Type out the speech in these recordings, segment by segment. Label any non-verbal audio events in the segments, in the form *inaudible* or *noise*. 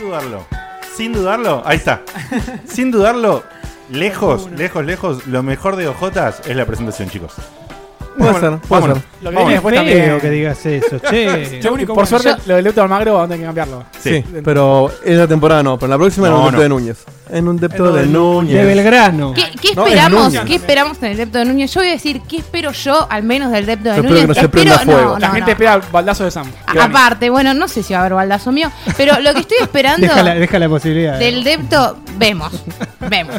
dudarlo, sin dudarlo, ahí está. Sin dudarlo, lejos, lejos, lejos, lo mejor de Ojotas es la presentación, chicos. Puede ser, puede ser. Lo que viene después Qué también. feo que digas eso, *laughs* che. Lo único por suerte, lo del Leuto Almagro vamos a tener que cambiarlo. Sí, pero esa temporada no, pero la próxima No, en un no. depto de Núñez. En un depto En de un- Núñez. De Belgrano. ¿Qué, qué No, es esperamos? Núñez. ¿Qué esperamos en el Depto de Núñez? Yo voy a decir, ¿qué espero yo al menos del Depto de Yo espero Núñez? que no se prenda fuego. La no, gente no. espera baldazo de Sam. A- Aparte, bueno, no sé si va a haber baldazo mío, pero lo que estoy esperando Deja la, deja la posibilidad. del depto, vemos, vemos,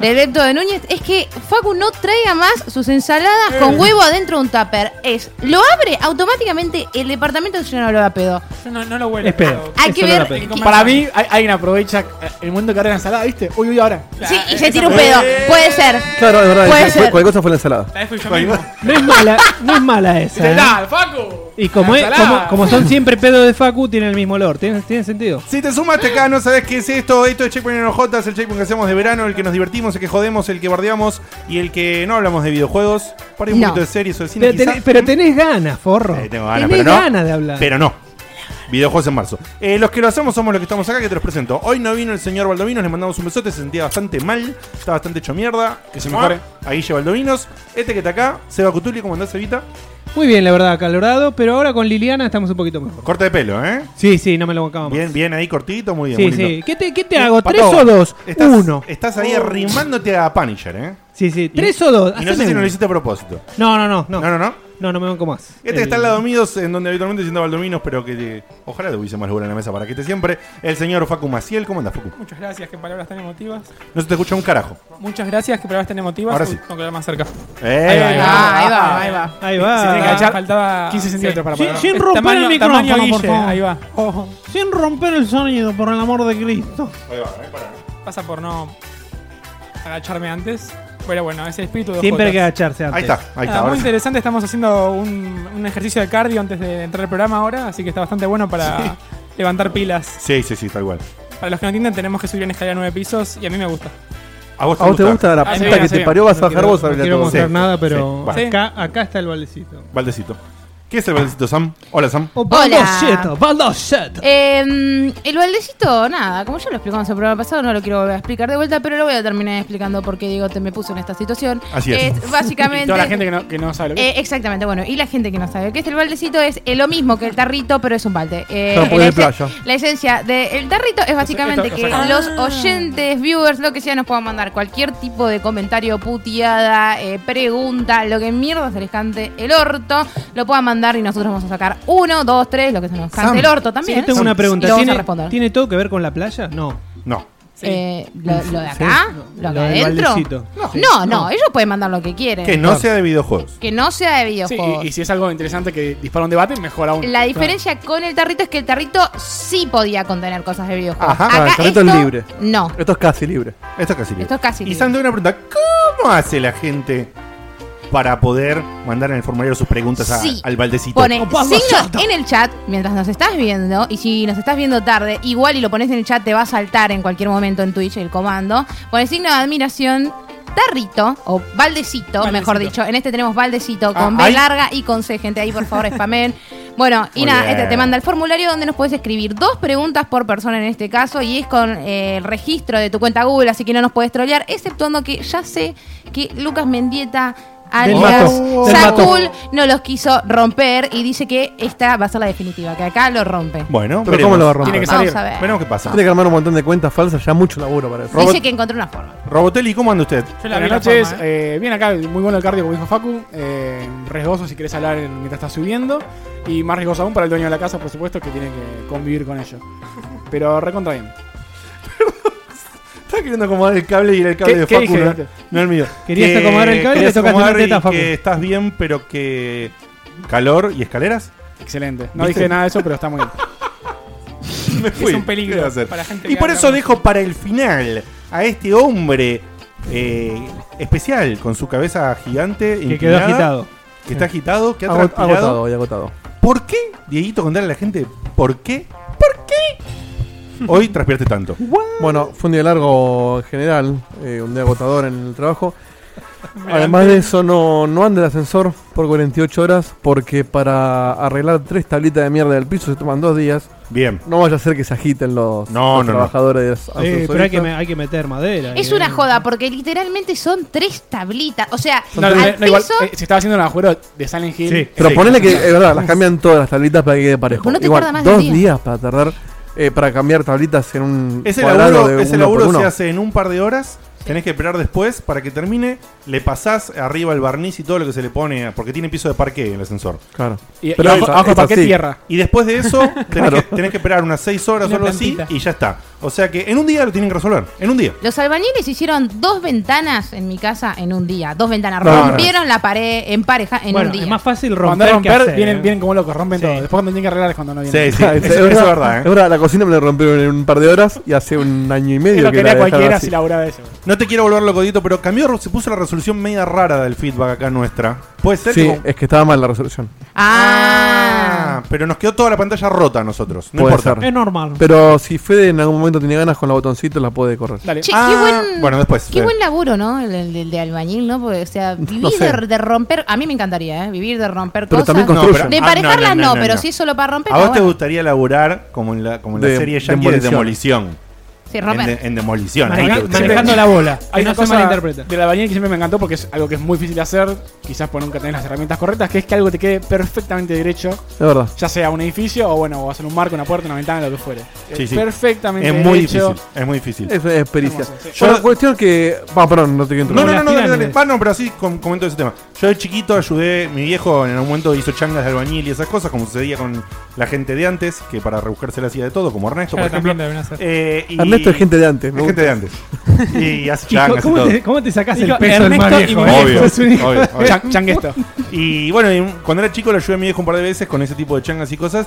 del depto de Núñez es que Facu no traiga más sus ensaladas Eh. con huevo adentro de un tupper. Es, lo abre automáticamente el departamento de no lo va a pedo. Yo no, no lo huelo. Es pedo. Hay Eso que no ver lo pedí. qué- Para mí, hay- alguien aprovecha eh, el mundo que carga ensalada, ¿viste? Uy, uy, ahora. Sí, y se tira un pedo. Puede ser. Claro, es verdad, Puede fue- ser. cualquier cosa fue la ensalada. La F yo Ahí va. mismo. No es mala, no es mala esa. Dice, ¿eh? "Dale, Facu! Y como, La es, ensalada". como, como son siempre pedos de Facu, tienen el mismo olor. ¿Tiene, tiene sentido? Si te sumaste acá, no sabes qué es esto. Esto es Checkpoint en Ojotas, el checkpoint que hacemos de verano, el que nos divertimos, el que jodemos, el que bardeamos y el que no hablamos de videojuegos. Para un No. poquito de series o de cine. Pero tenés, quizá. pero tenés ganas, forro. Eh, tengo ganas, tenés pero no. ganas de hablar. Pero no. Videojuegos en marzo. Eh, los que lo hacemos somos los que estamos acá, que te los presento. Hoy no vino el señor Baldovinos, le mandamos un besote, se sentía bastante mal, está bastante hecho mierda. Que se mejore. Ah. Ahí lleva Baldovinos. Este que está acá, Seba Cutuli, ¿cómo andás, Evita? Muy bien, la verdad, acalorado. Pero ahora con Liliana estamos un poquito mejor. Corte de pelo, ¿eh? Sí, sí, no me lo bancamos. Bien, bien ahí cortito, muy bien. Sí, muy lindo. sí. ¿Qué te, qué te hago? Pato, ¿Tres o dos? Estás, Uno. Estás ahí arrimándote a Punisher, ¿eh? Sí, sí. Y- ¿Tres o dos? Y no Haceme sé si no uno. lo hiciste a propósito. no, no, no, Eh. no. No, no, no. No, no me banco más. Este El- que está al lado mío, en donde habitualmente sienta Baldominos, pero que eh, ojalá le hubiese más lugar en la mesa para que esté siempre. El señor Facu Maciel, ¿cómo andas, Facu? Muchas gracias, qué palabras tan emotivas. No se te escucha un carajo. Muchas gracias, qué palabras tan emotivas. Ahora Uy, sí. Tengo que hablar más cerca. Eh, Ahí va, ahí Ah, ahí va, ahí va. Ahí va. Se tiene que agachar. Faltaba 15 centímetros para Sí, parar. sin Es romper tamaño- el micrófono, tamaño por Guille, Oh, favor. Ahí va. Sin romper el sonido, por el amor de Cristo. ahí va, eh, para. Pasa por no agacharme antes. Pero bueno, ese espíritu de Siempre hay que Jotas. agacharse antes. Ahí está, ahí está. Nada, Ah, muy ahora sí. interesante, estamos haciendo un, un ejercicio de cardio antes de entrar al programa ahora, así que está bastante bueno para levantar pilas. Sí, sí, sí, tal cual. Para los que no entienden, tenemos que subir una escalera a nueve pisos y a mí me gusta. ¿A vos te, ¿A vos te gusta? gusta la Ah, sí, puta bien, que sí, te bien. parió? Vas No a bajar quiero- vos a No abrir quiero todo. mostrar Sí, nada, sí, pero bueno. acá, acá está el valecito. Baldecito. ¿Qué es el baldecito, Sam? Hola, Sam. Baldosito, Baldosito. Oh, Eh, el baldecito, nada, como ya lo explicamos en el programa pasado, no lo quiero volver a explicar de vuelta, pero lo voy a terminar explicando porque Diego te me puso en esta situación. Así es. básicamente. Y *laughs* toda la gente que no, que no sabe lo que Eh, exactamente, bueno, y la gente que no sabe qué es el baldecito es eh, lo mismo que el tarrito, pero es un balde. Eh, Claro, porque la, es de playa. la esencia del tarrito es básicamente esto- que esto- los oyentes, viewers, lo que sea, nos puedan mandar cualquier tipo de comentario, puteada, eh, pregunta, lo que mierda se les cante el orto, lo puedan mandar y nosotros vamos a sacar uno, dos, tres, lo que se nos cante Sam, el orto Sí, también. yo tengo una Y pregunta. lo vamos a ¿Tiene, responder. tiene todo que ver con la playa? No. No. Eh, lo, lo de acá, lo de Lo del adentro. baldecito. No, no, ellos pueden mandar lo que quieren. Que no sea de videojuegos. Que no sea de Sí, videojuegos. y, y si es algo interesante que dispara un debate, mejor aún. La diferencia con el tarrito es que el tarrito sí podía contener cosas de videojuegos. Ajá. Ah, el tarrito es esto, libre. No. Esto es casi libre. Esto es casi libre. Esto es casi Y libre. Sam tengo una pregunta. ¿Cómo hace la gente para poder mandar en el formulario sus preguntas a- Sí. al baldecito? Pone Opa, signo bachata. en el chat mientras nos estás viendo. Y si nos estás viendo tarde, igual y lo pones en el chat, te va a saltar en cualquier momento en Twitch el comando. Pone signo de admiración. Tarrito, o baldecito, Baldecito. mejor dicho. En este tenemos baldecito Ah, con B ahí. larga y con C, gente. Ahí, por favor, spamen. Bueno, y Muy nada, bien. este te manda el formulario donde nos puedes escribir dos preguntas por persona en este caso y es con eh, el registro de tu cuenta Google, así que no nos puedes trolear, exceptuando que ya sé que Lucas Mendieta Del alias Mato, del Sakul no los quiso romper y dice que esta va a ser la definitiva, que acá lo rompe. Bueno, Pero ¿cómo lo va a Tiene romper? que Vamos salir. a ver. Veremos qué pasa. Tiene que armar un montón de cuentas falsas, ya mucho laburo para eso. Robot- Dice que encontró una forma. Robotelli, ¿cómo anda usted? Yo la vi Buenas la noches, forma, ¿eh? Eh, bien acá, muy bueno el cardio, como dijo Facu. Eh, riesgoso si querés hablar en- mientras estás subiendo. Y más riesgoso aún para el dueño de la casa, por supuesto, que tiene que convivir con ello. Pero recontra bien. Estaba queriendo acomodar el cable y era el cable ¿Qué- de qué Facu, dije no, antes? no el mío. Querías Que- acomodar el cable y querías te tocaste una acomodar y teta, Facu. Que estás bien, pero que. ¿Calor y escaleras? Excelente. No ¿Viste? dije nada de eso, pero está muy bien. *laughs* Me fui. un ¿Qué peligro voy a hacer? para gente y que por habla eso mucho. dejo para el final a este hombre eh, especial con su cabeza gigante. Que quedó inclinada, agitado. Que está agitado, que ha Agot- transpirado. Agotado y agotado. ¿Por qué, Dieguito, contarle a la gente por qué? ¿Por *laughs* qué? Hoy transpiraste tanto. Bueno, fue un día largo en general, eh, un día agotador en el trabajo. Además de eso, no, no anda el ascensor por 48 horas porque para arreglar tres tablitas de mierda del piso se toman dos días. Bien. No vaya a ser que se agiten los, No, no, no. los trabajadores. Sí, pero hay que, ascensoristas. me- hay que meter madera. Es Y- una joda, porque literalmente son tres tablitas. O sea, No, no, al no, igual, piso. eh, se estaba haciendo un agujero de Silent Hill. Sí. Pero Sí. ponele que, es verdad, las cambian todas las tablitas para que quede parejo. Pero no te Igual, tarda más de dos un día. días para tardar, eh, para cambiar tablitas en un Ese cuadrado laburo, de ese uno laburo por uno. se hace en un par de horas. Tenés que esperar después para que termine. Le pasás arriba el barniz y todo lo que se le pone. Porque tiene piso de parqué en el ascensor. Claro. Y, y Pero abajo, es- abajo es ¿para qué así. *laughs* tierra? Y después de eso, tenés, Claro. que, tenés que esperar unas 6 horas Una o algo así. plantita. Y ya está. O sea que en un día lo tienen que resolver. En un día. Los albañiles hicieron dos ventanas en mi casa en un día. Dos ventanas. No, no. Rompieron la pared en pareja en Bueno, un día. es más fácil romper. Cuando es que romper, hacer, vienen, ¿eh? vienen como locos, rompen Sí. todo. Después cuando tienen que arreglar es cuando no vienen. Sí, sí. *laughs* Ah, es, eso, es eso es verdad, verdad. *laughs* es ¿eh? verdad, la cocina me la rompieron en un par de horas y hace un año y medio Es lo que la haría dejaron cualquiera así. si laburaba eso. No te quiero volver loco, Dito, pero cambió, se puso la resolución media rara del feedback acá nuestra. Puede ser Sí, eh. que- es que estaba mal la resolución. Ah. Ah, pero nos quedó toda la pantalla rota a nosotros. No Puede importa. ser. Es normal. Pero si Fede en algún momento tiene ganas con los botoncitos, la puede correr. Dale. Che, Ah, qué buen, bueno, después, qué eh. buen laburo, ¿no? El, el- el de albañil, ¿no? Porque, o sea, vivir sé. de, de romper. A mí me encantaría, ¿eh? Vivir de romper Pero cosas. también con- construyen. De ah, emparejarlas no, pero si es solo para romper. ¿A vos está te bueno. gustaría laburar como en la, como en la De- serie Yankee de Demolición? Sí, En, romper. de- en Demolición. ahí Maneja- te gustaría. manejando la bola. Hay que una no se cosa malinterpreta. de la bañera que siempre me encantó porque es algo que es muy difícil de hacer, quizás por nunca tener las herramientas correctas, que es que algo te quede perfectamente derecho, Es verdad. ya sea un edificio o bueno, o hacer un marco, una puerta, una ventana, lo que fuere. Sí, Eh, sí. Perfectamente Es muy derecho. difícil. Es muy difícil. Eso es pericia. Hermoso, sí. Yo la cuestión que. Va, perdón, no te quiero No, no, interrumpir. no, las no, dale, dale. pirámides. Ah, no, pero así com- comento ese tema. Yo de chiquito ayudé, mi viejo en algún momento hizo changas de albañil y esas cosas, como sucedía con la gente de antes, que para rebuscarse la hacía de todo, como Ernesto, por Claro, también ejemplo. deben hacer. Eh, y- Ernesto es gente de antes. es me gente gusta. de antes. Y hace *laughs* ¿Y changas y ¿Cómo, todo. te, ¿Cómo te sacás el Dijo, peso del más Ernesto y viejo? mi eh? Obvio, Es un *laughs* hijo. obvio, obvio. Chan- Changuesto. Y bueno, y un- cuando era chico lo ayudé a mi viejo un par de veces con ese tipo de changas y cosas.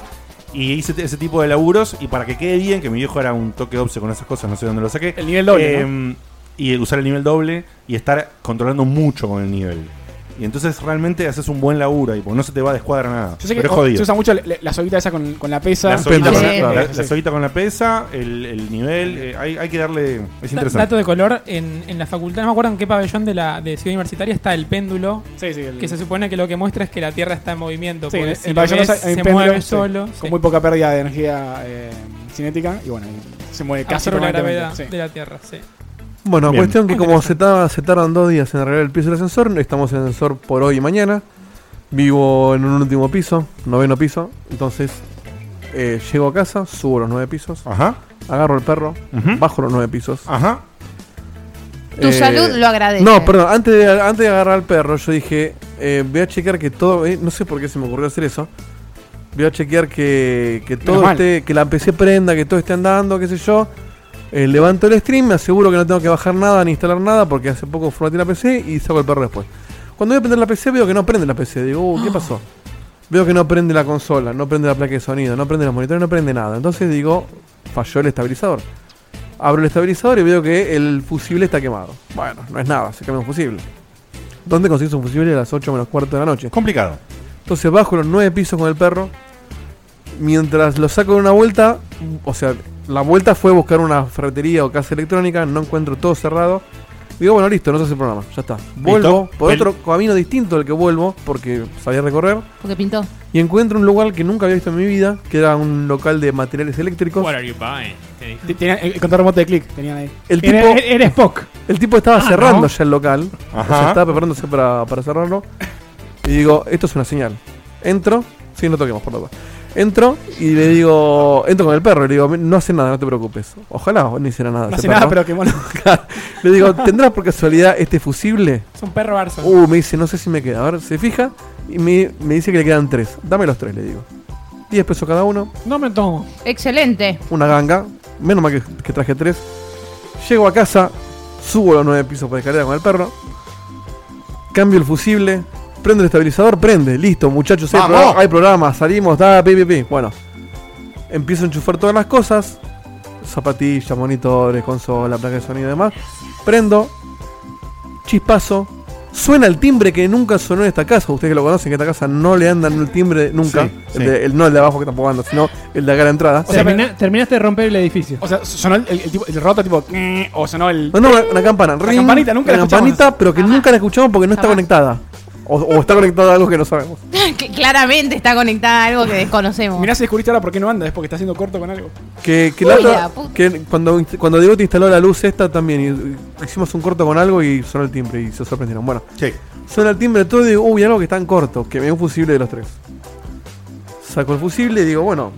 Y hice t- ese tipo de laburos. Y para que quede bien, que mi viejo era un toque obse con esas cosas, no sé dónde lo saqué. El nivel doble, Em, Y usar el nivel doble y estar controlando mucho con el nivel. Y entonces realmente haces un buen laburo ahí, porque no se te va de escuadra nada. Yo sé que pero es o- se jodido. usa mucho la, la- la soguita esa con, con la pesa. La soguita, con Sí, la, sí, la- sí. la soguita con la pesa, el, el nivel, eh, hay, hay que darle... Es Da- Dato interesante. de color, en, en la facultad, no me acuerdo en qué pabellón de la de Ciudad Universitaria está el péndulo, Sí, sí, el- que se supone que lo que muestra es que la Tierra está en movimiento, sí, porque en- si en lo pabellón ves, hay un se péndulo, mueve sí, solo, eh, con sí, muy poca pérdida de energía eh, cinética y bueno, y se mueve casi absorbe la permanentemente, gravedad sí. de la Tierra, sí. Bueno, Bien. cuestión que como se, ta- se tardan dos días en arreglar el piso del ascensor, estamos en el ascensor por hoy y mañana. Vivo en un último piso, noveno piso. Entonces, eh, llego a casa, subo los nueve pisos, Ajá, agarro el perro, Ujú. bajo los nueve pisos. ajá. Tu Eh, salud lo agradece. No, perdón, antes de, antes de agarrar al perro, yo dije, eh, voy a chequear que todo, eh, no sé por qué se me ocurrió hacer eso. Voy a chequear que, que todo mal. esté, que la PC prenda, que todo esté andando, qué sé yo. Eh, levanto el stream, me aseguro que no tengo que bajar nada ni instalar nada porque hace poco formateé la PC y saco el perro después. Cuando voy a prender la PC veo que no prende la PC, digo, "Uh, ¿qué pasó? Veo que no prende la consola, no prende la placa de sonido, no prende los monitores, no prende nada. Entonces digo, falló el estabilizador. Abro el estabilizador y veo que el fusible está quemado. Bueno, no es nada, se cambia un fusible. ¿Dónde consigues un fusible a las 8 menos cuarto de la noche? Complicado. Entonces bajo los 9 pisos con el perro. Mientras lo saco de una vuelta, o sea, la vuelta fue buscar una ferretería o casa electrónica, no encuentro todo cerrado. Digo, bueno, listo, no se hace el programa, ya está. Vuelvo por Pel- otro camino distinto al que vuelvo, porque sabía recorrer. Porque pintó. Y encuentro un lugar que nunca había visto en mi vida, que era un local de materiales eléctricos. Te- Tenían el, el control remoto de clic, tenían ahí. El tipo, Era, era Spock. el tipo Ah, estaba cerrando ¿no? ya el local. O sea, Ajá. estaba preparándose para, para cerrarlo. Y digo, esto es una señal. Entro. Sí, no toquemos, por favor. Entro y le digo, entro con el perro. y Le digo, no hace nada, no te preocupes. Ojalá no hiciera nada. No ese hace nada, *laughs* perro. pero qué mono. Le digo, ¿tendrás por casualidad este fusible? Es un perro Barça. Uh, me dice, no sé si me queda. A ver, se fija y me, me dice que le quedan tres. Dame los tres, le digo. 10 pesos cada uno, No me tomo. Excelente. una ganga. Menos mal que, que traje tres. Llego a casa, subo los nueve pisos por escalera con el perro. Cambio el fusible, prendo el estabilizador, prende. Listo, muchachos, hay, ¡Vamos! programa, hay programa, salimos, da, pi, pi, pi. Bueno, empiezo a enchufar todas las cosas: zapatillas, monitores, consola, placa de sonido y demás. Prendo, chispazo, Suena el timbre que nunca sonó en esta casa. Ustedes que lo conocen, que esta casa no le andan el timbre nunca. Sí, sí. El de- el- no el de abajo que tampoco anda, sino el de acá a la entrada. O sea, Termina- pero- terminaste de romper el edificio. O sea, sonó el, el, el tipo- el roto tipo. "Mm", O sonó el. No, no, una, una campana. ring, campanita nunca una la escuchamos. campanita, pero que Jamás. nunca la escuchamos porque no está Jamás. conectada. O, o está conectada a algo que no sabemos. *laughs* que claramente está conectada a algo que desconocemos. Mirá si descubriste ahora por qué no anda, es porque está haciendo corto con algo. Que, que, Uy, la otra- la puta. que cuando, inst- cuando Diego te instaló la luz esta también, y- y hicimos un corto con algo y sonó el timbre y se sorprendieron. Bueno, Sí. suena el timbre de todo y digo, uy, algo que está en corto, que me dio un fusible de los tres. Saco el fusible y digo, bueno,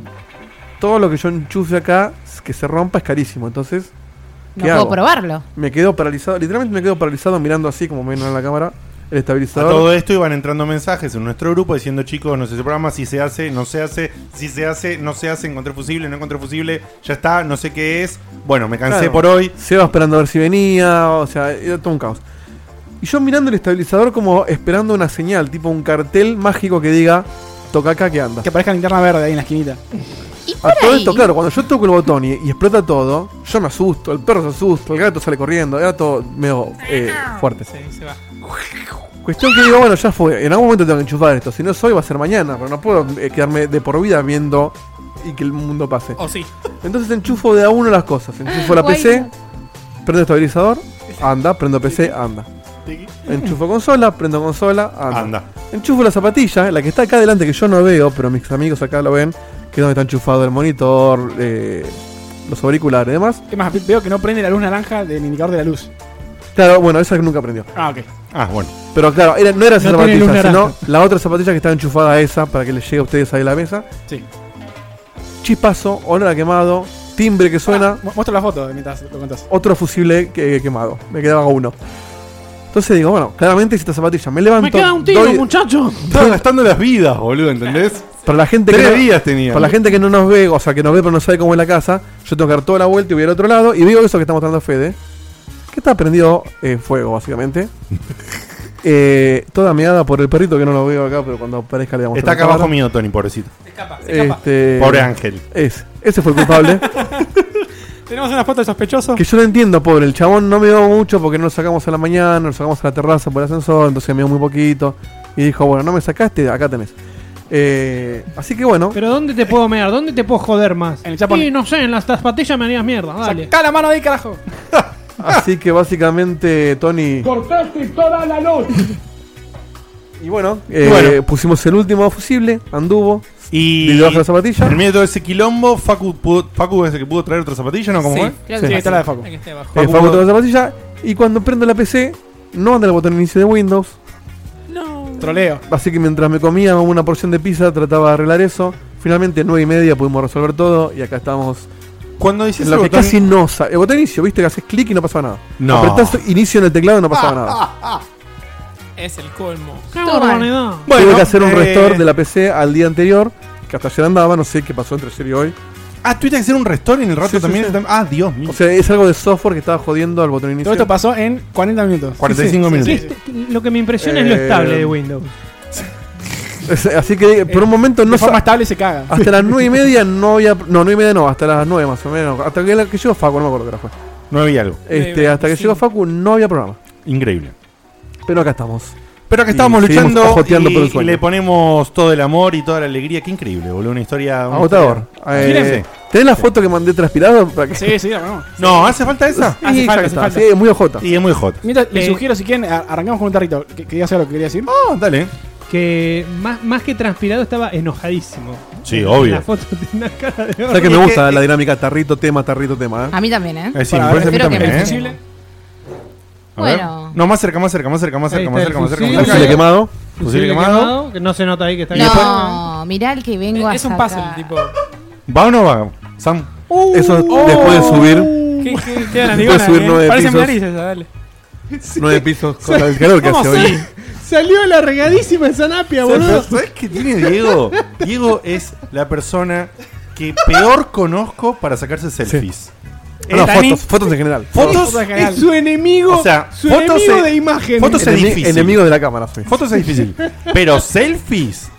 todo lo que yo enchufe acá que se rompa es carísimo, entonces no ¿qué puedo hago? probarlo. me quedo paralizado, literalmente me quedo paralizado mirando así como me ven en la cámara, el A estabilizador. todo esto iban entrando mensajes en nuestro grupo diciendo, chicos, no sé ese programa, si se hace, no se hace, si se hace, no se hace, encontré fusible, no encontré fusible, ya está, no sé qué es. Bueno, me cansé Claro. por hoy. Seba esperando a ver si venía, o sea, era todo un caos. Y yo mirando el estabilizador como esperando una señal, tipo un cartel mágico que diga, toca acá que anda. Que aparezca la linterna verde ahí en la esquinita. Y por A todo ahí, esto, claro, cuando yo toco el botón y, y explota todo, yo me asusto, el perro se asusta, el gato sale corriendo, era todo medio eh, fuerte. Se, se va. Cuestión que digo, bueno, ya fue, en algún momento tengo que enchufar esto, si no es hoy va a ser mañana, pero no puedo eh, quedarme de por vida viendo y que el mundo pase. O sí. Entonces enchufo de a uno las cosas. Enchufo *laughs* la Guay. PC, prendo estabilizador, anda, prendo PC, anda. Enchufo consola, prendo consola, anda. Anda. Enchufo la zapatilla, la que está acá adelante que yo no veo, pero mis amigos acá lo ven, que es donde está enchufado el monitor, eh, los auriculares y demás. Es más, veo que no prende la luz naranja del indicador de la luz. Claro, bueno, esa que nunca aprendió. Ah, ok. Ah, bueno. Pero claro, era- no era esa No tiene luz zapatilla, sino naranja. la otra zapatilla que estaba enchufada a esa para que les llegue a ustedes ahí a la mesa. Sí. Chispazo, olor a quemado, timbre que suena. Ah, mu- muestra la foto mientras lo contás. otro fusible que- quemado. Me quedaba uno. Entonces digo, bueno, claramente hice esta zapatilla. Me levanto. Me queda un tiro, doy- muchacho. Estaban gastando las vidas, boludo, ¿entendés? para la gente que Tres no, días tenía. Para la gente que no nos ve, o sea, que nos ve pero no sabe cómo es la casa, yo tengo que dar toda la vuelta y voy al otro lado y veo eso que está mostrando Fede. Que está prendido eh, fuego, básicamente. *laughs* Eh, toda meada por el perrito que no lo veo acá, pero cuando aparezca le vamos Está acá abajo mío, Tony, pobrecito. Se escapa, se escapa. Este, Pobre Ángel. es, ese fue *laughs* el culpable. Tenemos una foto de *laughs* sospechoso. Que yo lo entiendo, pobre. El chabón no me dio mucho porque no lo sacamos a la mañana, lo sacamos a la terraza por el ascensor, entonces me dio muy poquito. Y dijo, bueno, no me sacaste, acá tenés. Eh, así que bueno, Pero ¿dónde te puedo mear? ¿Dónde te puedo joder más? En el Japón. Y no sé, en las zapatillas me harías mierda, dale. Saca la mano de ahí, carajo. *laughs* así que básicamente, Tony. Cortaste toda la luz. Y bueno, eh, bueno. pusimos el último fusible, anduvo, Y. y debajo de la zapatilla. En medio de todo ese quilombo, Facu, pudo- Facu es el que pudo traer otra zapatilla, ¿no? ¿Cómo Sí. fue? Creo Sí. que Sí, sí. está la de Facu. Ahí que esté abajo. Eh, Facu fue pudo- de la zapatilla. Y cuando prendo la PC, no anda el botón de inicio de Windows. Troleo. Así que mientras me comía una porción de pizza, trataba de arreglar eso. Finalmente, nueve y media pudimos resolver todo y acá estamos Cuando dices En lo el que botón- casi no sa- El botón inicio, viste, que haces clic y no pasaba nada. No. Apretás inicio en el teclado y no pasaba nada. Es el colmo. ¡Qué Todo mal. barbaridad! Tuve que hacer un eh, restore de la PC al día anterior, que hasta ayer andaba, no sé qué pasó entre ayer y hoy. Ah, tuviste que hacer un restore en el rato Sí, sí, también. sí. Ah, Dios mío. O sea, es algo de software que estaba jodiendo al botón inicio. Todo esto pasó en 40 minutos. 45 Que minutos. este- Lo que me impresiona es lo Eh, estable de Windows. Así que eh, por un momento De no forma sa- estable se caga. Hasta las nueve y media no había. No, nueve y media no, hasta las nueve más o menos. Hasta que, la que llegó Facu, no me acuerdo qué hora fue. No había algo. Este, hasta que llegó Facu no había programa. Increíble. Pero acá estamos. Pero que Y estábamos seguimos luchando pajoteando y, por el y sueño. le ponemos todo el amor y toda la alegría. Qué increíble, boludo. Una historia. una Agotador. historia- Eh, Fíjense. ¿Tenés la foto que mandé transpirado? Para que... Sí, sí, la ponemos. *laughs* No, ¿hace falta esa? Y ya falta, que hace está. falta. Sí, muy ojota. Y es muy hot. Mientras les Eh. sugiero, si quieren, a- arrancamos con un tarrito. Que- Quería hacer lo que quería decir. Ah, dale. Que más, más que transpirado estaba enojadísimo. Sí, La obvio. foto *laughs* tiene una cara de O sea que Y me es gusta que- la dinámica tarrito tema, tarrito tema. ¿eh? A mí también, ¿eh? Eh, sí, Para me ver, parece a mí espero que también, me ¿eh? fusilen. Fusible. A ver. Bueno. No, más cerca, más cerca, más cerca, más cerca, Ahí más está cerca, el más cerca, fusil. más Fusible cerca. quemado. Fusible quemado. quemado, Que no se nota ahí que está No, mirá el que vengo a Es un puzzle, sacar. tipo. ¿Va o no va? Sam. Eso Uh. después de subir ¿Qué, qué, qué ganas Puedes de ganas, subir eh. nueve Parecen pisos. narices, dale. nueve pisos con el calor que hace hoy. Salió la regadísima en Sanapia, boludo. ¿Sabes qué tiene Diego? Diego es la persona que peor conozco para sacarse selfies. No, no, Eh, Dani, fotos, fotos en general. fotos, Fotos en general. Es su enemigo. O sea, su fotos enemigo en- de imagen. fotos- es Enemi- difícil. Enemigos de la cámara, sí. fotos es difícil. Pero selfies.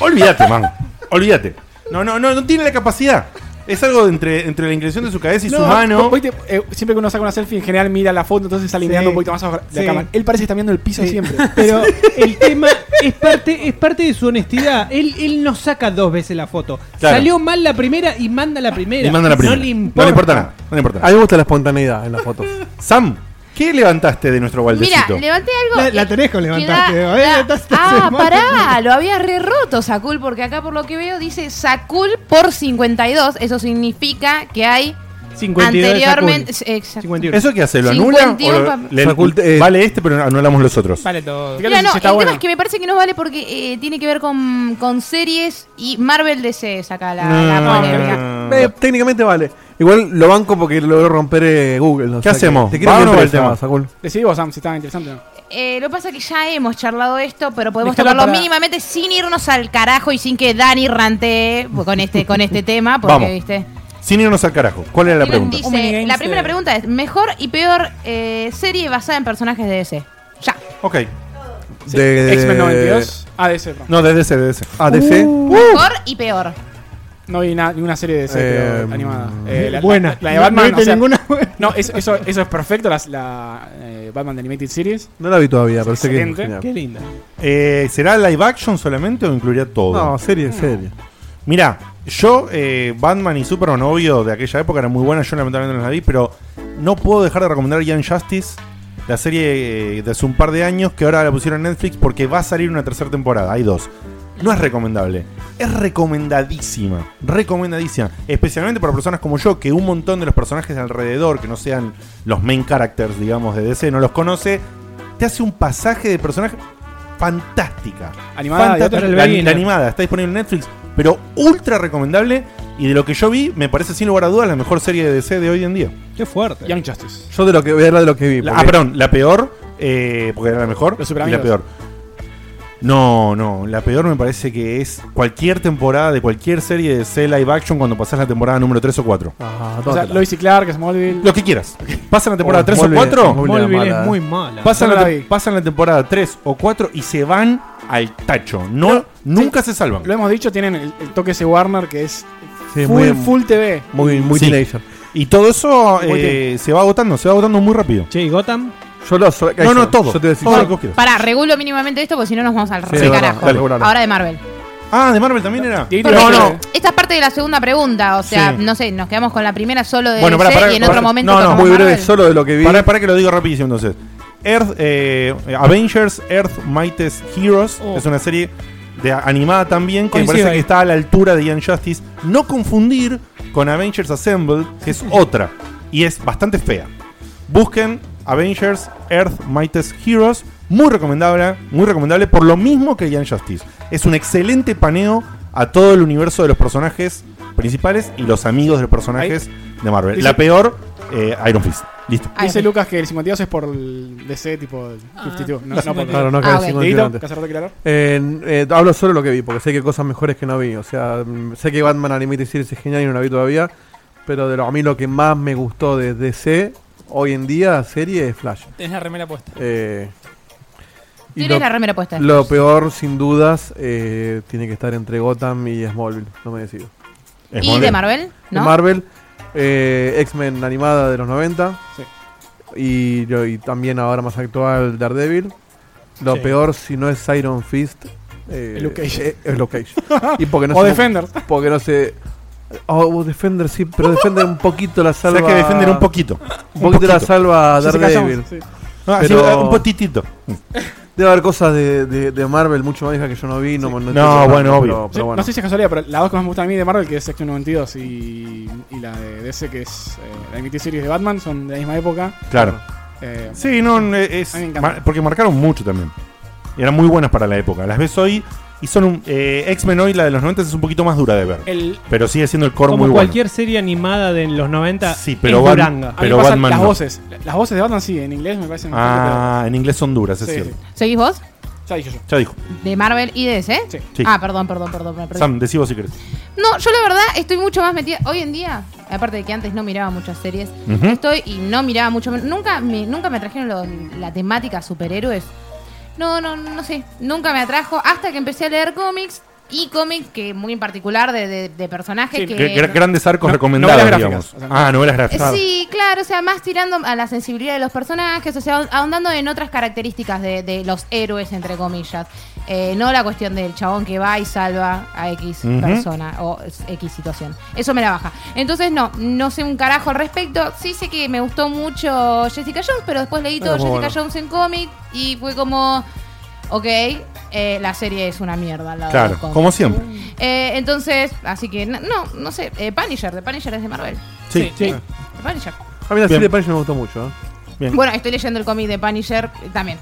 Olvídate, man. Olvídate. No, no, no, no tiene la capacidad. Es algo de entre, entre la inclinación de su cabeza y No, su mano. vos- viste, eh, siempre que uno saca una selfie, en general mira la foto, entonces sale Sí. mirando un poquito más abajo de la Sí. cámara. Él parece que está mirando el piso *laughs* siempre. Pero *laughs* el tema es parte, es parte de su honestidad. Él, él no saca dos veces la foto. Claro. Salió mal la primera y manda la primera. Y manda la primera. No le importa. nada. No le importa A nada. mí me gusta la espontaneidad en las fotos. Sam, ¿qué levantaste de nuestro Mira, baldecito? levanté algo. La- y- la tenés con que levantar, da- Teo, ¿eh? da- Estás- *laughs* estás ah, hermoso. pará, lo había re roto Sakul, porque acá por lo que veo dice Sakul por 52. Eso significa que hay 52 de Sakul. anteriormente. eh, exacto. 51. ¿Eso qué hace? ¿Lo anula? 51 o lo- pap- le- Faculta- eh, vale este, pero anulamos los otros. Vale todo. Fíjate Mira, si no, el eh, está tema bueno. es que me parece que no vale porque eh, tiene que ver con, con series y Marvel DC es acá la, la polémica. Ah. Eh, técnicamente vale. Igual lo banco porque logró romper eh, Google. o ¿Qué sea que hacemos? Te quiero ¿Va o no siempre va el el tema? tema, Sakul. Decidí vos, Sam, si está interesante o no. Eh, lo que pasa es que ya hemos charlado esto, pero podemos Dejala tocarlo para- mínimamente sin irnos al carajo y sin que Dani rantee con este, con este tema, porque Vamos. viste. Sin irnos al carajo. ¿Cuál era la Dylan pregunta? dice, Un minigame la se- primera pregunta es, mejor y peor eh, serie basada en personajes de DC. Ya. Ok. Sí, De- X-Men 92. Ah, de ese, perdón. No, de DC, de DC. ADC. Uh. Mejor y peor. No vi na- ninguna serie de ese Eh, creo, animada. Eh, la, Buena. La, la de Batman. No, no viste o sea, ninguna. *laughs* no, es- eso, eso es perfecto, las- la, eh, Batman de Animated Series. No la vi todavía, pero sé que es Excelente. genial. Qué linda. Eh, ¿Será live action solamente o incluiría todo? No, Ah. serie, serie. Mirá, yo, eh, Batman y Superman, obvio, de aquella época eran muy buenas. Yo lamentablemente no las vi, pero no puedo dejar de recomendar Young Justice, la serie eh, de hace un par de años que ahora la pusieron en Netflix porque va a salir una tercera temporada. Hay dos. No es recomendable. Es recomendadísima. Recomendadísima. Especialmente para personas como yo, que un montón de los personajes de alrededor, que no sean los main characters, digamos, de DC, no los conoce, te hace un pasaje de personaje fantástica. Animada, Fanta- de otro- el La, Beginner. la animada está disponible en Netflix, pero ultra recomendable. Y de lo que yo vi, me parece sin lugar a dudas la mejor serie de DC de hoy en día. Qué fuerte. Young Justice. Yo de lo que voy a hablar de lo que vi. La- ah, porque- perdón, la peor, eh, porque era la mejor. y Los Superamigos. la peor. No, no, la peor me parece que es cualquier temporada de cualquier serie de DC live action cuando pasás la temporada número 3 o 4. Ah, O sea, tómatela. Lois y Clark, Smallville. Lo que quieras. Pasan la temporada Oh, 3 o Smallville, 4. Smallville. Smallville Mala, es eh. muy mala. Pasan Yo no la, la tem- vi. pasan la temporada 3 o 4 y se van al tacho. No, nunca se salvan. Lo hemos dicho, tienen el, el toque ese Warner que es Sí, full, muy, full TV. muy, muy Sí. teenager. Y todo eso Muy eh, se va agotando, se va agotando muy rápido. Che, ¿y Gotham. Yo lo so- No, no, yo- todo. Yo te voy a decir- Todo lo que vos quieras. Pará, regulo mínimamente esto porque si no nos vamos al Sí, re es verdad, carajo. dale, regulalo. Ahora de Marvel. Ah, de Marvel también era. Dieguito No, lo no. quiere. Esta es parte de la segunda pregunta, o sea, Sí. no sé, nos quedamos con la primera solo de Bueno, DC pará, pará, y en pará. otro momento No, no, tocamos Muy breve, Marvel. solo de lo que vi. Para, que lo digo rapidísimo entonces. Earth, eh, Avengers Earth Mightiest Heroes Oh. es una serie de animada también que me Coincido parece ahí. que está a la altura de Ian Justice. No confundir con Avengers Assemble, que es otra y es bastante fea. Busquen Avengers Earth Mightiest Heroes, muy recomendable, muy recomendable por lo mismo que Ian Justice. Es un excelente paneo a todo el universo de los personajes principales y los amigos de los personajes de Marvel. Dice- La peor, eh, Iron Fist. Listo. Ay, Ah, Dice sí. Lucas que el 52 es por el DC tipo el 52. no, no, por Claro, no, Ah, que ok. decimos Dieguito, antes. Cazador de Claror. Eh, eh, hablo solo de lo que vi, porque sé que hay cosas mejores que no vi. O sea, mm, sé que Batman Animated Series es genial y no la vi todavía. Pero de lo, a mí lo que más me gustó de DC hoy en día, serie, es Flash. Tenés la remera puesta. Eh, y Tienes lo, la remera puesta. lo peor, sin dudas, eh, tiene que estar entre Gotham y Smallville. No me decido. Es ¿Y de Marvel? De ¿No? Marvel, eh, X-Men animada de los 90. Sí. Y, yo- y también ahora más actual, Daredevil. Lo Sí. peor, si no es Iron Fist, eh, Es Luke Cage. eh, es Luke Cage. y porque no *laughs* o se- Defenders. Porque no sé. Oh, Defender sí, pero Defender un poquito la O salva. sea, que defender un poquito. Un poquito, la poquito. salva Jessica Daredevil. Jones, sí. Ah, sí, pero- un Mm, potitito. Debe haber cosas de, de, de Marvel mucho más viejas que yo no vi. No, No, bueno, obvio. Pero, pero Sí, bueno. No sé si es casualidad, pero las dos que más me gustan a mí de Marvel, que es Section 92 y, y la de DC, que es eh, la Animated Series de Batman, son de la misma época. Claro. Eh, Sí, no, eh, es. A mí me encanta. mar- porque marcaron mucho también. Y eran muy buenas para la época. Las ves hoy y son un. eh, X-Men hoy, la de los 90 es un poquito más dura de ver. el, Pero sigue siendo el core Como muy cualquier serie animada de los 90. Sí, pero es Bat- Duranga. a mí Pero me pasa Batman las no. voces. Las voces de Batman sí, en inglés me parecen. bueno. Ah, en inglés son duras, es bastante peor. cierto. sí, ¿Seguís vos? sí. Ya dije yo. Ya dijo. ¿De Marvel y DC? Sí. Sí. Ah, perdón, perdón, perdón. me perdí. Sam, decí vos si querés. No, yo la verdad estoy mucho más metida. Hoy en día, aparte de que antes no miraba muchas series, Ujú. estoy y no miraba mucho. Nunca me, nunca me trajeron lo- la temática superhéroes. No, no, no sé. Nunca me atrajo. Hasta que empecé a leer cómics. y cómics que muy en particular de, de- de personajes Sí, que... Gr- gr- grandes arcos no- recomendados, novelas digamos. gráficas, o sea, ah, novelas Eh, gráficas. Sí, claro, o sea, más tirando a la sensibilidad de los personajes, o sea, ahondando en otras características de, de los héroes, entre comillas. Eh, no la cuestión del chabón que va y salva a X Ujú. persona o s- X situación. Eso me la baja. Entonces, no, no sé un carajo al respecto. Sí sé que me gustó mucho Jessica Jones, pero después leí todo Ah, muy Jessica bueno. Jones en cómic y fue como, ok, eh, la serie es una mierda. al lado de Claro, los cómics. como siempre. Eh, entonces, así que, no, no, no sé. Eh, Punisher, de Punisher es de Marvel. Sí, Sí. The Punisher. A mí la Bien. serie de Punisher me gustó mucho. ¿eh? bien. Bueno, estoy leyendo el cómic de Punisher eh, también.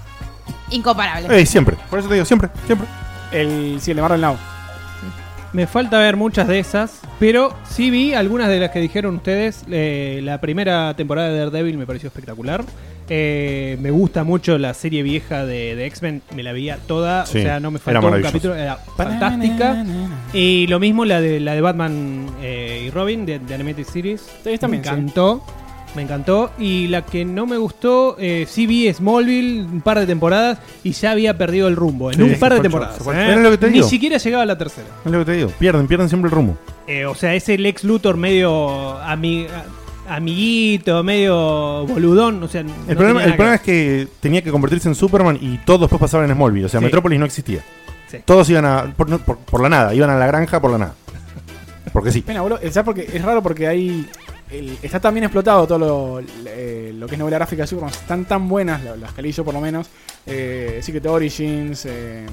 Incomparable. Eh, siempre. Por eso te digo, siempre, siempre. El, sí, el de Marvel Now. Me falta ver muchas de esas, pero sí vi algunas de las que dijeron ustedes. Eh, la primera temporada de Daredevil me pareció espectacular. Eh, me gusta mucho la serie vieja de, de X-Men, me la veía toda, Sí, o sea, no me era faltó un maravilloso. capítulo, era fantástica. Y lo mismo la de la de Batman eh, y Robin de, de Animated Series. Sí, también, me sí. encantó. Me encantó. Y la que no me gustó, eh, sí vi Smallville un par de temporadas y ya había perdido el rumbo. En Sí, un se par de fue el temporadas. chorro, se fue el ¿eh? chorro. Era lo que te Ni digo. siquiera llegaba a la tercera. Es lo que te digo. Pierden, pierden siempre el rumbo. Eh, o sea, ese Lex Luthor medio ami- amiguito, medio boludón. O sea, no El, tenía problema, el nada problema que es que tenía que convertirse en Superman y todos después pasaban en Smallville. O sea, Sí. Metrópolis no existía. Sí. Todos iban a. Por, no- por- por la nada, iban a la granja por la nada. Porque sí. Pena, boludo. ¿Sabes porque Es raro porque hay. el- está tan bien explotado todo lo, eh, lo que es novela gráfica de Superman. Están tan buenas, la- las que leí yo por lo menos. Eh, Secret Origins, eh,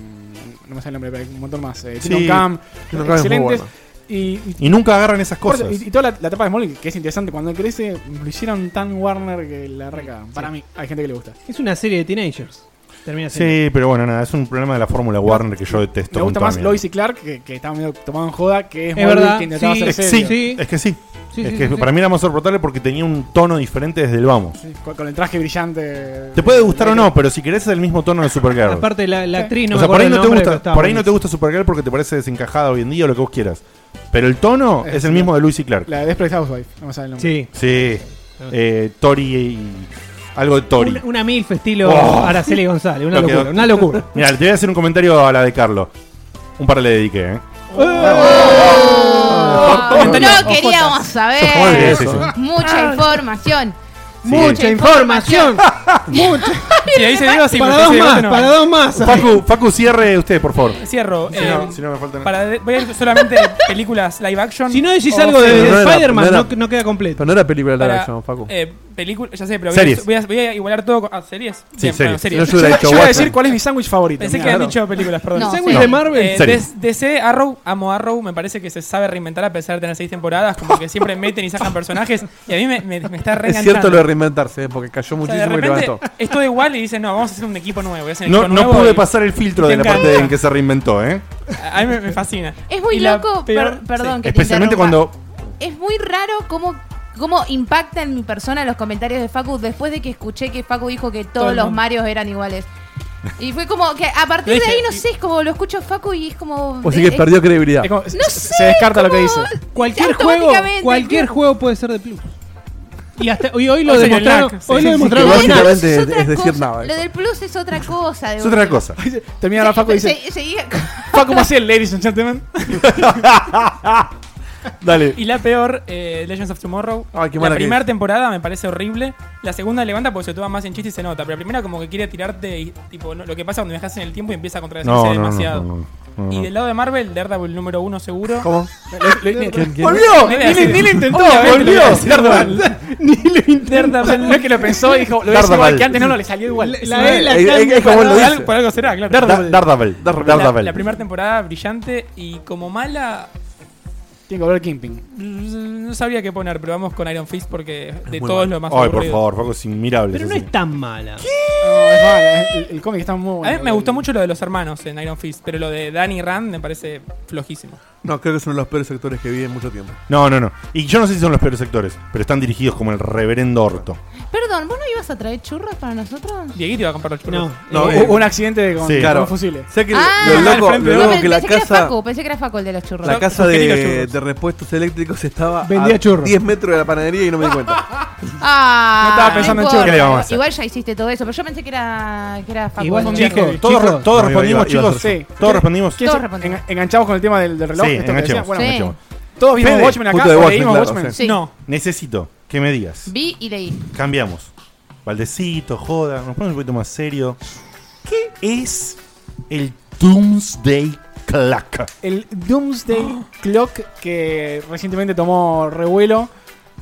no me sale el nombre, pero hay un montón más. Eh, Sí, Kingdom Come, Kingdom Come es muy excelentes. bueno. Y, y- Y nunca agarran esas por eso, cosas. y- y toda la, la etapa de Smallville, que es interesante, cuando crece, lo hicieron tan Warner que la recagan. Para mí, hay gente que le gusta. hacer. Es una serie de teenagers. Termina siendo. Sí, pero bueno, nada, es un problema de la Fórmula Warner que yo detesto. Me gusta con más toda mi- Lois y Clark, que, que estaban medio tomado en joda, que es, Es Smallville verdad, que intentaba sí, hacer Es que sí, serio. Sí. es que sí. Sí, es sí, que sí, sí. para mí era más soportable porque tenía un tono diferente desde el vamos. Sí, con, con el traje brillante. Te puede gustar o no, pero si querés es el mismo tono de Supergirl. Aparte, la, la Sí. actriz no o me sea, por acuerdo ahí, el no te, nombre, pero gusta, estaba por ahí no te buenísimo. gusta Supergirl porque te parece desencajada hoy en día o lo que vos quieras. Pero el tono Eh, es el sí. mismo de Lucy Clark. La de Desperate Housewife, no me sale el nombre. Sí. Sí. Eh, Tori y. Algo de Tori. Una, una MILF estilo Oh. Araceli González. Una Lo quedó. locura, una locura. Mira, te voy a hacer un comentario a la de Carlos. Un par le dediqué, ¿eh? Oh. Oh. No queríamos Muy bien, saber sí, sí. mucha información. Mucha información. Y ahí se digo así, para porque dos si más, no- para dos más. Facu, Facu, cierre usted, por favor. Cierro. Si eh, no, si no me faltan. para de- voy a ir solamente películas live action. Si no decís o algo de, series. no de era- Spider-Man, no no, era- no queda completo. Pero no era película de la Para, acción, Facu. eh, película, ya sé, pero voy a- Series. Voy, a, voy a igualar todo con- a series. Sí, bueno, series. No, series. yo hubiera Yo dicho voy a Watchmen. decir cuál es mi sándwich favorito. Pensé que Mirá, habían claro. dicho películas, perdón. No, Pensé series. que- de Marvel. Eh, Series. des- DC, Arrow, amo Arrow, me parece que se sabe reinventar a pesar de tener seis temporadas, como que siempre meten y sacan personajes, y a mí me, me- me está Es reenganchando. cierto lo de reinventarse, ¿eh? porque cayó O sea, de muchísimo y repente levantó. *laughs* es todo igual y dicen, no, vamos a hacer un equipo nuevo. voy a hacer un No, equipo no nuevo pude y- pasar el filtro Te de la parte encanta. en que se reinventó, ¿eh? A mí me, me fascina. Es muy Y la loco, peor- per- perdón que te Especialmente interrumpa. cuando. Es muy raro cómo, cómo impacta en mi persona los comentarios de Facu después de que escuché que Facu dijo que Todo todos el los mundo. Marios eran iguales. Y fue como que a partir Lo de dije, ahí, no y- sé, es como lo escucho a Facu y es como... O sea que es- perdió credibilidad. Es como- No se- sé, se descarta lo que dice. como- Cualquier juego, Automáticamente, cualquier claro. juego puede ser de Plus. Y hasta hoy, hoy lo Hoy salió demostraron. Knack, sí, Hoy lo sí, sí, Pero demostraron. que con Knack. básicamente Eso es- otra es decir cosa. nada, Lo eso. del plus es otra cosa. de Es otra última. cosa. Termina la Facu y dice: Se- seguía- Facu Maciel, ladies *laughs* and gentlemen. Dale. Y la peor, eh, Legends of Tomorrow. Ay, qué la mala que primera es. temporada me parece horrible. La segunda levanta porque se toma más en chiste y se nota. Pero la primera como que quiere tirarte y tipo no- lo que pasa cuando viajas en el tiempo y empieza a contradecirse No, no, no, demasiado. no, no, no. Y del lado de Marvel, Daredevil número uno seguro. ¿Cómo? Le- le- ¿Quién- quién? ¡Volvió! Me voy Ni, a le- decir. ni lo intentó, Obviamente volvió. lo voy a decir. *laughs* Daredevil. Daredevil. No es que lo pensó y dijo: Lo voy a decir Daredevil. igual que antes, no, no, le salió igual. La E, la Es- es- es Knack, como lo Por dice. algo, por algo será, claro. Da- Daredevil. La, Daredevil. la primera temporada brillante y como mala mm, Tiene que volver Kimping. no sabría qué poner, pero vamos con Iron Fist porque de muy todos bueno. lo más Ay, por aburrido. favor, Facu, es inmirable. Pero eso no sí. es tan mala. No, es mala. El, el cómic está muy A bueno. mí me gustó mucho lo de los hermanos en Iron Fist, pero lo de Danny Rand me parece flojísimo. No, creo que es uno de los peores actores que vi en mucho tiempo. No, no, no. Y yo no sé si son los peores sectores, pero están dirigidos como el reverendo orto. Perdón, ¿vos no ibas a traer churros para nosotros? Dieguito iba a comprar los churros. No. No, Eh, eh, hubo un accidente con, sí, con claro. fusiles. Sé que Ah, lo al loco, frente lo de No, loco pe- que la pensé que era casa, Facu, pensé que era Facu el de los churros. la casa Sugerí los de, churros. de repuestos eléctricos estaba Vendía a churros. 10 metros de la panadería y no me di cuenta. Ah, No estaba pensando en importa. churros. ¿Qué le vamos a hacer? Igual ya hiciste todo eso, pero yo pensé que era, que era Facu. Igual, el de los chicos, churros. Todos, todos Chicos, no, iba- respondimos, iba- iba a chicos. ser- Sí. Todos respondimos. ¿Quién Todos se- responden. engan- enganchamos con el tema del, del reloj. Sí, Esto que enganchemos, decía, bueno, Sí. enganchemos. todos vimos Fede, Watchmen acá, punto de todos Watchmen, leímos claro, Watchmen. sí. No. Necesito que me digas. Vi y leí. Eh, Cambiamos. Valdecito, joda, nos ponemos un poquito más serio. ¿Qué es el Doomsday Clock? El Doomsday Clock que recientemente tomó revuelo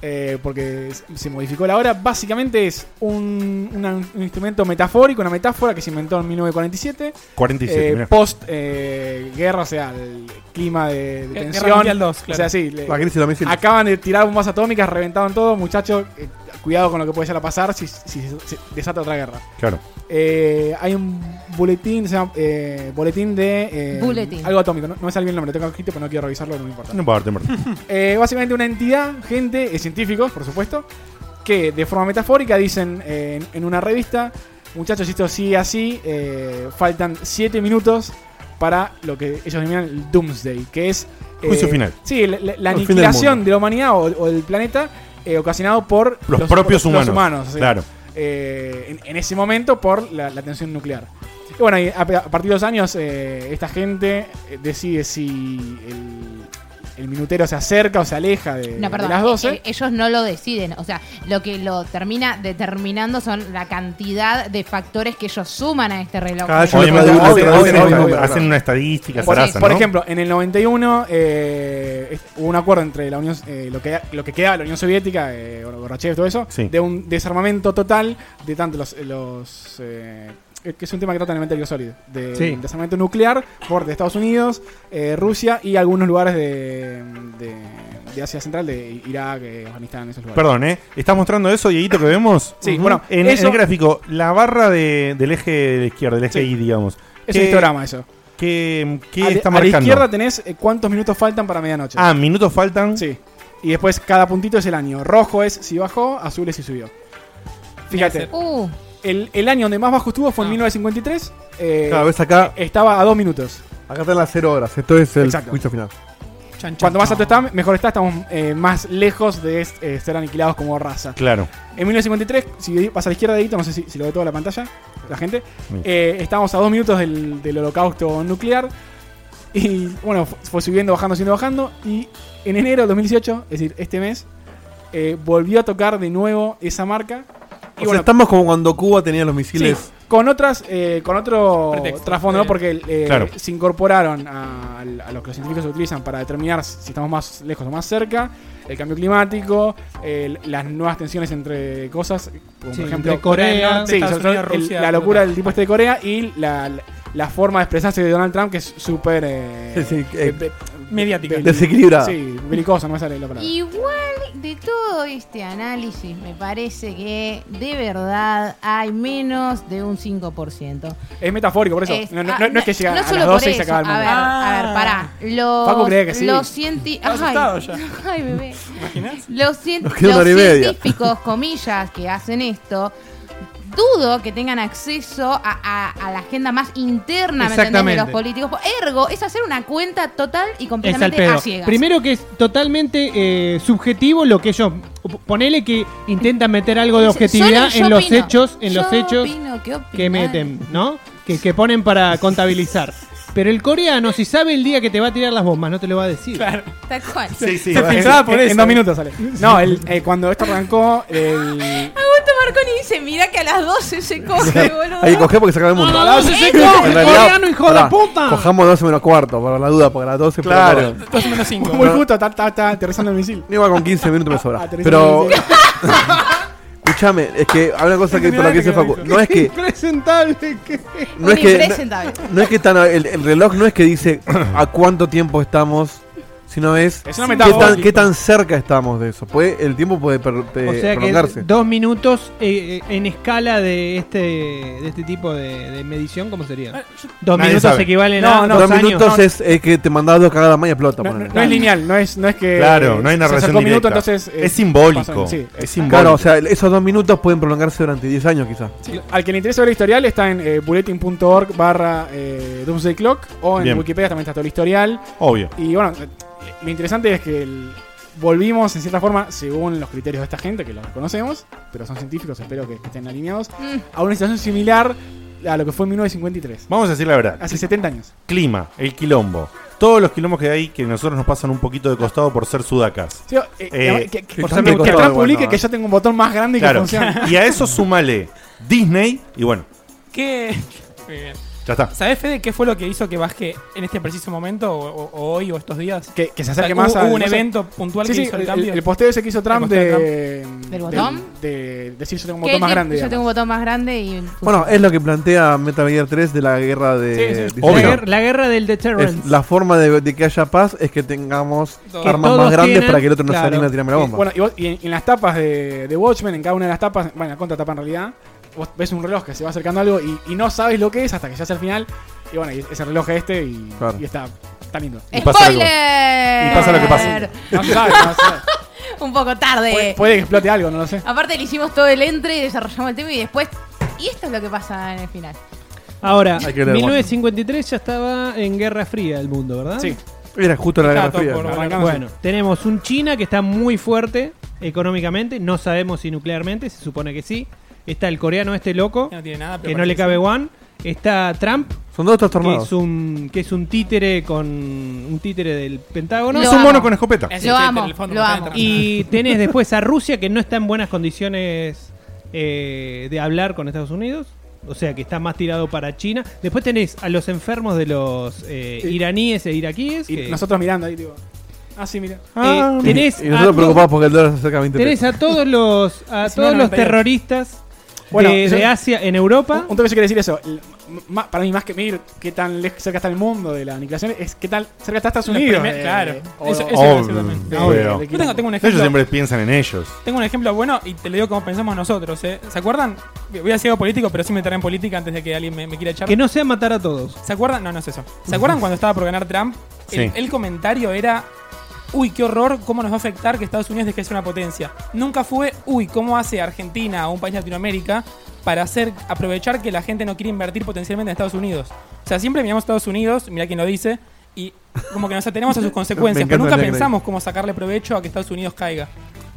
eh, porque s- se modificó la hora. Básicamente es un, una- un instrumento metafórico, una metáfora que se inventó en 1947, 47, eh, mirá. post eh, guerra, o sea, el clima de, de Guerra tensión. Mundial dos, O claro. sea, sí, le- La crisis de los misiles. acaban de tirar bombas atómicas, reventaron todo, muchachos. eh, cuidado con lo que puede llegar a pasar si- si se desata otra guerra. Claro. Eh, hay un boletín, se llama eh, boletín de... eh, Boletín. Algo atómico, no, no me sale bien el nombre, lo tengo escrito pero no quiero revisarlo, no me importa. No importa, no importa. Eh, básicamente una entidad, gente, eh, científicos, por supuesto, que de forma metafórica dicen eh, en, en una revista, muchachos, esto sigue así, eh, faltan 7 minutos para lo que ellos denominan el Doomsday, que es... eh, Juicio final. Sí, la, El la- la fin del aniquilación mundo. de la humanidad o, o del planeta eh, ocasionado por Los, propios los humanos. o sea, Claro. eh, en, en ese momento por la, la tensión nuclear. Y bueno, y a, a partir de los años, eh, esta gente eh, decide si el, el minutero se acerca o se aleja de, No, de perdón. las 12. eh, ellos no lo deciden. O sea, lo que lo termina determinando son la cantidad de factores que ellos suman a este reloj. Ah, yo- Obviamente obvio, hacen- obvio, hacen, obvio, esta- obvio, hacen claro. una estadística por, zaraza, por ¿no? ejemplo, en el 91 eh, es- hubo un acuerdo entre la Unión, eh, lo, que, lo que quedaba de la Unión Soviética, eh, bueno, Gorbachev, todo eso, Sí. de un desarmamento total de tanto los... los eh, que es un tema que trata en el Metal Gear Solid, de Sí. del desarmamento nuclear por de Estados Unidos, eh, Rusia y algunos lugares de, de, de Asia Central, de Irak, eh, Afganistán, esos lugares. Perdón, ¿eh? ¿Estás mostrando eso, Dieguito, que vemos? Sí, Ujú. bueno, En, en eso- el gráfico, la barra de- del eje de la izquierda, del eje Sí. Y, digamos. Es un ¿Qué- histograma eso. ¿Qué, qué a, la- está a la marcando? izquierda tenés eh, cuántos minutos faltan para medianoche. Ah, minutos faltan. Sí. Y después cada puntito es el año. Rojo es si bajó, azul es si subió. Fíjate, Uh, el, el año donde más bajo estuvo fue en Ah. 1953. eh, Claro, ves acá, estaba a dos minutos. acá están las 0 horas. Esto es el Exacto. juicio final. Chan, chan, Cuanto más alto chan. está, mejor está. Estamos eh, más lejos de eh, ser aniquilados como raza. Claro. En 1953, si vas a la izquierda de no sé si, si lo ve toda la pantalla, la gente, Sí. eh, estábamos a dos minutos del, del holocausto nuclear. Y bueno, fu- fue subiendo, bajando, subiendo, bajando. Y en enero de 2018, es decir, este mes, eh, volvió a tocar de nuevo esa O marca. Y sea, bueno, estamos como cuando Cuba tenía los sí, misiles. con otras eh, con otro Pretexto, trasfondo, ¿no? eh. porque eh, Claro. se incorporaron a, a lo que los científicos utilizan para determinar si estamos más lejos o más cerca, el cambio climático, el- las nuevas tensiones entre cosas, como Sí, por ejemplo entre Corea, sí, Estados sobre todo Unidos, el- Rusia, la locura Europa. del tipo este de Corea y la, la- la forma de expresarse de Donald Trump que es súper eh, Sí, sí, be- eh, be- mediática. bel- Desequilibrada. Sí, belicosa, no me sale la palabra. igual de todo este análisis, me parece que de verdad hay menos de un 5%. Es metafórico, por eso. Es- no, no- ah, no- no es que llega a solo las por 12 y se eso. acaba el mundo. A ver, a ver, Ah. pará. Los, Facu creía que sí. Los científicos. asustado ya. *laughs* Ay, bebé. ¿Imaginás? Los, cien- Nos queda los hora y media. científicos, comillas, que hacen esto, dudo que tengan acceso a, a- a la agenda más interna ¿me entendés? de los Exactamente. políticos. Ergo, es hacer una cuenta total y Es al completamente a pedo. ciegas. Primero que es totalmente eh, subjetivo lo que ellos ponele que intentan meter algo de Solo objetividad yo en los opino. hechos, en los Yo hechos opino, ¿qué opinás? que meten, ¿no? Que, que ponen para contabilizar. Pero el coreano, si sabe el día que te va a tirar las bombas, no te lo va a *laughs* decir. Claro. Tal cual. Sí, sí. *laughs* Se va- filtraba por en, en eso. dos minutos sale. No, el- eh, cuando esto arrancó, *laughs* el, Augusto Marconi dice, mira que a las 12 se coge, boludo. Hay que coger porque se acaba el mundo. No, no, no, se secó, En realidad, coreano, hijo de pará, puta. Cojamos 12 menos cuarto, para la duda, porque a las 12 pero Claro. no. Dos menos cinco. Muy justo, está, está, está aterrizando el misil. Yo Iba con 15 minutos me Ah, sobra. Aterrizando Pero el misil. *laughs* escúchame, es que hay una cosa que por lo que dice Facu, no es que Impresentable que. no es Un que impresentable. no es que tan el, el reloj no es que dice a cuánto tiempo estamos sino es Es una qué metáfora. tan, qué tan cerca estamos de eso. Puede, el tiempo puede per- pe- O sea que prolongarse. es dos minutos eh, eh, en escala de este de este tipo de, de medición, ¿cómo sería? Dos Nadie minutos sabe. equivalen Ah, No, a no, dos años. minutos es, es que te mandaba dos cagadas más y explota. No, no- ponele. no es lineal, no es, no es que. Claro, no hay se acercó narración un minuto, directa. entonces, eh, es simbólico. pasan, sí. es simbólico. claro, o sea, esos dos minutos pueden prolongarse durante 10 años quizás. Sí, Al que le interese ver el historial está en eh, bulletin.org barra eh, Doomsday Clock o en Bien. Wikipedia también está todo el historial. Obvio. Y bueno, eh, lo interesante es que el- volvimos en cierta forma, según los criterios de esta gente, que los conocemos, pero son científicos, espero que estén alineados, Mm, a una situación similar a lo que fue en 1953. Vamos a decir la verdad. Hace 70 años. Clima, el quilombo. Todos los quilombos que hay que nosotros nos pasan un poquito de costado por ser sudacas. Sí, eh, eh, que, que- que por tanto ser- que costado, Trump bueno, publique eh. que yo tengo un botón más grande y que Claro. funciona. *laughs* Y a eso súmale Disney y bueno, *laughs* ¿Qué? Muy bien. ya está. ¿Sabés, Fede, qué fue lo que hizo que baje en este preciso momento, o, o- o hoy, o estos días? Que, que se O sea, acerque hubo- más a hubo un evento puntual Sí, que sí, hizo el, el, cambio. el posteo ese que hizo Trump posteo de de, ¿Del botón? De, de decir yo tengo un que botón más yo- grande. Yo tengo un digamos. botón más grande y. Pues Bueno, es lo que plantea Metal Gear 3 de la guerra de... Sí, sí. de- La, Obvio. guerra, la guerra del Es deterrence. la forma de, de que haya paz es que tengamos Que armas todos más grandes tienen- para que el otro no claro. se anime a tirarme la bomba. Bueno, y, vos- y en, en las tapas de, de Watchmen, en cada una de las tapas, bueno, la contratapa en realidad, vos ves un reloj que se va acercando a algo y, y no sabes lo que es hasta que ya es el final. Y bueno, y es el reloj este y, Claro. y está, está lindo. y pasa algo. ¡Spoiler! Y pasa lo que pasa. No se sabe, no se sabe. Un poco Puede, tarde. puede que explote algo, no lo sé. Aparte, le hicimos todo el entre, desarrollamos el tema y después. Y esto es lo que pasa en el final. Ahora, Hay que leer, 1953 ya estaba en Guerra Fría el mundo, ¿verdad? Sí, Era justo la Guerra Está todo Fría. por- ¿no? arrancamos. Bueno, tenemos un China que está muy fuerte económicamente, no sabemos si nuclearmente, se supone que sí. Está el coreano este loco, Que Ah, no tiene nada, pero que no le parece- cabe One. Está Trump, Son dos que trastornados. es un que es un títere con un títere del Pentágono. Lo es un mono amo. con escopeta. Es Lo el amo, del fondo, lo no está amo. detrás. Y tenés después a Rusia que no está en buenas condiciones eh, de hablar con Estados Unidos. O sea que está más tirado para China. Después tenés a los enfermos de los eh, Sí. iraníes e iraquíes. y que- nosotros mirando ahí, digo. Ah, sí, mira. Ah, Y- tenés y nosotros a- preocupados porque el dólar se acerca a 20 Tenés pesos. a todos los a todos los 1998. terroristas Bueno, de, yo- de Asia en Europa. Un, un toque yo quería decir eso. L- ma- para mí, más que medir qué tan lej- cerca está el mundo de la aniquilación, es qué tan cerca está Estados Los Unidos. primer- de- claro. o- Eso- o- eso- Obvio. también. de- Obvio. de- de Yo tengo, tengo un Ellos ejemplo. siempre piensan en ellos. Tengo un ejemplo bueno y te lo digo como pensamos nosotros. ¿eh? ¿Se acuerdan? Voy a ser político, pero sí me meteré en política antes de que alguien me, me quiera echar. Que no sea matar a todos. ¿Se acuerdan? No, no es eso. ¿Se acuerdan cuando estaba por ganar Trump? El, Sí. el comentario era, uy, qué horror, cómo nos va a afectar que Estados Unidos deje de ser una potencia. Nunca fue, uy, cómo hace Argentina o un país de Latinoamérica para hacer aprovechar que la gente no quiere invertir potencialmente en Estados Unidos. O sea, siempre miramos a Estados Unidos, mira quién lo dice, y como que nos atenemos *laughs* a sus consecuencias, pero encanta nunca el negro. pensamos cómo sacarle provecho a que Estados Unidos caiga.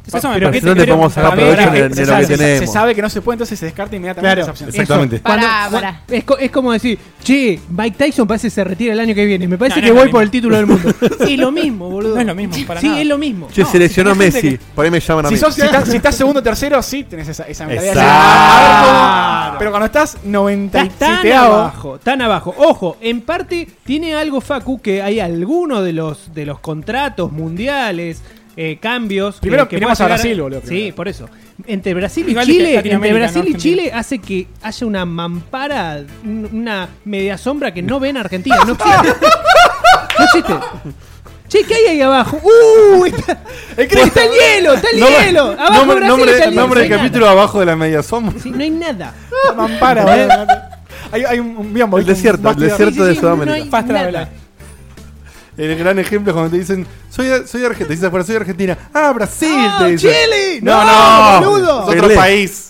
Entonces, eso me Pero Para ¿qué que parece te no le creo? podamos sacar Para mí, provecho para- de, de lo se, que se- se tenemos. sabe que no se puede, entonces se descarta inmediatamente Claro. esa opción. Exactamente. Pará, Cuando- pará. cua- Es, co- es como decir, che, Mike Tyson parece que se retira el año que viene. Me parece No, no que es lo voy mismo. por el título *laughs* del mundo. es lo mismo, boludo. No es lo mismo, para sí, nada. es lo mismo. Che, No, seleccionó si tenés gente Messi. Por ahí me llaman a Si, mí. sos- si estás, si estás segundo o tercero, sí tenés esa, esa mentalidad. de- "Ah, Exacto. A ver cómo- Pero cuando estás Está tan 97 abajo, tan abajo. Ojo, en parte tiene algo Facu que hay algunos de los de los contratos mundiales, eh, cambios. que- Primero que miremos pueda a llegar- Brasil, boludo, primero. Sí, por eso. Entre Brasil y Igual que Chile, entre Latinoamérica, Brasil ¿no? y Chile hace que haya una mampara, un- una media sombra que no ve en Argentina. No existe. No existe. Che, ¿qué hay ahí abajo? ¡Uh! Está, está el hielo, está el Nombre- hielo. Abajo nombre, Brasil nombre- está el hielo. nombre no hay del capítulo abajo de la media sombra. nada. Sí, no hay nada. Mampara, boludo. hay, hay un, un biombo. El ¿viste? Un desierto, el bastidor. desierto. de Sudamérica. No hay Fast travel. nada. El gran ejemplo es cuando te dicen, soy, soy argentina, te dicen afuera, soy argentina. Ah, Brasil, ¡No, ¡Oh, te dicen. Chile! No, ¡No, no, boludo! es otro Pelé. país.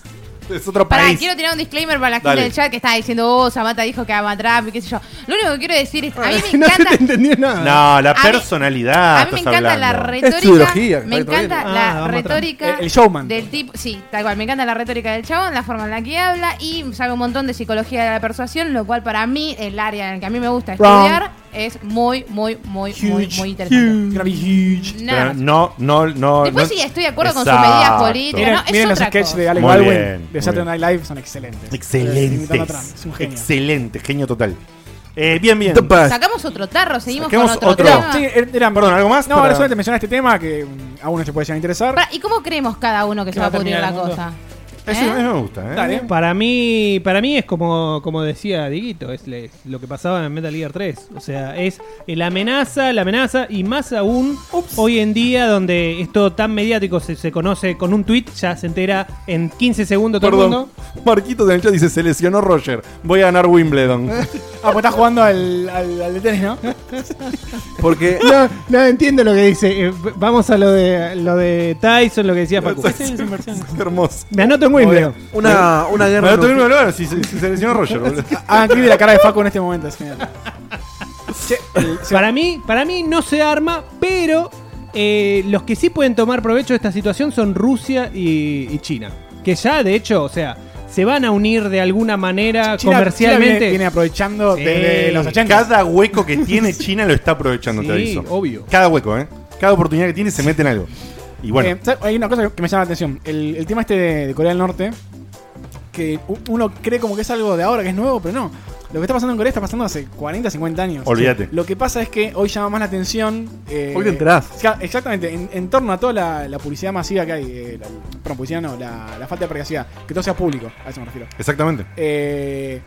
Es otro Pará, país. quiero tirar un disclaimer para la gente Dale. del chat que estaba diciendo, oh, Samata dijo que ama Trump y qué sé yo. Lo único que quiero decir es, a mí me *laughs* no se te encanta, entendió nada. No, la A mí- personalidad. a mí Ah, me estás encanta la hablando. retórica. Es ideología, me está bien. encanta Ah, la vamos atrás. retórica. El, el showman. Del tipo, sí, tal cual, me encanta la retórica del chabón, la forma en la que habla y sabe un montón de psicología de la persuasión, lo cual para mí, el área en el que a mí me gusta Wrong. estudiar, es muy, muy, muy, muy, muy interesante. Gonna be huge. Nada Pero más. no, no, no. Después no- sí estoy de acuerdo con sus Exacto. medidas políticas, Miren, ¿no? Es miren los otra sketches cosa. de Alec Muy Baldwin bien, muy de Saturday bien. Night Live son excelentes. Eh, Excelente. imitando a Trump, es un genio. Excelente, genio total. Eh, bien, bien. Topas. Sacamos otro tarro, seguimos Saquemos con otro, otro. tema. Sí, er- eran- Perdón, ¿algo más? No, Para- ahora solamente mencionar este tema que mm, a uno se puede llegar a interesar. Pará, ¿Y cómo creemos cada uno que se ¿Que va va a a pudrir terminar la el mundo? cosa? Eso ¿Eh? a mí me gusta, ¿eh? Dale. Para mí, para mí es como, como decía Dieguito, es, le- es lo que pasaba en Metal Gear 3. O sea, es la amenaza, la amenaza, y más aún hoy en día donde esto tan mediático se, se conoce con un tweet, ya se entera en 15 segundos todo el Perdón. mundo. Marquitos en el chat dice: Se lesionó Roger. Voy a ganar Wimbledon. *laughs* Ah, pues estás jugando al, al, al de tenis, ¿no? Porque No, no entiendo lo que dice. Eh, v- vamos a lo de lo de Tyson, lo que decía Facu. Ese es inversión. Qué hermoso. Me anoto en Wimbledon. una, una Me guerra. lo tuvieron que hablar si se si se lesionó *laughs* Roger, boludo. Hagan clic de Ah, la cara de Facu en este momento, es genial. Che, el- se- Para mí, para mí no se arma, pero eh, los que sí pueden tomar provecho de esta situación son Rusia y, y China. Que ya, de hecho, o sea, se van a unir de alguna manera China- comercialmente. China viene, viene aprovechando Sí. desde los 80. Cada hueco que tiene China lo está aprovechando, te Sí, aviso. obvio. Cada hueco, ¿eh? Cada oportunidad que tiene se mete en algo. Y bueno, Eh, ¿sabes? hay una cosa que me llama la atención. El, el tema este de, de Corea del Norte, que u- uno cree como que es algo de ahora, que es nuevo, pero no. Lo que está pasando en Corea está pasando hace 40, 50 años. Olvídate. Lo que pasa es que hoy llama más la atención. eh, Hoy te enterás. ca- Exactamente, en, en torno a toda la, la publicidad masiva que hay. eh, la, perdón, publicidad no, la, la falta de privacidad. Que todo sea público, a eso me refiero. exactamente. Eh,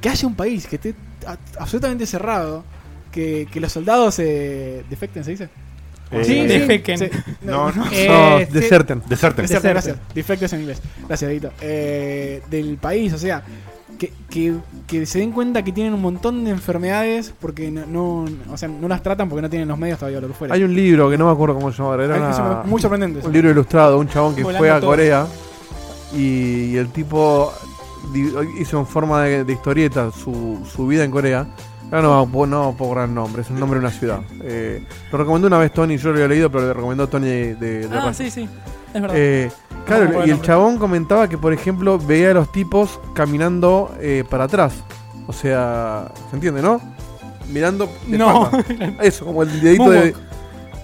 que haya un país que esté a- absolutamente cerrado, que, que los soldados eh, defecten, ¿se dice? Eh, Sí, De Fecken. Se- No, no. Eh, No, sí. deserten. Deserten. Deserten, Deserten. gracias. Defectos en inglés. Gracias, Edito. Eh, del país, o sea, que, que- que se den cuenta que tienen un montón de enfermedades porque no, no- o sea, no las tratan porque no tienen los medios todavía, lo que fuera. Hay un libro que no me acuerdo cómo se llamaba. Era Ay, eso una- me- muy sorprendente. eso. un libro ilustrado de un chabón que Volando fue a todo. Corea y, el tipo di- hizo en forma de, de historieta su, su vida en Corea. Ahora no, no, no puedo gran nombre, es el nombre de una ciudad. Eh, lo recomendó una vez Tony, yo lo había leído, pero lo recomendó Tony de, de Ah, Racing. sí, sí. Es verdad. Eh, No me claro, acuerdo y el el nombre. chabón comentaba que, por ejemplo, veía a los tipos caminando eh, para atrás. O sea, ¿se entiende, no? Mirando. de No. *laughs* espalda. Eso, como el dedito de. Moonwalk.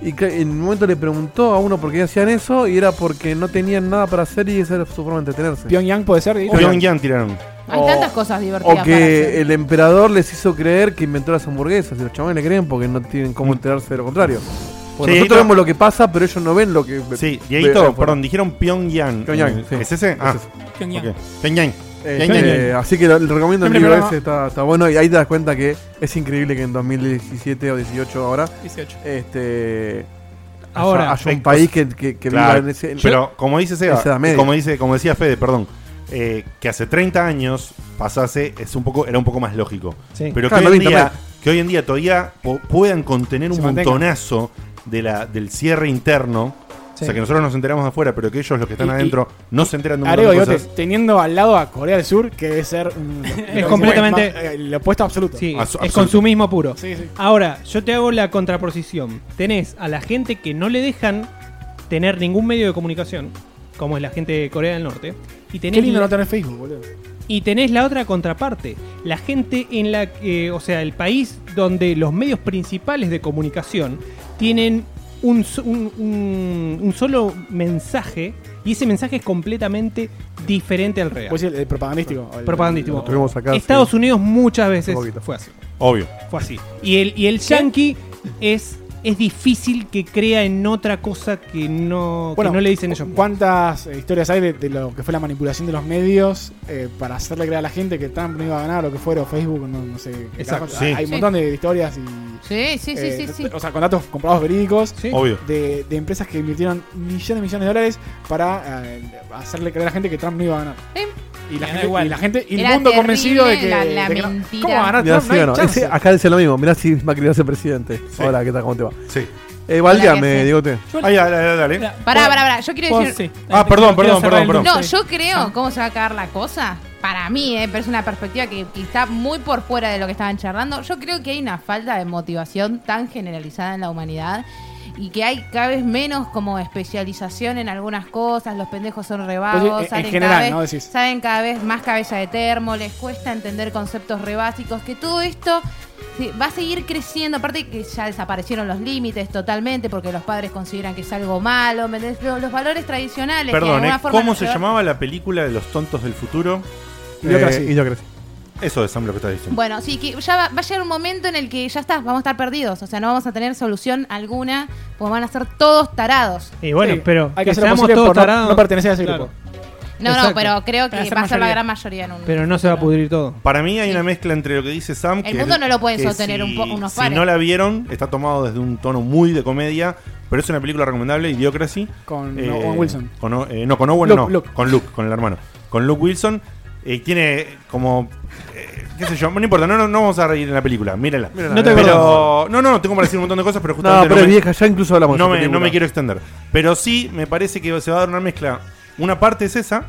Y ca- en un momento le preguntó a uno por qué hacían eso y era porque no tenían nada para hacer y esa era su forma de entretenerse. Pyongyang puede ser, Dieguito? Pyongyang tiraron. Hay O- tantas cosas divertidas. O para hacer. que el emperador les hizo creer que inventó las hamburguesas y los chabones le creen porque no tienen cómo enterarse de lo contrario. Porque Mm. Sí, nosotros Dieguito. vemos lo que pasa, pero ellos no ven lo que. Sí, ve- Dieguito, afuera. perdón, dijeron Pyongyang. eh, Pyongyang, Eh, sí. ¿Es ese? Ah, ese. Pyongyang. ok. Pyongyang. Eh, Bien, bien, eh, bien. así que lo- le recomiendo el Siempre libro programa. ese, está, está bueno y ahí te das cuenta que es increíble que en 2017 o 18 ahora 18. este Ahora, haya, haya un perfecto. país que, que, que Claro, viva en ese... Pero como dice Seba, esa edad y media. como dice, como decía Fede, perdón, eh, que hace 30 años pasase es un poco, era un poco más lógico. Sí. Pero Claro, que, hoy en no había día, que hoy en día todavía po- puedan contener un Se mantenga. montonazo de la, del cierre interno. O sea que nosotros nos enteramos de afuera, pero que ellos los que están Y- y- adentro no se enteran de un montón Agrego, de Diegote, cosas. teniendo al lado a Corea del Sur, que debe ser. *laughs* mm, lo- completamente- ma- eh, El opuesto absoluto. Sí, Abs- es absoluto. consumismo puro. Sí, sí. Ahora, yo te hago la contraposición. Tenés a la gente que no le dejan tener ningún medio de comunicación, como es la gente de Corea del Norte, Qué y tenés, lindo la, no tener Facebook, boludo. y tenés la otra contraparte. La gente en la que, o sea, el país donde los medios principales de comunicación tienen un, so- un- un- un solo mensaje, y ese mensaje es completamente diferente al real. Puede ser el propagandístico. o el- Propagandístico. el- tuvimos acá, Estados sí. Unidos muchas veces Un poquito. fue así. Obvio. Fue así. Y el, y el yankee es, es difícil que crea en otra cosa que no, que Bueno, no le dicen ellos. ¿Cuántas eh, historias hay de, de lo que fue la manipulación de los medios eh, para hacerle creer a la gente que Trump no iba a ganar o que fuera o Facebook, no, no sé? qué Exacto. carajo? Sí. Hay un Sí. montón de historias y. Sí, sí, sí, eh, sí, sí. O sea, con datos comprados verídicos Sí. Obvio. de, de empresas que invirtieron millones y millones de dólares para eh, hacerle creer a la gente que Trump no iba a ganar. Eh. Y la Ganó gente, igual. y la gente y el Era mundo terrible convencido de que. la- la de que no- mentira. ¿Cómo va a ganar Mirá Trump? si No hay o no. chance. Ese- ah, acá dice lo mismo, mirá si Macri va a ser presidente. Sí. Hola, ¿qué tal? ¿Cómo te va? Sí. Eh, Valdeame, Hola, Digote. Ahí, dale, dale, dale. Mira, Pará, puedo- pará, pará. Yo quiero puedo- decir. sí. Ah, perdón, perdón, Quiero cerrar el perdón, loop. No, yo Ah. creo cómo se va a acabar la cosa. Para mí, eh, pero es una perspectiva que, que está muy por fuera de lo que estaban charlando. Yo creo que hay una falta de motivación tan generalizada en la humanidad y que hay cada vez menos como especialización en algunas cosas. Los pendejos son Pues sí, en- rebados, en salen, general, cada vez, ¿no? Decís. salen cada vez más cabeza de termo, les cuesta entender conceptos rebásicos. Que todo esto Sí, va a seguir creciendo, aparte que ya desaparecieron los límites totalmente porque los padres consideran que es algo malo, ¿me entendés? Pero los valores tradicionales. que de Perdón, alguna ¿eh? forma ¿cómo nos se llevan- llamaba la película de los tontos del futuro? Idiocracia. Eh, Idiocracia. Eso es Sam lo que estás diciendo. Bueno, sí, que ya va, va a llegar un momento en el que ya está, vamos a estar perdidos, o sea, no vamos a tener solución alguna, porque van a ser todos tarados. Y bueno, Sí, pero hay que hacer lo seamos posible todos por no- tarados. no pertenecer a ese Claro. grupo. No, Exacto. no, pero creo que Para ser va a ser la mayoría. gran mayoría en un. Pero no se va a pudrir todo. Para mí hay Sí. una mezcla entre lo que dice Sam. El que- mundo no lo puede que sostener un po- unos pares. Si no la vieron, está tomado desde un tono muy de comedia, pero es una película recomendable, Idiocracy. Con eh, Owen Wilson. con O- eh, no, con Owen Luke, no, Luke. con Luke, con el hermano. Con Luke Wilson. eh, tiene como... eh, qué sé yo, no importa, no, no, no vamos a reír en la película, mírala. Mírala, No te Pero- conozco. No, no, tengo para decir un montón de cosas, pero *laughs* No, justamente pero no es me- vieja, ya incluso hablamos no de esa me, no película. me quiero extender. Pero sí, me parece que se va a dar una mezcla. Una parte es esa,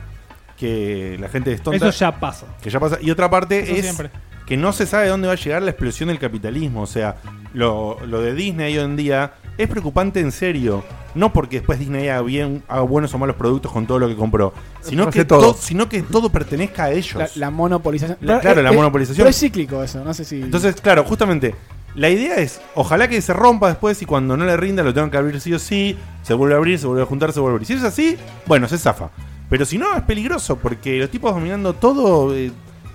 que la gente es tonta, Eso ya pasa. que ya pasa. Y otra parte Eso es siempre. que no se sabe dónde va a llegar la explosión del capitalismo. O sea, lo, lo de Disney hoy en día es preocupante en serio. No porque después Disney haga, bien, haga buenos o malos productos con todo lo que compró, sino, Hace que, todo. to- sino que todo pertenezca a ellos. La, la monopolización. La- Pero claro, es- la es- monopolización. Pero es cíclico eso, no sé si. Entonces, claro, justamente, la idea es, ojalá que se rompa después y cuando no le rinda lo tengan que abrir sí o sí, se vuelve a abrir, se vuelve a juntar, se vuelve a abrir. Si es así, bueno, se zafa. Pero si no, es peligroso, porque los tipos dominando todo, eh,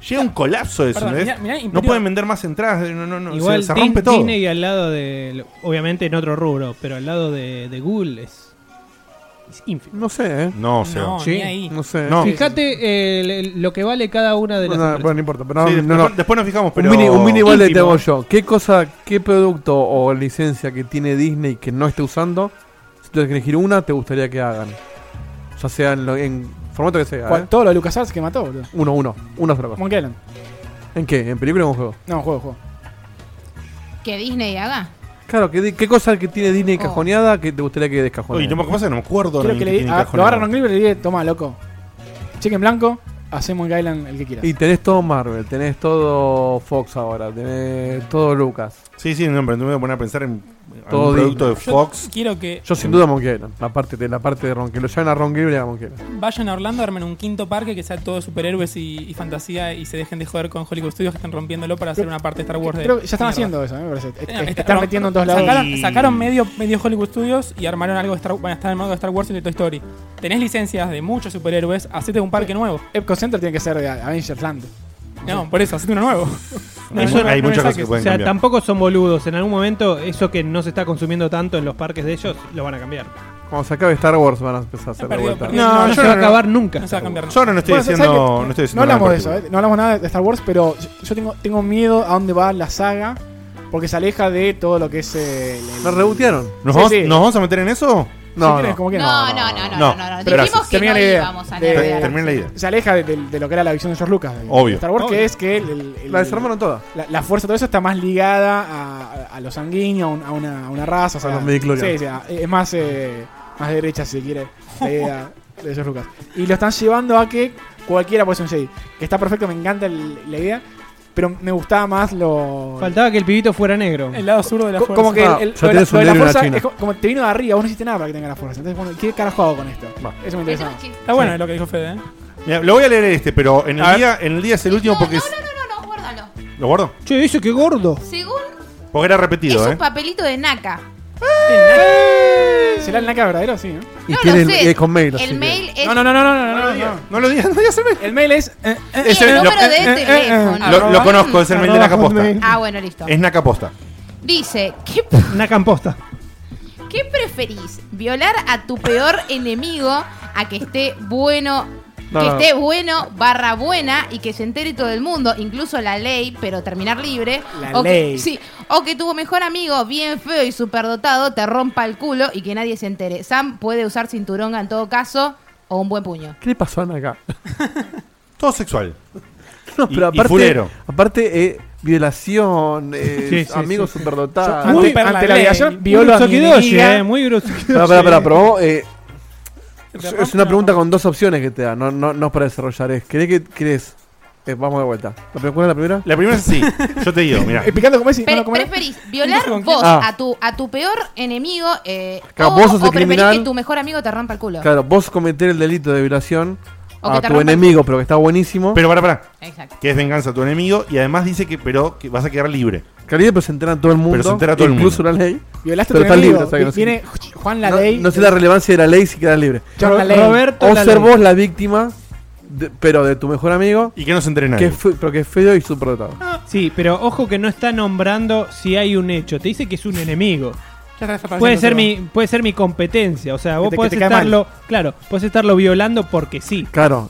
llega un colapso de eso, Perdón, ¿no es? mirá- mirá, Imperio- No pueden vender más entradas, eh, no, no, no, Igual se, se Din- rompe todo. Disney al lado de. Obviamente en otro rubro, pero al lado de, de Google es. es ínfimo. No sé, ¿eh? No, o sea, No, Sí. ni ahí. No sé. No. Fíjate eh, el- el- lo que vale cada una de las. Bueno, empresas. bueno, no importa. Pero no, sí, después, no, no. después nos fijamos, pero... un mini, un mini ballet te íntimo. hago yo. ¿Qué cosa, qué producto o licencia que tiene Disney que no esté usando? Si tienes que elegir una, te gustaría que hagan. Ya sea en, lo- en formato que sea. ¿Cuál- ¿eh? Todo lo de LucasArts que mató, boludo. Uno, uno. Una sola cosa. Monkey Island. ¿En qué? ¿En película o en juego? No, juego, juego. Que Disney haga. Claro, ¿qué, di- qué cosa que tiene Disney Oh. cajoneada que te gustaría que descajoneara? Oye, no me, ¿cómo pasa? No me acuerdo. Creo ni qué que le di- tiene a- cajonada. lo agarra Ron Gilbert y le dice, toma, loco. Cheque en blanco, hacemos Monkey Island el que quieras. Y tenés todo Marvel, tenés todo Fox ahora, tenés todo Lucas. Sí, sí, no, pero no me voy a poner a pensar en Todo un producto de Yo Fox. quiero que Yo Mm. sin duda Monkey Island, la parte de, la parte de Ron, que lo llamen a Ron Gilbert y a Monkey Island. vayan a Orlando, armen un quinto parque que sea todo superhéroes y, y fantasía y se dejen de joder con Hollywood Studios que están rompiéndolo para hacer una parte de Star Wars. de Creo que ya están mierda. haciendo eso, ¿eh? me parece. Es- No, es- está- están no, metiendo en todos lados. Sacaron, Y- sacaron medio, medio Hollywood Studios y armaron algo de Star, van a estar armando de Star Wars y de Toy Story. Tenés licencias de muchos superhéroes, hacete un parque nuevo. Epcot Center tiene que ser de Avengers Land. No, por eso, hacete uno nuevo. *laughs* Hay, yo no- hay no me muchas cosas saques. que O pueden sea, cambiar. tampoco son boludos. En algún momento, eso que no se está consumiendo tanto en los parques de ellos, lo van a cambiar. Cuando se acabe Star Wars van a empezar a hacer la Perdido, vuelta. perdido. No, No, yo se va a no- acabar nunca. No se va a cambiar nada. Yo ahora no estoy Bueno, ¿sabes diciendo... qué? No, estoy diciendo No hablamos nada de en eso, particular. ¿eh? no hablamos nada de Star Wars, pero yo- yo tengo, tengo miedo a dónde va la saga porque se aleja de todo lo que es eh, el. el- ¿Nos rebutearon? ¿Nos, Sí, vamos, sí. ¿Nos vamos a meter en eso? Si No, quieres, no. como quieras. No, no, no, no, No, no, no. pero Dijimos que termina no la idea. íbamos a De- la idea. Te- Termina la idea. Se aleja de, de- de lo que era la visión de George Lucas. de- Obvio. de Star Wars, Obvio. que es que el- el- el- La desarmaron toda. la, la fuerza, todo eso está más ligada a, a- a lo sanguíneo, a, un- a una, a una raza. O sea, los midichlorianos. Sí, sí, a- es más, eh, más de derecha, si se quiere, la idea de esos Lucas. Y lo están llevando a que cualquiera puede ser un Jedi. Que está perfecto, me encanta el- la idea, pero me gustaba más lo... Faltaba que el pibito fuera negro. El lado sur de la co- fuerza. como que Ah, el- el- ya lo de la, tenés un lo de la negro y una fuerza china. es co- como te vino de arriba, vos no hiciste nada para que tenga la fuerza. Entonces, bueno, ¿qué carajo hago con esto? Va. Eso me Eso interesa. es más. chiste. Está bueno lo que dijo Fede, ¿eh? Mira, lo voy a leer este, pero en A el, ver. día, en el día es el último no, porque. no, es- no, no, no, guárdalo. ¿Lo guardo? Che, eso que gordo. Según Porque era es repetido, un ¿eh? papelito de naca. ¿Será el NACA verdadero? Sí, ¿no? Y No tiene lo el, sé. y es con mail. así que- El mail es No, no, no, no, no, no, no, no, no. No lo digas, no digas el mail. El mail es... eh, eh, el ese- número lo- de eh, eh, eh, teléfono. Lo, lo conozco, es el mail de Arroba Nacaposta. hotmail. Ah, bueno, listo. Es Nacaposta. Dice, ¿qué, Una camposta. ¿qué preferís? ¿Violar a tu peor enemigo a que esté bueno? No, que no. esté bueno, barra buena, y que se entere todo el mundo, incluso la ley, pero terminar libre. La o ley. Que, sí, o que tu mejor amigo, bien feo y superdotado, te rompa el culo y que nadie se entere. Sam puede usar cinturonga en todo caso, o un buen puño. ¿Qué le pasó a Ana acá? *laughs* Todo sexual. No, Y- pero y aparte, fulero. aparte eh, Violación, eh, Sí, sí, amigos sí, sí. superdotados. Yo- Antes- ante- ante la ley. violación, Muy violo a mi Grusokidoshi, enemiga. eh, Muy grosso. Pará, pará, pará, pero vamos, eh, Te es- es rompe, una no. pregunta con dos opciones que te da, no, no, no es para desarrollar. Es, ¿Crees que crees? Eh, vamos de vuelta. ¿La primera, ¿Cuál es la primera? La primera es así. Yo te digo, mira. Explicando Eh, cómo es y no Pre- lo comer. ¿Preferís *laughs* violar vos Ah. a tu a tu peor enemigo eh, Claro, o, vos sos el o preferís criminal. que tu mejor amigo te rompa el culo? Claro, vos cometer el delito de violación O a que te tu rompan- enemigo, pero que está buenísimo. Pero para, para. Exacto. Que es venganza a tu enemigo y además dice que, pero, que vas a quedar libre. Caribe, pero se entera todo el mundo. Pero se entera todo el incluso la ley. Violaste a Pero tu está enemigo. libre, o sea que no sé. Viene Juan la no, ley. no sé la relevancia de la ley si queda libre. John la ley. Roberto O la ser ley. vos la víctima, de- pero de tu mejor amigo, Y que no se entere que nadie. es fe- pero que es feo y superdotado. Sí, pero ojo que no está nombrando si hay un hecho. Te dice que es un enemigo. Ya está desapareciendo Puede ser, todo. mi, puede ser mi competencia. O sea, te- vos que podés te cae estarlo. Claro, podés estarlo violando porque sí. Claro.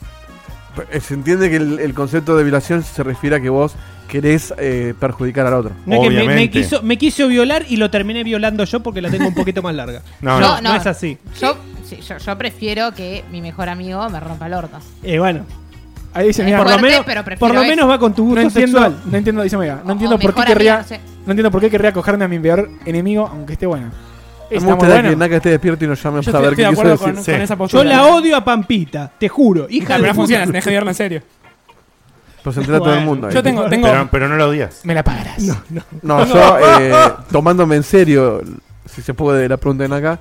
Eh, Se entiende que el, el concepto de violación se refiere a que vos querés eh, perjudicar al otro. No es que me- me, Obviamente. quiso, me quiso violar y lo terminé violando yo porque la tengo un poquito más larga. No, no, no. es así. Yo, sí, yo, yo prefiero que mi mejor amigo me rompa el orto. Eh, bueno, Ahí dice, Es mira, por lo Fuerte, menos, pero prefiero por lo eso. menos va con tu no gusto entiendo, sexual. no entiendo, dice Mega, no O- entiendo o por qué mejor querría, amiga, no sé. no entiendo por qué querría cogerme a mi peor enemigo, aunque esté buena. No Está me muy gustaría que buena. Naka esté despierto y nos llame Yo para estoy, ver estoy qué de quiso acuerdo decir. con, Sí. con esa Yo postura. la odio a Pampita, te juro. Hija Pero de no puta. funciona, tenés que odiarla en serio. Pero se entera todo el Bueno, mundo. ahí. Yo tengo, tengo Pero, pero no lo odias. Me la pagarás. No, yo, *laughs* eh, tomándome en serio, si se puede, la pregunta de Naka,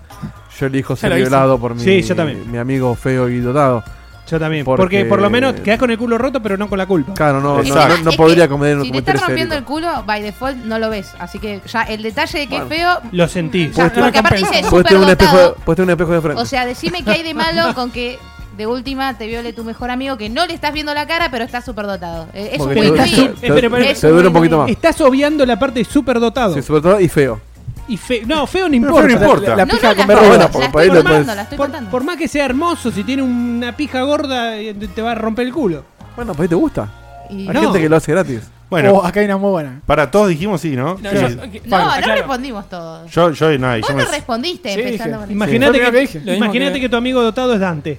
yo elijo ser lo hice. violado por mi, Sí, yo también. mi amigo feo y dotado. Yo también. Porque- Porque... por lo menos quedás con el culo roto, pero no con la culpa. Claro, no, no, Exacto. no- no Es que podría cometer, Si te cometer estás ese rompiendo el delito. culo, by default no lo ves. Así que ya el detalle de que es feo. Lo sentís. ya, Puedes tener porque aparte dice recompensa. Puedes súper tener, un espejo, de- dotado. puedes tener un espejo de frente. O sea, decime qué hay de malo con que de última te viole tu mejor amigo que no le estás viendo la cara, pero está súper dotado. Eh, es un Porque Pero te- estás win-win. su- te- eh, pero- te- pero- te dura un poquito más. Estás obviando la parte superdotado. Sí, sobre todo y feo. Y fe- no, feo no Pero importa. no importa. La- No, pija no, con la verruga. estoy- Bueno, la por- estoy por ahí lo contando, puedes- la estoy Por, contando. por más que sea hermoso, si tiene una pija gorda, eh, te va a romper el culo. Bueno, pues ahí te gusta. Y- Hay No. gente que lo hace gratis. Bueno, Oh, acá hay una muy buena. para todos dijimos sí, ¿no? No, Sí. yo- yo, ok, No, Fabio, no claro. respondimos todos. yo, no, yo Vos me- no respondiste Sí, empezando dije. con eso. Imagínate, Fue lo que, que dije. Lo mismo imagínate que- que Oh, tu amigo dotado es Dante.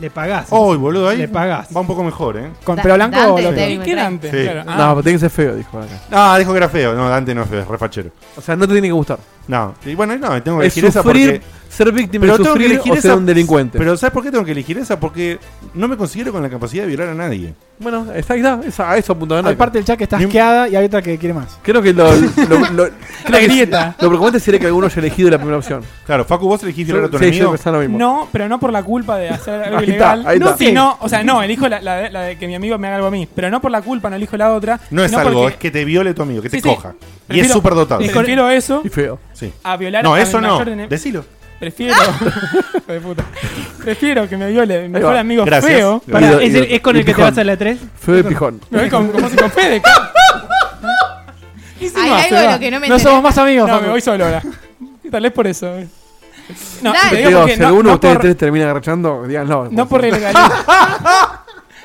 Le pagás. Uy, boludo, ahí Le pagás. va un poco mejor, ¿eh? Con Da- pelo blanco Dante o lo te otro. digo. ¿Qué era antes? Sí. Claro. Ah, No, pero tiene que ser feo, dijo acá. No, dijo que era feo. No, Dante no es feo, es refachero. O sea, no te tiene que gustar. No, y bueno, no, tengo que Es elegir esa sufrir, porque... ser víctima, Pero es tengo que sufrir elegir o ser esa- un delincuente. Pero ¿sabes por qué tengo que elegir esa? Porque no me considero con la capacidad de violar a nadie. bueno, está, ahí está, esa- a eso apuntaba Hay Naka. parte del chat que está Ni- asqueada y hay otra que quiere más. Creo que lo, lo, lo- creo que lo preocupante sería que alguno haya elegido la primera opción. Claro, Facu, vos elegís Yo- violar a tu sí, yo enemigo. pensaba lo mismo. No, pero no por la culpa de hacer algo Ahí está, ilegal. ahí no, está. sino, o sea, no, elijo la, la de, la de que mi amigo me haga algo a mí. Pero no por la culpa, no elijo la otra. No es sino algo, porque es que te viole tu amigo, que Sí, te sí. coja. Y es Prefiero- súper dotado. es con- Prefiero eso Y feo. Sí. a violar No, a eso mi no. mayor enemigo. Decilo. Prefiero. Hijo de puta. Prefiero que me viole mi mejor va. amigo Gracias. feo. Pará, Ido- es, ido- el- es con y el que te pijón. vas a la 3. Feo y pijón. Me voy con, como si con Fede. ca- ¿Qué se Hay va? algo Se de va. lo que no me No enteré. somos más amigos, No, Facu. me voy solo ahora. Tal vez por eso. No, Dale. te Te digo digo, porque si no, alguno de no ustedes por, tres termina agachando, digan no. no por ilegalidad. *laughs*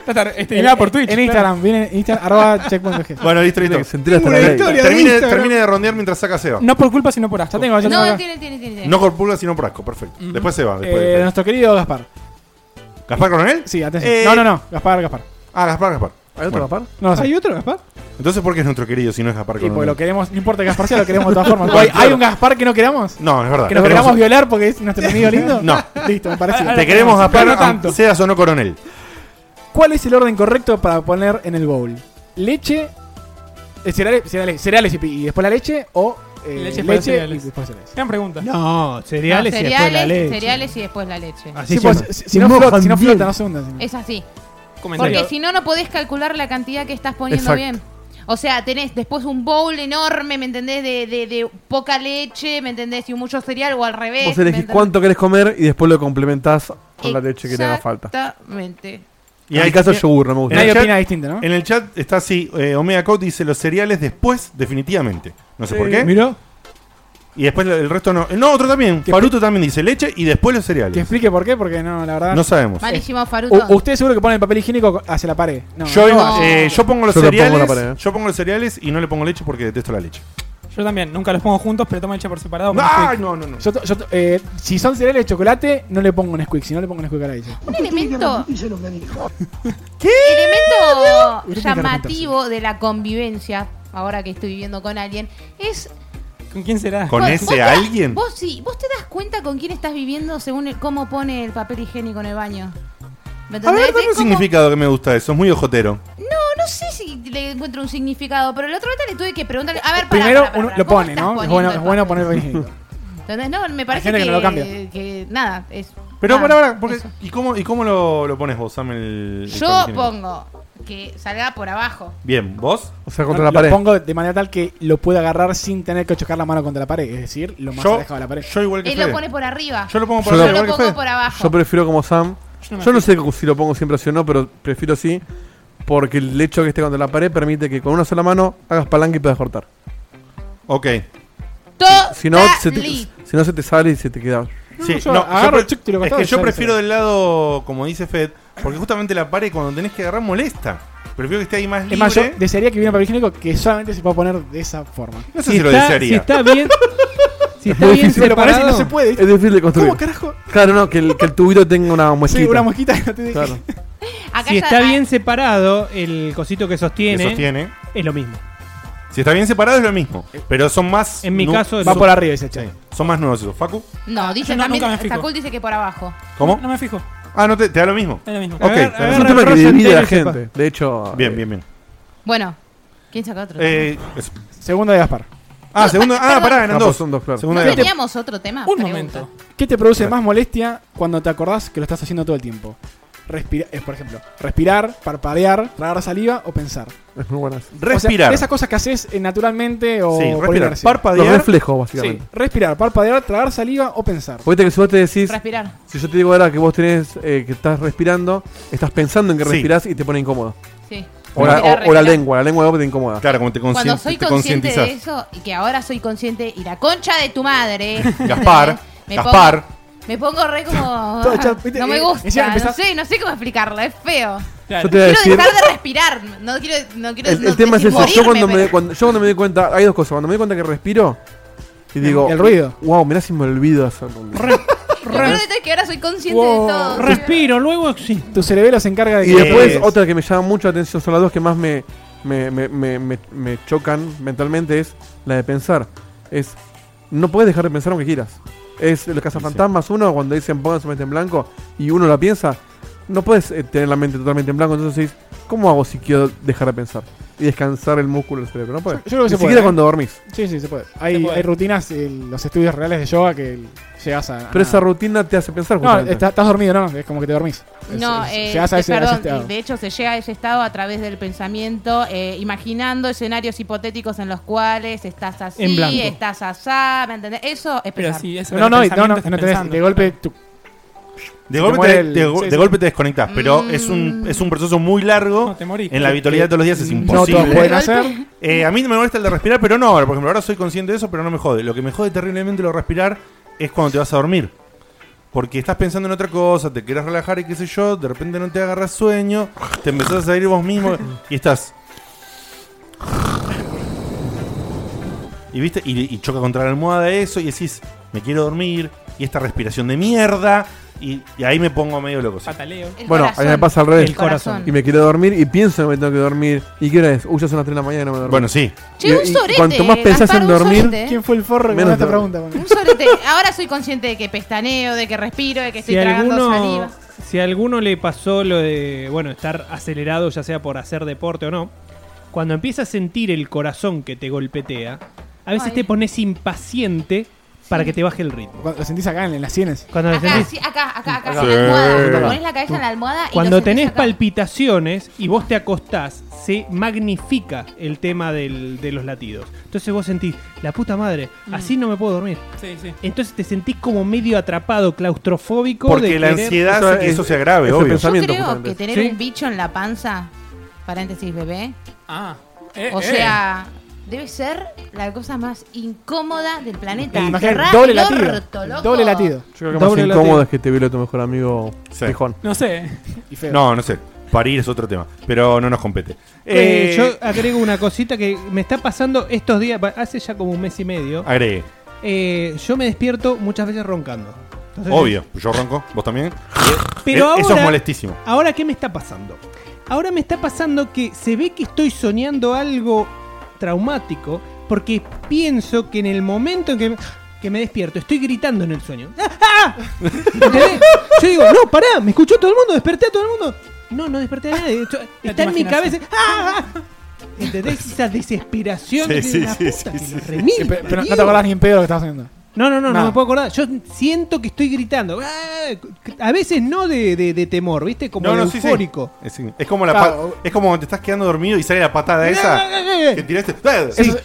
Tata, este, mirá por Twitch. En claro. Instagram, viene en Instagram, arroba checkpoint.g. Bueno, listo, listo. Tiene que se entera hasta la Ninguna ley. historia. Termine, de Instagram. termine de rondear mientras saca Seba. No, No por culpa, sino por asco. Ya tengo, ya tengo. No, acá. tiene, tiene, tiene. tiene. con pulga, sino por asco. Perfecto. Después se va. Después, Eh, nuestro querido Gaspar. ¿Gaspar Coronel? Sí, atención. Eh. No, no, no. Gaspar, Gaspar. Ah, Gaspar, Gaspar. ¿Hay otro Bueno. capaz? No, sí. ¿Hay otro, papá? Entonces, ¿por qué es nuestro querido si no es Gaspar Y porque lo Coronel? queremos, no importa que Gaspar sea, lo queremos de todas formas. *laughs* Hay- ¿Hay un Gaspar que no queramos? No, es verdad. ¿Que nos Queremos- queramos violar porque es nuestro enemigo lindo? No. Listo, me parece. Te Ahora queremos queremos, Gaspar, pero no aunque tanto. seas o no coronel. ¿Cuál es el orden correcto para poner en el bowl? ¿Leche? eh, cereales, cereales, cereales y, pi- y después la leche o eh, Leche, leche, después cereales. y después cereales. Gran pregunta. No, No, cereales, y después la cereales, leche. cereales y después la leche. Así Sí, se pues, llama. si, si no flota, si no flota, no se hunda. si no. Es así. Comentario. Porque si no, no podés calcular la cantidad que estás poniendo Exacto. bien. O sea, tenés después un bowl enorme, ¿me entendés? De, de, de poca leche, ¿me entendés? Y mucho cereal o al revés. Vos ¿me elegís entendés? cuánto querés comer y después lo complementás con la leche que te haga falta. Exactamente. Y en hay mi caso, yogur, no me en gusta. el Nadie chat- opina distinto, ¿no? En el chat está así, eh, Omega Code dice los cereales después, definitivamente. No sé por qué. Miró. Y después lo- el resto no. Eh, No, otro también. Que- Faruto también dice leche y después los cereales. Que explique por qué, porque no, la verdad. No sabemos. Malísimo faruto. U- usted seguro que pone el papel higiénico hacia la pared. No, Yo, no, no. eh, yo pongo los Yo lo pongo en cereales. la pared, eh. Yo pongo los cereales y no le pongo leche porque detesto la leche. Yo también, nunca los pongo juntos, pero tomo leche por separado. como ¡Ay, Twix. no, no, no! yo to- yo to- eh, si son cereales de chocolate, no le pongo un squeak, si no le pongo un squeak a la leche. un elemento. *laughs* Elemento Usted tiene que llamativo de la convivencia, ahora que estoy viviendo con alguien, es. ¿Con quién será? Con vos- ese vos te- alguien. Vos sí, vos te das cuenta con quién estás viviendo según el- cómo pone el papel higiénico en el baño. ¿Me A ver, entendés? dame Es un como- significado que me gusta eso. Es muy ojotero. No sé si le encuentro un significado, pero el otro día le tuve que preguntarle. A ver, pará, Primero pará, pará, uno pará, lo ¿cómo pone, estás ¿no? Es poniendo bueno, el es bueno papel? poner el papel higiénico. ¿Entendés? No, me parece gente que, que no lo cambia. que nada, es. Pero nada, pará, pará, porque- eso. ¿y cómo, y cómo lo, lo pones vos, Sam? El, el Yo papel higiénico? pongo que salga por abajo. Bien, ¿vos? O sea, contra la No, pared. Lo pongo de manera tal que lo pueda agarrar sin tener que chocar la mano contra la pared. Es decir, lo más Yo, alejado de la pared. yo igual que Él lo Fede. pone por arriba. Yo lo pongo por Yo Yo arriba, lo igual que pongo Fede. por abajo. Yo prefiero como Sam. Yo no me Yo no sé si lo pongo siempre así o no, pero prefiero así. Porque el hecho de que esté contra la pared permite que con una sola mano hagas palanca y puedas cortar. Ok. Si no, se te, si no, se te sale y se te queda. Sí, yo no, agarro pre- el chico y lo es corto que y yo sale, prefiero sale. del lado, como dice Fed, porque justamente la pared cuando tenés que agarrar molesta. Prefiero que esté ahí más libre. Es más, yo desearía que hubiera un papel higiénico que solamente se pueda poner de esa forma. no sé si, lo desearía. Si está bien. *laughs* Si está muy bien difícil, Pero parece que no se separado. puede. Es ¿viste? difícil de construir. ¿Cómo carajo? Claro, no, que el, que el tubito tenga una muesquita. Sí, una mosquita que no te Claro. Acá Si ya- está bien separado, el cosito que Que sostiene, sostiene. es lo mismo. Si está bien separado es lo mismo. Pero son más. En mi nu- caso es Va por arriba ese che. Sí, son más nuevos esos. Facu, No, dice Yo no- también. nunca me fijo. Sacul dice que por abajo. ¿cómo? No Eh, me fijo. Ah, no te, te da lo mismo. Es lo mismo. Ok, Agar- claro. Es agarra un el tema que rollo divide a entero la y sepa. gente. De hecho, Bien, eh, bien, bien. Bueno, ¿quién saca otro? Eh, eso. Segunda de Gaspar. Ah, segundo. Ah, perdón. pará, eran no, dos. son dos, claro. Segunda ¿No de Gaspar. teníamos otro tema? Un Pregunta. momento. ¿Qué te produce Claro. más molestia cuando te acordás que lo estás haciendo todo el tiempo? Respira es, por ejemplo, respirar, parpadear, tragar saliva o pensar. Es muy buenas. O sea, Respirar. de esas cosas que haces eh, naturalmente o sí, por respirar. inercia. Los Parpadear. reflejos, Sí, básicamente. respirar, parpadear, tragar saliva o pensar. Porque que si vos te decís, Respirar. si yo te digo ahora que vos tenés, eh, que estás respirando, estás pensando en que Sí. respirás y te pone incómodo. Sí. O, la, Respirar, o- o la respirar. lengua, la lengua te incomoda. Claro, como te, conscien- Cuando soy te consciente de concientizás. eso y que ahora soy consciente y la concha de *laughs* tu madre. Gaspar. *laughs* me Gaspar. Pongo, me pongo re como. Todo echado, viste, no eh, me encima gusta. No empezás- sé, no sé cómo explicarlo. Es feo. Claro. Yo te voy a Quiero decir. dejar de respirar. No quiero. No quiero El, no el tema es decir eso. yo, morirme, cuando me, pero- cuando- yo cuando me di cuenta, hay dos cosas. Cuando me di cuenta que respiro, y digo, el ruido. wow, mirá si me olvido hacerlo. Lo peor de todo es que ahora soy consciente Wow. de todo. Respiro, luego existe. Tu cerebelo se encarga de Y que- después, es. otra que me llama mucho la atención, son las dos que más me, me, me, me, me- me chocan mentalmente, es la de pensar. Es, no puedes dejar de pensar aunque quieras. Es los cazafantasmas, uno cuando dicen pongan su mente en blanco y uno la piensa, no puedes eh, tener la mente totalmente en blanco. Entonces decís, ¿cómo hago si quiero dejar de pensar? Y descansar el músculo del cerebro. No puedes. Yo creo que Ni se puede. siquiera ¿eh? cuando dormís. Sí, sí, se puede. Hay, Se puede. hay rutinas en los estudios reales de yoga que llegas a. a Pero esa nada. rutina te hace pensar Ah. No, justamente. está- estás dormido, no, es como que te dormís. Es- No, es- eh, llegás a ese, a ese perdón, estado. de hecho se llega a ese estado a través del pensamiento, eh, imaginando escenarios hipotéticos en los cuales estás así, En blanco. estás asá, ¿me entendés? Eso es Pero pensar. sí, eso No, no, y- no, no, pensamiento, no estás tenés- pensando. de golpe tu- De, Te golpe muere te, el- de go- sí, de sí. golpe te desconectás. Pero Mm. es un, es un proceso muy No, largo. te morís. En la habitualidad de todos los días es eh, no todos imposible. pueden hacer. Eh, a mí no me molesta el de respirar, pero no ahora. Por ejemplo, ahora soy consciente de eso, pero no me jode. Lo que me jode terriblemente lo de respirar es cuando te vas a dormir. Porque estás pensando en otra cosa, te quieres relajar y qué sé yo, de repente no te agarras sueño, te empezás a salir vos mismo y estás. Y viste, y, y choca contra la almohada eso, y decís, me quiero dormir, y esta respiración de mierda, y, y ahí me pongo medio loco. sí. Pataleo. El Bueno, a mí me corazón, pasa al revés. El corazón. Y me quiero dormir y pienso que me tengo que dormir. ¿Y qué hora es? Uy, ya son las 3 de la mañana y no me duermo. Bueno, sí. Che, un y- y sorete. cuanto más pensás Gaspar, en un dormir, sorete. ¿Quién fue el forro que Menos me esta dormir. pregunta? bueno? Un sorete. Ahora soy consciente de que pestaneo, de que respiro, de que estoy Si tragando alguno, saliva. si alguno le pasó lo de, bueno, estar acelerado, ya sea por hacer deporte o no, cuando empiezas a sentir el corazón que te golpetea, a veces Ay. te pones impaciente para que te baje el ritmo. Cuando- Lo sentís acá en, en las sienes. Cuando, Acá, sentís- sí, acá, acá, acá, Acá. en la almohada. Sí. Te Pones la cabeza en la almohada y cuando lo sentís tenés acá. palpitaciones y vos te acostás, se magnifica el tema del- de los latidos. Entonces vos sentís, la puta madre, Mm. así no me puedo dormir. Sí, sí. Entonces te sentís como medio atrapado, claustrofóbico. de Porque la querer- ansiedad Eso hace que es- eso sea grave, es el obvio. Yo pensamiento, creo justamente. que tener Sí. un bicho en la panza, paréntesis bebé, Ah. Eh, *laughs* O eh. sea, debe ser la cosa más incómoda del planeta. Imagínate, Cerrá doble el latido. orto, loco. doble latido. Yo creo que más Doble incómodo latido. es que te viole tu mejor amigo Sí. Pijón. No sé. Y feo. No, no sé. Parir es otro tema, pero no nos compete. Eh, Eh, yo agrego una cosita que me está pasando estos días, pa- hace ya como un mes y medio. Agregué. Eh, yo me despierto muchas veces roncando. Entonces, Obvio, yo ronco, vos también. Pero Eh, ahora, Eso es molestísimo. ahora, ¿qué me está pasando? Ahora me está pasando que se ve que estoy soñando algo traumático porque pienso que en el momento en que, que me despierto estoy gritando en el sueño. *laughs* ¡Ah, ah! ¿Entendés? Yo digo, no, pará, me escuchó todo el mundo, desperté a todo el mundo. No, no desperté a nadie. yo- Está en mi cabeza. imaginación. ¡Ah! ah! ¿Entendés? Esa desesperación Sí, de sí, la sí, sí, puta que sí, lo sí. remil Sí, pero, pero no te parió. acordás ni en pedo lo que estabas haciendo. No, no, no, no Nada. me puedo acordar. Yo siento que estoy gritando. ¡Ah! A veces no de, de- de temor, ¿viste? Como No, no, de sí, sí. eufórico. Es, es como la Claro. pa- es como cuando te ¡Eh! estás quedando dormido y sale la patada esa que tiraste. Eso-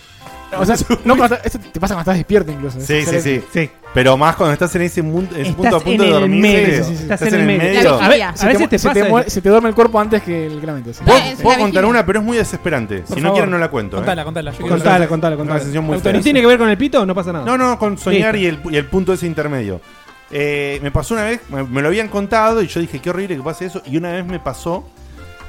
O sea, no cuando- eso te pasa cuando estás despierto incluso. Sí, Es sí, sí. excelente. Sí. Pero más cuando estás en ese mundo, en ese Estás punto a punto en de el dormir. medio, sí, sí, sí. Estás en el medio. La A, ver- vigilia. a Se veces mu- te se pasa. eso. muere- se te duerme el cuerpo antes que el, que la mente. sí. ¿Puedo, Ah, es la puedo contar vigilia. una, pero es muy desesperante. si no favor. quieren, no la cuento. ¿eh? Contala, contala. yo quiero Contala, saber. contala, Una contala. sesión muy ¿Y fea. tiene que ver con el pito o no pasa nada? No, no, con soñar y el, y el punto ese intermedio. Eh, me pasó una vez, me, me lo habían contado y yo dije, qué horrible que pase eso. Y una vez me pasó,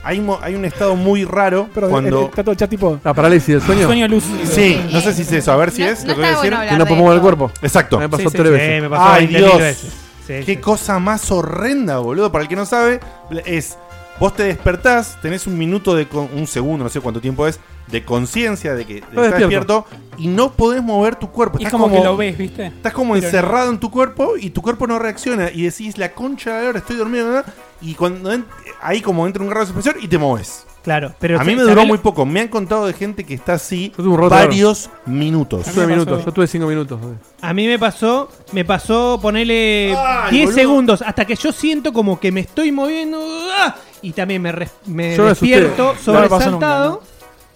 hay, mo- hay un estado muy raro Pero cuando... está todo el chat tipo. La parálisis del sueño. Sueño luz. Sí, no sé si es eso, a ver si No- es no lo que voy a está decir. bueno Que no puedo mover el cuerpo. Exacto. Me pasó Sí, sí, tres sí. veces. Eh, me pasó Ay, 20.000 Dios. veces. Sí, Qué sí. cosa más horrenda, boludo. Para el que no sabe, es. Vos te despertás, tenés un minuto de. con- un segundo, no sé cuánto tiempo es, de conciencia de que Estás estás despierto. y no podés mover tu cuerpo. Y Estás como, que lo ves, ¿viste? Estás como Pero encerrado en tu cuerpo y tu cuerpo no reacciona. Y decís, la concha de ahora estoy dormido, ¿verdad? Y cuando en- ahí como entra un grado de suspensión y te moves. Claro, pero A mí me ¿sabés duró lo- muy poco. Me han contado de gente que está así Yo tuve un rato varios minutos. Yo tuve A mí me pasó- minutos, yo tuve cinco minutos. A mí me pasó, me pasó ponerle Ay, 10 boludo. segundos hasta que yo siento como que me estoy moviendo ¡ah! y también me, res- me Yo me asusté. despierto No me pasó sobresaltado, nunca,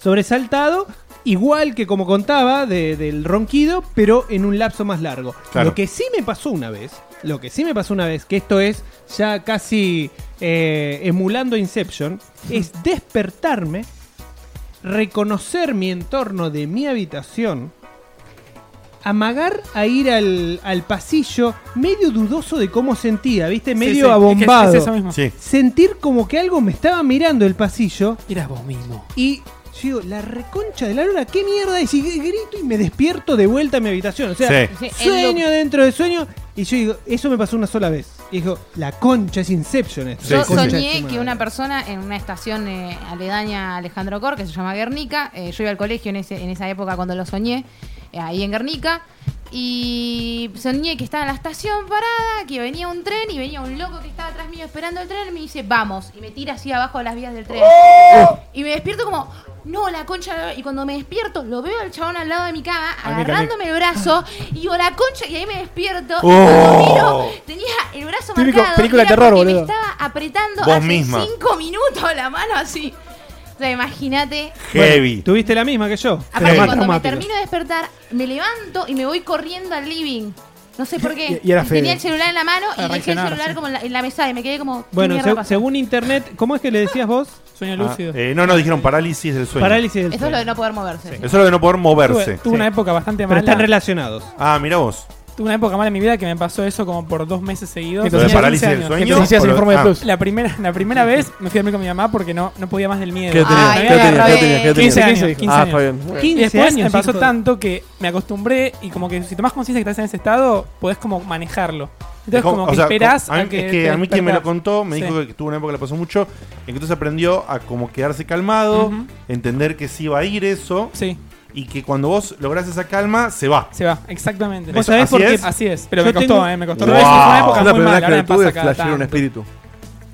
sobresaltado, igual que como contaba de- del ronquido, pero en un lapso más largo. Claro. Lo que sí me pasó una vez, lo que sí me pasó una vez, que esto es ya casi eh, emulando Inception, es despertarme, reconocer mi entorno de mi habitación amagar a ir al, al pasillo medio dudoso de cómo sentía, ¿viste? Sí, Medio sí, es que es- abombado. Es eso mismo. Sí. Sentir como que algo me estaba mirando el pasillo Eras vos mismo. y yo digo, la reconcha de la luna, ¿qué mierda? Y si grito y me despierto de vuelta a mi habitación. O sea, Sí. Sí, el sueño dentro de sueño. Y yo digo, eso me pasó una sola vez. Y dijo, la concha es Inception esto. Sí, Yo sí, sí. soñé que una persona en una estación eh, aledaña a Alejandro Cor, que se llama Guernica, eh, yo iba al colegio en, ese- en esa época cuando lo soñé, eh, ahí en Guernica, y soñé que estaba en la estación parada, que venía un tren y venía un loco que estaba atrás mío esperando el tren y me dice, vamos, y me tira así abajo de las vías del tren. ¡Oh! Y me despierto como, no, la concha, de la- y cuando me despierto lo veo al chabón al lado de mi cama, Al mecánico. agarrándome el brazo, y digo, la concha, y ahí me despierto, y Oh. cuando miro, tenía el brazo Típico marcado, película y de era terror, porque me boludo. estaba apretando Vos hace misma. cinco minutos la mano así. O sea, imagínate. Heavy. Tuviste la misma que yo. Aparte, más cuando me traumático. termino de despertar, me levanto y me voy corriendo al living. No sé por qué. Y- y era tenía Fede. el celular en la mano Para y dejé el reaccionar, celular sí. como en la, en la mesa y me quedé como. ¿qué Bueno, mierda se- pasó? según internet, ¿cómo es que le decías vos? Sueño Ah, lúcido. eh, no, no, dijeron parálisis del sueño. Parálisis del Eso es lo de sueño. no poder moverse. Eso es lo de no poder Tuve, moverse. tuve una época bastante Pero mala. están relacionados. Ah, mira vos. Tuve una época mala en mi vida que me pasó eso como por dos meses seguidos. ¿Lo de Entonces, Tenía parálisis 15 del años. sueño? Que te hacías o el lo- informe de ah, Plus. La primera, la primera vez me fui a dormir con mi mamá porque no, no podía más del miedo. ¿Qué tenía? Ay, ¿Qué tenía? agarré. ¿Qué tenía? ¿Qué 15 tenía? años, años. 15 Ah, años. está bien. Y 15 después años. me pasó hijo de- tanto que me acostumbré y como que si tomás conciencia que estás en ese estado, podés como manejarlo. Entonces Dejó- como o que sea, esperás a mí, a que es que te a mí quien me lo despertás. contó me Sí. dijo que tuvo una época que le pasó mucho en que entonces aprendió a como quedarse calmado Ujú. entender que sí va a ir eso Sí, y que cuando vos lográs esa calma se va se va, exactamente. ¿Vos ¿Vos sabés ¿Así sabés por por qué? qué? es? Así es, pero Yo me costó, tengo- eh, me costó. Wow. Pero fue una Yo época Yo la muy primera mala, vez que ahora me lo pasa tuve, cada flasheé un tanto. espíritu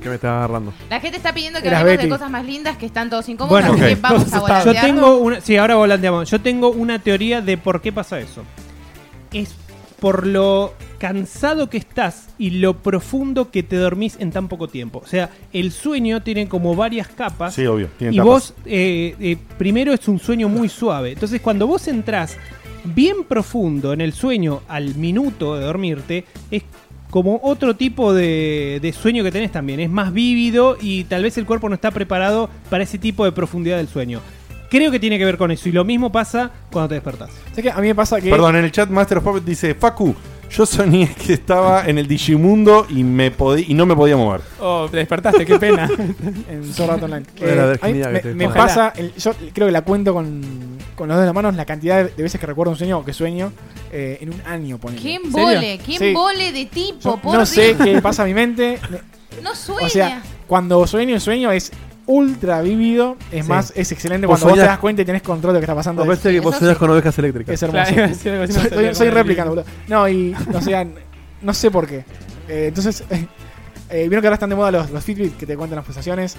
que me estaba agarrando. La gente está pidiendo que Era hablemos de Betty. cosas más lindas que están todos incómodos, Bueno, así ok. que vamos a Yo volantearlo. tengo una. Sí, ahora volanteamos. Yo tengo una teoría de por qué pasa eso. Es por lo cansado que estás y lo profundo que te dormís en tan poco tiempo. O sea, el sueño tiene como varias capas. sí obvio tiene Y etapas. vos, eh, eh, primero es un sueño muy suave. Entonces, cuando vos entrás bien profundo en el sueño al minuto de dormirte, es como otro tipo de, de sueño que tenés también. Es más vívido y tal vez el cuerpo no está preparado para ese tipo de profundidad del sueño. Creo que tiene que ver con eso. Y lo mismo pasa cuando te despertás. Sé que a mí me pasa que. perdón en el chat Master of Puppet dice Facu yo soñé *laughs* que estaba en el Digimundo y me podí- y no me podía mover Oh, te despertaste, qué pena. en Sword Art Online. Era la Eh, a mí virginidad que me te me dejó. pasa, el- yo creo que la cuento con, con los dedos de las manos la cantidad de veces que recuerdo un sueño o que sueño eh, en un año. ponele. ¿Qué serio? embole? ¿Qué Sí. embole de tipo? Yo Por no sé Dios. qué pasa a mi *laughs* mente. No sueña. O sea, cuando sueño, sueño es ultra vivido. Es Sí. más, es excelente Vos cuando vos te soñás- das cuenta y tenés control de lo que está Me pasando. Es, parece que vos eso soñás sí. con ovejas eléctricas. *laughs* es hermoso. Claro, iba a decir algo así, no soy sabía soy, cómo soy era el replicante, boludo. No, y o sea, n- no sé por qué. Eh, entonces, *laughs* eh, vieron que ahora están de moda los, los Fitbit que te cuentan las pulsaciones.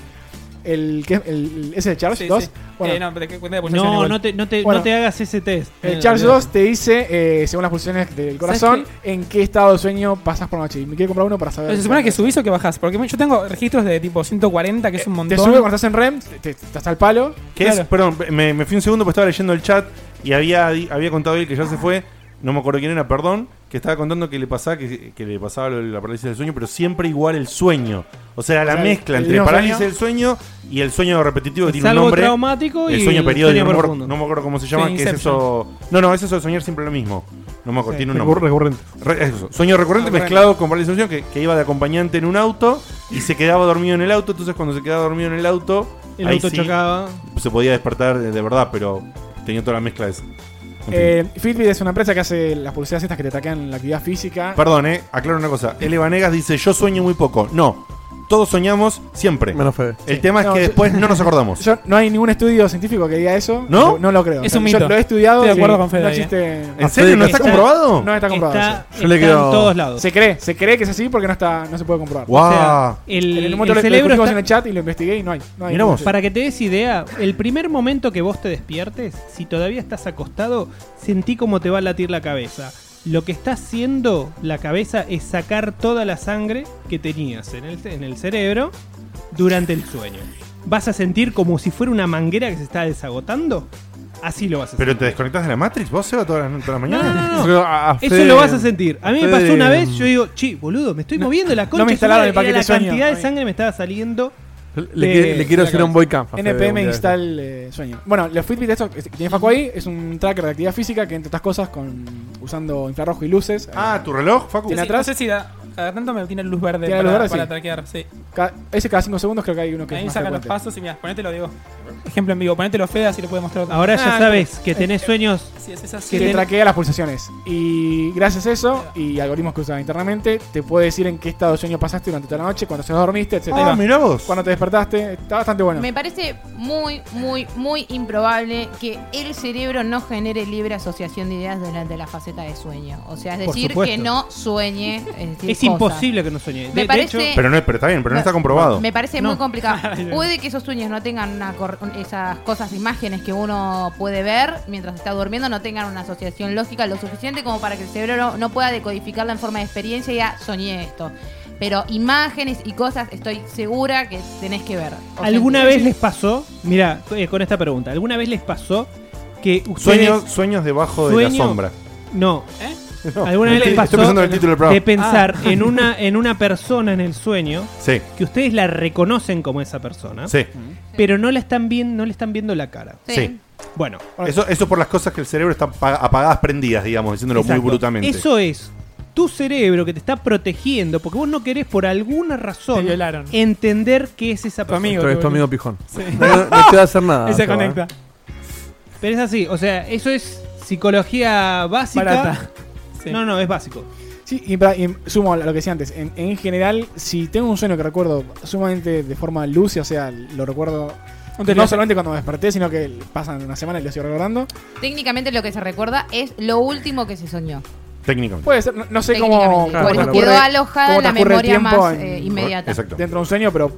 El que el, ese de Charge Sí, 2. sí. Bueno, Eh, no, pero que Pues cuente de pulsación No, igual. no te, no te- Bueno, no te hagas ese test. El Charge 2 te dice, eh, según las pulsaciones del corazón, en qué estado de sueño pasas por la noche. Y me quiero comprar uno para saber. Pero se supone que subís o que bajás, porque yo tengo registros de tipo 140, que es un Eh, Te montón. sube cuando estás en REM, te, te- te- estás al palo. que es Claro. perdón me, me fui un segundo porque pues estaba leyendo el chat Y había, di- había contado él que ya se fue, no me acuerdo quién era, perdón, que estaba contando que le pasaba, que, que le pasaba lo de la parálisis del sueño, pero siempre igual el sueño. O sea, la sea, mezcla el entre mismo parálisis sueño. del sueño y el sueño repetitivo que Es tiene un algo nombre. traumático y El sueño periódico, no, me acuerdo- profundo. no me acuerdo cómo se llama, Sí, que es Inception. eso. No, no, es eso de soñar siempre lo mismo. No me acuerdo, tiene un nombre. Recurrente. Re- eso, sueño recurrente mezclado con parálisis del sueño, que, que iba de acompañante en un auto y se quedaba dormido en el auto. Entonces, cuando se quedaba dormido en el auto, El ahí auto sí chocaba. se podía despertar de de verdad, pero tenía toda la mezcla esa. En fin. Eh, Fitbit es una empresa que hace las pulseras estas que te atacan la actividad física. Perdón, eh, aclaro una cosa. Ele Vanegas dice: Yo sueño muy poco. No, todos soñamos siempre. Menos fe. El tema es No, que yo- después no nos acordamos. *laughs* Yo- no hay ningún estudio científico que diga eso. ¿No? Yo- No lo creo. Es O sea, un yo mito. lo he estudiado. Estoy de y acuerdo con Fede ¿eh? No ahí, existe. ¿En serio? ¿No está Está- comprobado? No está comprobado. Está, Yo le está creo- en todos sí. lados. Se cree, se cree que es así porque no está, no se puede comprobar. ¡Guau! O sea, el, En el el momento lo- lo cerebro discutimos está- en el chat y lo investigué y no hay. No hay Mirá vos. Para que te des idea, el primer momento que vos te despiertes, si todavía estás acostado, sentí cómo te va a latir la cabeza. Lo que está haciendo la cabeza es sacar toda la sangre que tenías en el, en el cerebro durante el sueño. Vas a sentir como si fuera una manguera que se está desagotando. Así lo vas a ¿Pero te sentir. desconectas de la Matrix? ¿Vos, Seba, todas las, todas las No, mañanas? no, no, no. Creo a- a Eso Fede- lo vas a sentir. A mí me pasó Fede- una vez, yo digo, chi, boludo, me estoy moviendo la concha. me de su instalaron madre", el paquete y era La sueño. cantidad de Ay. sangre que me estaba saliendo. Le, de- le quiero de la hacer un boy camp. a Fede NPM un día. install eh, sueño. Bueno, los Fitbit estos que tiene Facu ahí es un tracker de actividad física que entre otras cosas con usando infrarrojo y luces. Ah, ¿tu reloj, Facu? Tiene Sí, atrás. No sé si da- cada tanto me tiene luz verde Tiene para, luz verde, para sí. traquear. Sí. Ca- ese cada 5 segundos creo que hay uno que es Ahí más sacan los frecuente. pasos y mira, ponételo, Diego. Ejemplo en vivo, ponételo Fede, así lo puede mostrar. Ahora ya Ah, sabes que tenés sueños Sí, es, es que así. te traquea las pulsaciones. Y gracias a eso y algoritmos que usan internamente, te puede decir en qué estado de sueño pasaste durante toda la noche, cuando se dormiste, etc. Ah, mirá vos. Cuando te despertaste, está bastante bueno. Me parece muy, muy, muy improbable que el cerebro no genere libre asociación de ideas durante la faceta de sueño. O sea, es Por decir, supuesto. que no sueñe. Es, decir, Es cosas. imposible que no Me soñé. De, de hecho, parece, Pero, no, pero está bien, pero no está comprobado. me parece No. muy *laughs* complicado. Puede que esos sueños no tengan una cor- esas cosas, imágenes que uno puede ver mientras está durmiendo, no tengan una asociación lógica lo suficiente como para que el cerebro no, no pueda decodificarla en forma de experiencia y ya soñé esto. Pero imágenes y cosas estoy segura que tenés que ver. O sea, ¿alguna sí. vez les pasó? Mira, con esta pregunta, ¿alguna vez les pasó que ustedes Sueños, sueños debajo de la Sueño- sombra. no, No, alguna vez estoy- les pasó Estoy pensando en el título del de programa. Ah. pensar *laughs* en una en una persona en el sueño Sí, que ustedes la reconocen como esa persona, sí, pero no la están viendo, no le están viendo la cara? Sí. sí. Bueno, Eso, eso por las cosas que el cerebro está pa- apagadas, prendidas, digamos, diciéndolo Exacto. muy brutamente. Eso es tu cerebro que te está protegiendo porque vos no querés por alguna Te razón violaron. entender qué es esa Tu persona. amigo. Esto es tu amigo pijón. Sí. No, no- no te va a hacer nada. *laughs* Ahí se Ah, Seba, ¿eh? conecta. Pero es así, o sea, eso es psicología básica. Barata. Sí. No, no, es básico. Sí, y, para- y sumo a lo que decía antes. En, en general, si tengo un sueño que recuerdo sumamente de forma lúcida, o sea, lo recuerdo Un no teléfono. solamente cuando me desperté, sino que pasan una semana y lo sigo recordando. Técnicamente lo que se recuerda es lo último que se soñó. Técnicamente. Puede ser, no, no sé técnicamente. cómo. Por cómo eso transcurre- quedó alojada cómo en la transcurre el memoria tiempo más en- eh, inmediata. Exacto. dentro de un sueño, pero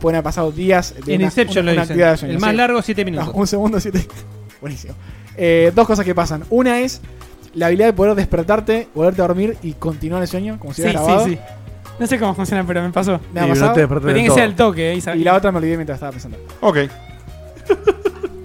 pueden haber pasado días de En una- Inception una- lo una dicen. actividad de sueño, el más sí. Ah, largo, 7 No, minutos. un segundo, siete. *laughs* Buenísimo. Eh, dos cosas que pasan. Una es la habilidad de poder despertarte, volverte a dormir y continuar el sueño, como si Sí, hubiera sí, grabado. sí. No sé cómo funciona, pero me pasó. Me ha Y no pasado. te despertes del Pero tiene que todo. ser el toque, eh, Isaac. y la otra me olvidé mientras estaba pensando. Ok.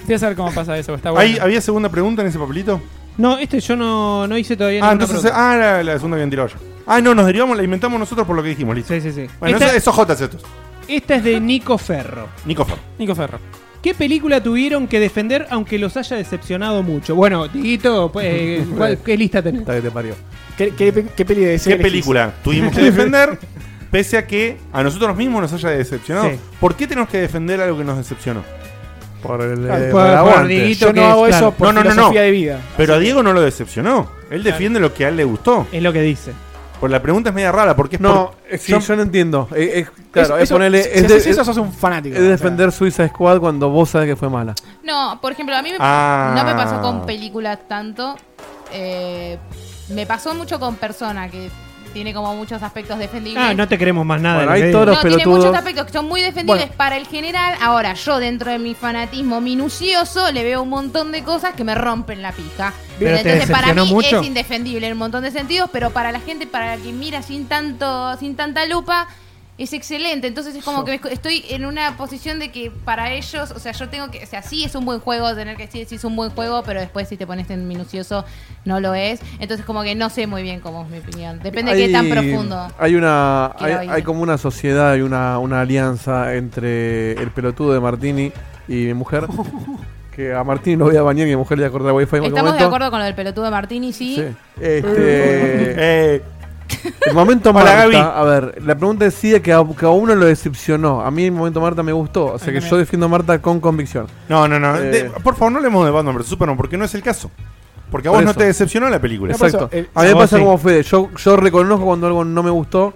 Voy a saber cómo pasa eso, está ¿Hay- bueno. ¿Había segunda pregunta en ese papelito? No, este yo no, no hice todavía Ah, ninguna entonces. pregunta. Ah, la, la segunda que han tirado yo. Ah, no, nos derivamos, la inventamos nosotros por lo que dijimos, ah. listo. Sí, sí, sí. Bueno, esta, eso- esos Jotas estos. esta es de Nico Ferro. Nico Fer. Nico Ferro. ¿Qué película tuvieron que defender aunque los haya decepcionado mucho? Bueno, Tiguito, pues, *laughs* eh, ¿cuál- ¿qué lista tenés? Está que te parió. ¿Qué, qué, qué peli de DC ¿Qué elegís? película tuvimos que defender? Pese a que a nosotros mismos nos haya decepcionado. Sí. ¿Por qué tenemos que defender algo que nos decepcionó? Por el. Claro, eh, por- por el por aguante. Dieguito. Yo no que hago es, eso claro. por No, no, no, filosofía no. de vida. Pero a Diego no lo decepcionó. Él defiende lo que a él le gustó. Es lo que dice. Pues la pregunta es media rara, porque es No, por- eh, sí, yo, no entiendo. Eh, es- claro, Eso- es ponerle. si- Es, si de- haces eso, es- sos un fanático. es o sea. defender Suiza Squad cuando vos sabes que fue mala. No, por ejemplo, a mí me- Ah. no me pasó con películas tanto. eh, me pasó mucho con Persona, que tiene como muchos aspectos defendibles. Ah, no te queremos más nada. Bueno, de lo hay que todos los digo. No, tiene pelotudos. muchos aspectos que son muy defendibles Bueno. para el general. Ahora, yo dentro de mi fanatismo minucioso le veo un montón de cosas que me rompen la pija. Pero te entonces para decepcionó mí mucho. es indefendible en un montón de sentidos, pero para la gente, para la que mira sin tanto, sin tanta lupa, Es excelente, entonces es como que me- estoy en una posición de que para ellos, o sea, yo tengo que, o sea, sí es un buen juego, tener que decir si es un buen juego, pero después si te pones tan minucioso no lo es. Entonces como que no sé muy bien cómo es mi opinión. Depende de qué tan profundo. Hay una hay, Quiero ir. hay como una sociedad y una, una alianza entre el pelotudo de Martini y mi *laughs* mujer. que a Martini lo voy a bañar y mi mujer le voy a cortar el wifi en cualquier Estamos momento. de acuerdo con lo del pelotudo de Martini, sí. Sí. *laughs* Este, Eh, el momento Hola, Marta, Gaby. a ver, la pregunta decía que a, que a uno lo decepcionó. A mí el momento Marta me gustó, o sea que yo defiendo a Marta con convicción. no, no, no. Eh. De- por favor, no hablemos de Batman vs Superman porque no es el caso. Porque a vos Por no eso. te decepcionó la película. por eso, Exacto. eh, a mí me vos pasa sí. como Fede. Yo, yo reconozco cuando algo no me gustó,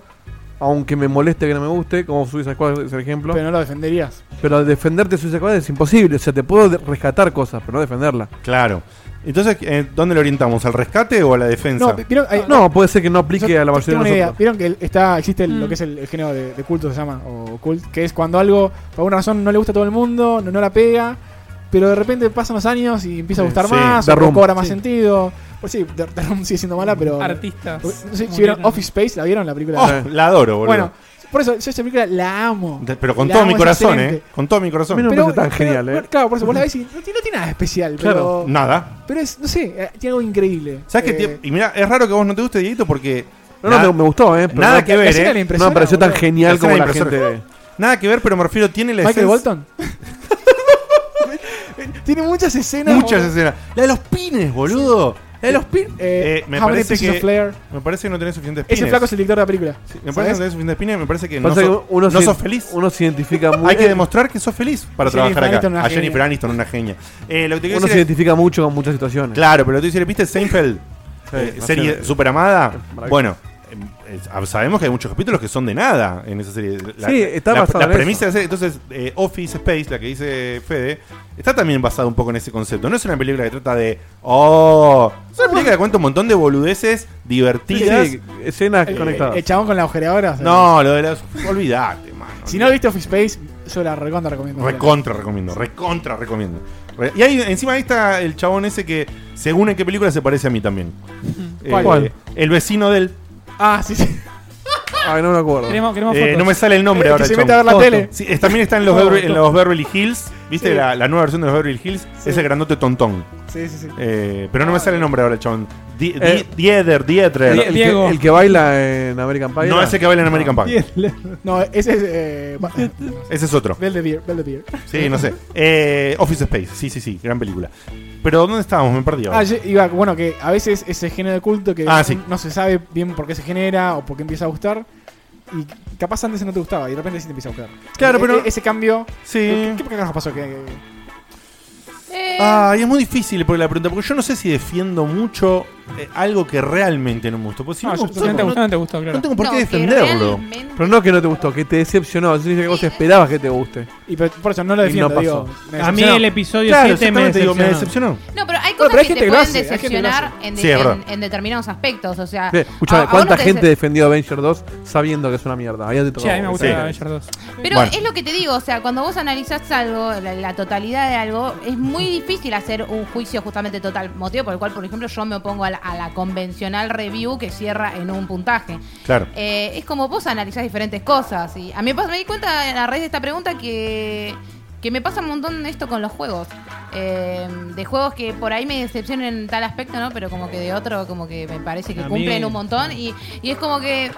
aunque me moleste que no me guste, como Suiza Squad es el ejemplo. Pero Pero, no lo defenderías. defenderte de Suiza Squad es imposible. O sea, te puedo de- rescatar cosas, pero no defenderla. Claro. Entonces, eh, ¿dónde lo orientamos? ¿Al rescate o a la defensa? No, ¿vieron? Hay- No, puede ser que no yo aplique a la te- mayoría tengo una de idea. nosotros. Vieron que el- está, existe el- lo Mm. que es el, el género de, de culto, se llama, o cult, que es cuando algo, por alguna razón, no le gusta a todo el mundo, no, no la pega, pero de repente pasan los años y empieza a Sí, gustar sí, más, The o Room. cobra más Sí. sentido. Pues sí, The, The Room sigue siendo mala, pero... Artistas. Porque- no sé si vieron murieron. Office Space, ¿la vieron la película? Oh, la adoro, boludo. bueno, por eso yo esa película la amo. De- pero con La todo amo, mi es corazón, excelente. ¿eh? Con todo mi corazón. A mí no me parece tan genial, pero- ¿eh? Claro, por eso vos la ves y no, tiene no tiene nada de especial, Claro. pero, Nada. pero es, no sé, eh, tiene algo increíble. ¿Sabes qué? Eh, tie- Y mira, es raro que vos no te guste, Dieguito, porque. No, nada, no, me, me gustó, ¿eh? Pero nada no, que ver, la escena ¿eh? de la no impresora, me pareció tan boludo. genial La escena como la impresora. gente. nada que ver, pero me refiero, tiene la Michael esencia- *laughs* Bolton. tiene muchas escenas. Muchas boludo. escenas. La de los pines, boludo. La de los pines. Eh, Eh, me How many parece Pieces que- of Flair. Me parece que no tenés suficientes pines. Ese flaco es el director de la película. Me parece que no ¿sabes? tenés suficientes pines, me parece que no, Pasa que sos, uno no se- sos feliz. Uno se identifica muy Hay que demostrar que sos feliz para Jennifer trabajar acá. Aniston, una a Jennifer genia. Aniston, una genia. Eh, lo que te quiero Uno se decir es- identifica mucho con muchas situaciones. Claro, pero lo que te quiero decir es, ¿viste Seinfeld? Eh, no sé. serie super amada. Bueno, eh, eh, sabemos que hay muchos capítulos que son de nada en esa serie. La- Sí, está la, basado la en premisa de la serie. Entonces, eh, Office Space, la que dice Fede, está también basada un poco en ese concepto. No es una película que trata de. ¡Oh! Es una película que cuenta un montón de boludeces Sí, divertidas. sí, Eh, escenas El, conectadas. el chabón con la agujereadora. o sea, No, lo de las. Olvídate, mano. Si no viste Office Space, yo la recontra recomiendo. Recontra recomiendo, recontra recomiendo. Re- y ahí, encima ahí está el chabón ese que, según en qué película, se parece a mí también. Eh, ¿Cuál? ¿Cuál? El vecino del. Ah, sí, sí. Ay, no me acuerdo. Queremos, queremos Eh, fotos. no me sale el nombre El ahora. que se chabón. mete a ver la Toto. tele. Sí, es- también está en los, Toto. Beverly, en los Beverly Hills. ¿Viste Sí. la, la nueva versión de los Beverly Hills? Sí. Ese grandote tontón. Sí, sí, sí. Eh, pero no me sale el nombre ahora, el chabón. Die- die- Eh. Dieder, Diedrer. El, el que, Diego. el que baila en American Pie. No, era. ese que baila en American Pie. No, ese es. Eh, ba- Ese es otro. Belle de Beer, Belle de Beer. Sí, *laughs* no sé. Eh, Office Space. Sí, sí, sí. Gran película. Pero ¿dónde estábamos? Me perdí ahora. Ah, yo iba, bueno, que a veces ese género de culto que Ah, sí. no se sabe bien por qué se genera o por qué empieza a gustar. Y capaz antes no te gustaba y de repente sí te empieza a gustar. Claro, E- pero- Eh. e- Ese cambio. sí. ¿Qué, qué carajo pasó? ¿Qué- qué- Eh, Ah, Ay, es muy difícil por la pregunta, porque yo no sé si defiendo mucho eh, algo que realmente no me gustó. Porque si no, No, me yo- gustó, no te no, gustó, no te gustó, no claro. tengo por no, qué que defenderlo. realmente- Pero no que no te gustó, que te decepcionó. Eso significa que vos esperabas que te guste. Y pero por eso no lo Y defiendo, no pasó. digo, me A mí decepcionó. el episodio Claro, 7 me exactamente, digo, me decepcionó. decepcionó. No, pero hay Bueno, cosas pero hay que gente que te lo pueden hace, hay gente que lo decepcionar en, Sí, es en- verdad. en determinados aspectos. O sea, Che, escuchame, a- a Ah, vos ¿cuánta no te dece- gente defendió Avenger 2 sabiendo que es una mierda? Ahí te tocó Che, a mí me vos. gusta Sí. Avenger 2. Pero Bueno. es lo que te digo, o sea, cuando vos analizás algo, la, la totalidad de algo, es muy difícil hacer un juicio justamente total. Motivo por el cual, por ejemplo, yo me opongo a la, a la convencional review que cierra en un puntaje. Claro. Eh, es como vos analizás diferentes cosas. Y a mí me pasa- me di cuenta a raíz de esta pregunta que, que me pasa un montón esto con los juegos. Eh, de juegos que por ahí me decepcionan en tal aspecto, ¿no? Pero como que de otro, como que me parece que A mí- cumplen un montón. Y, y es como que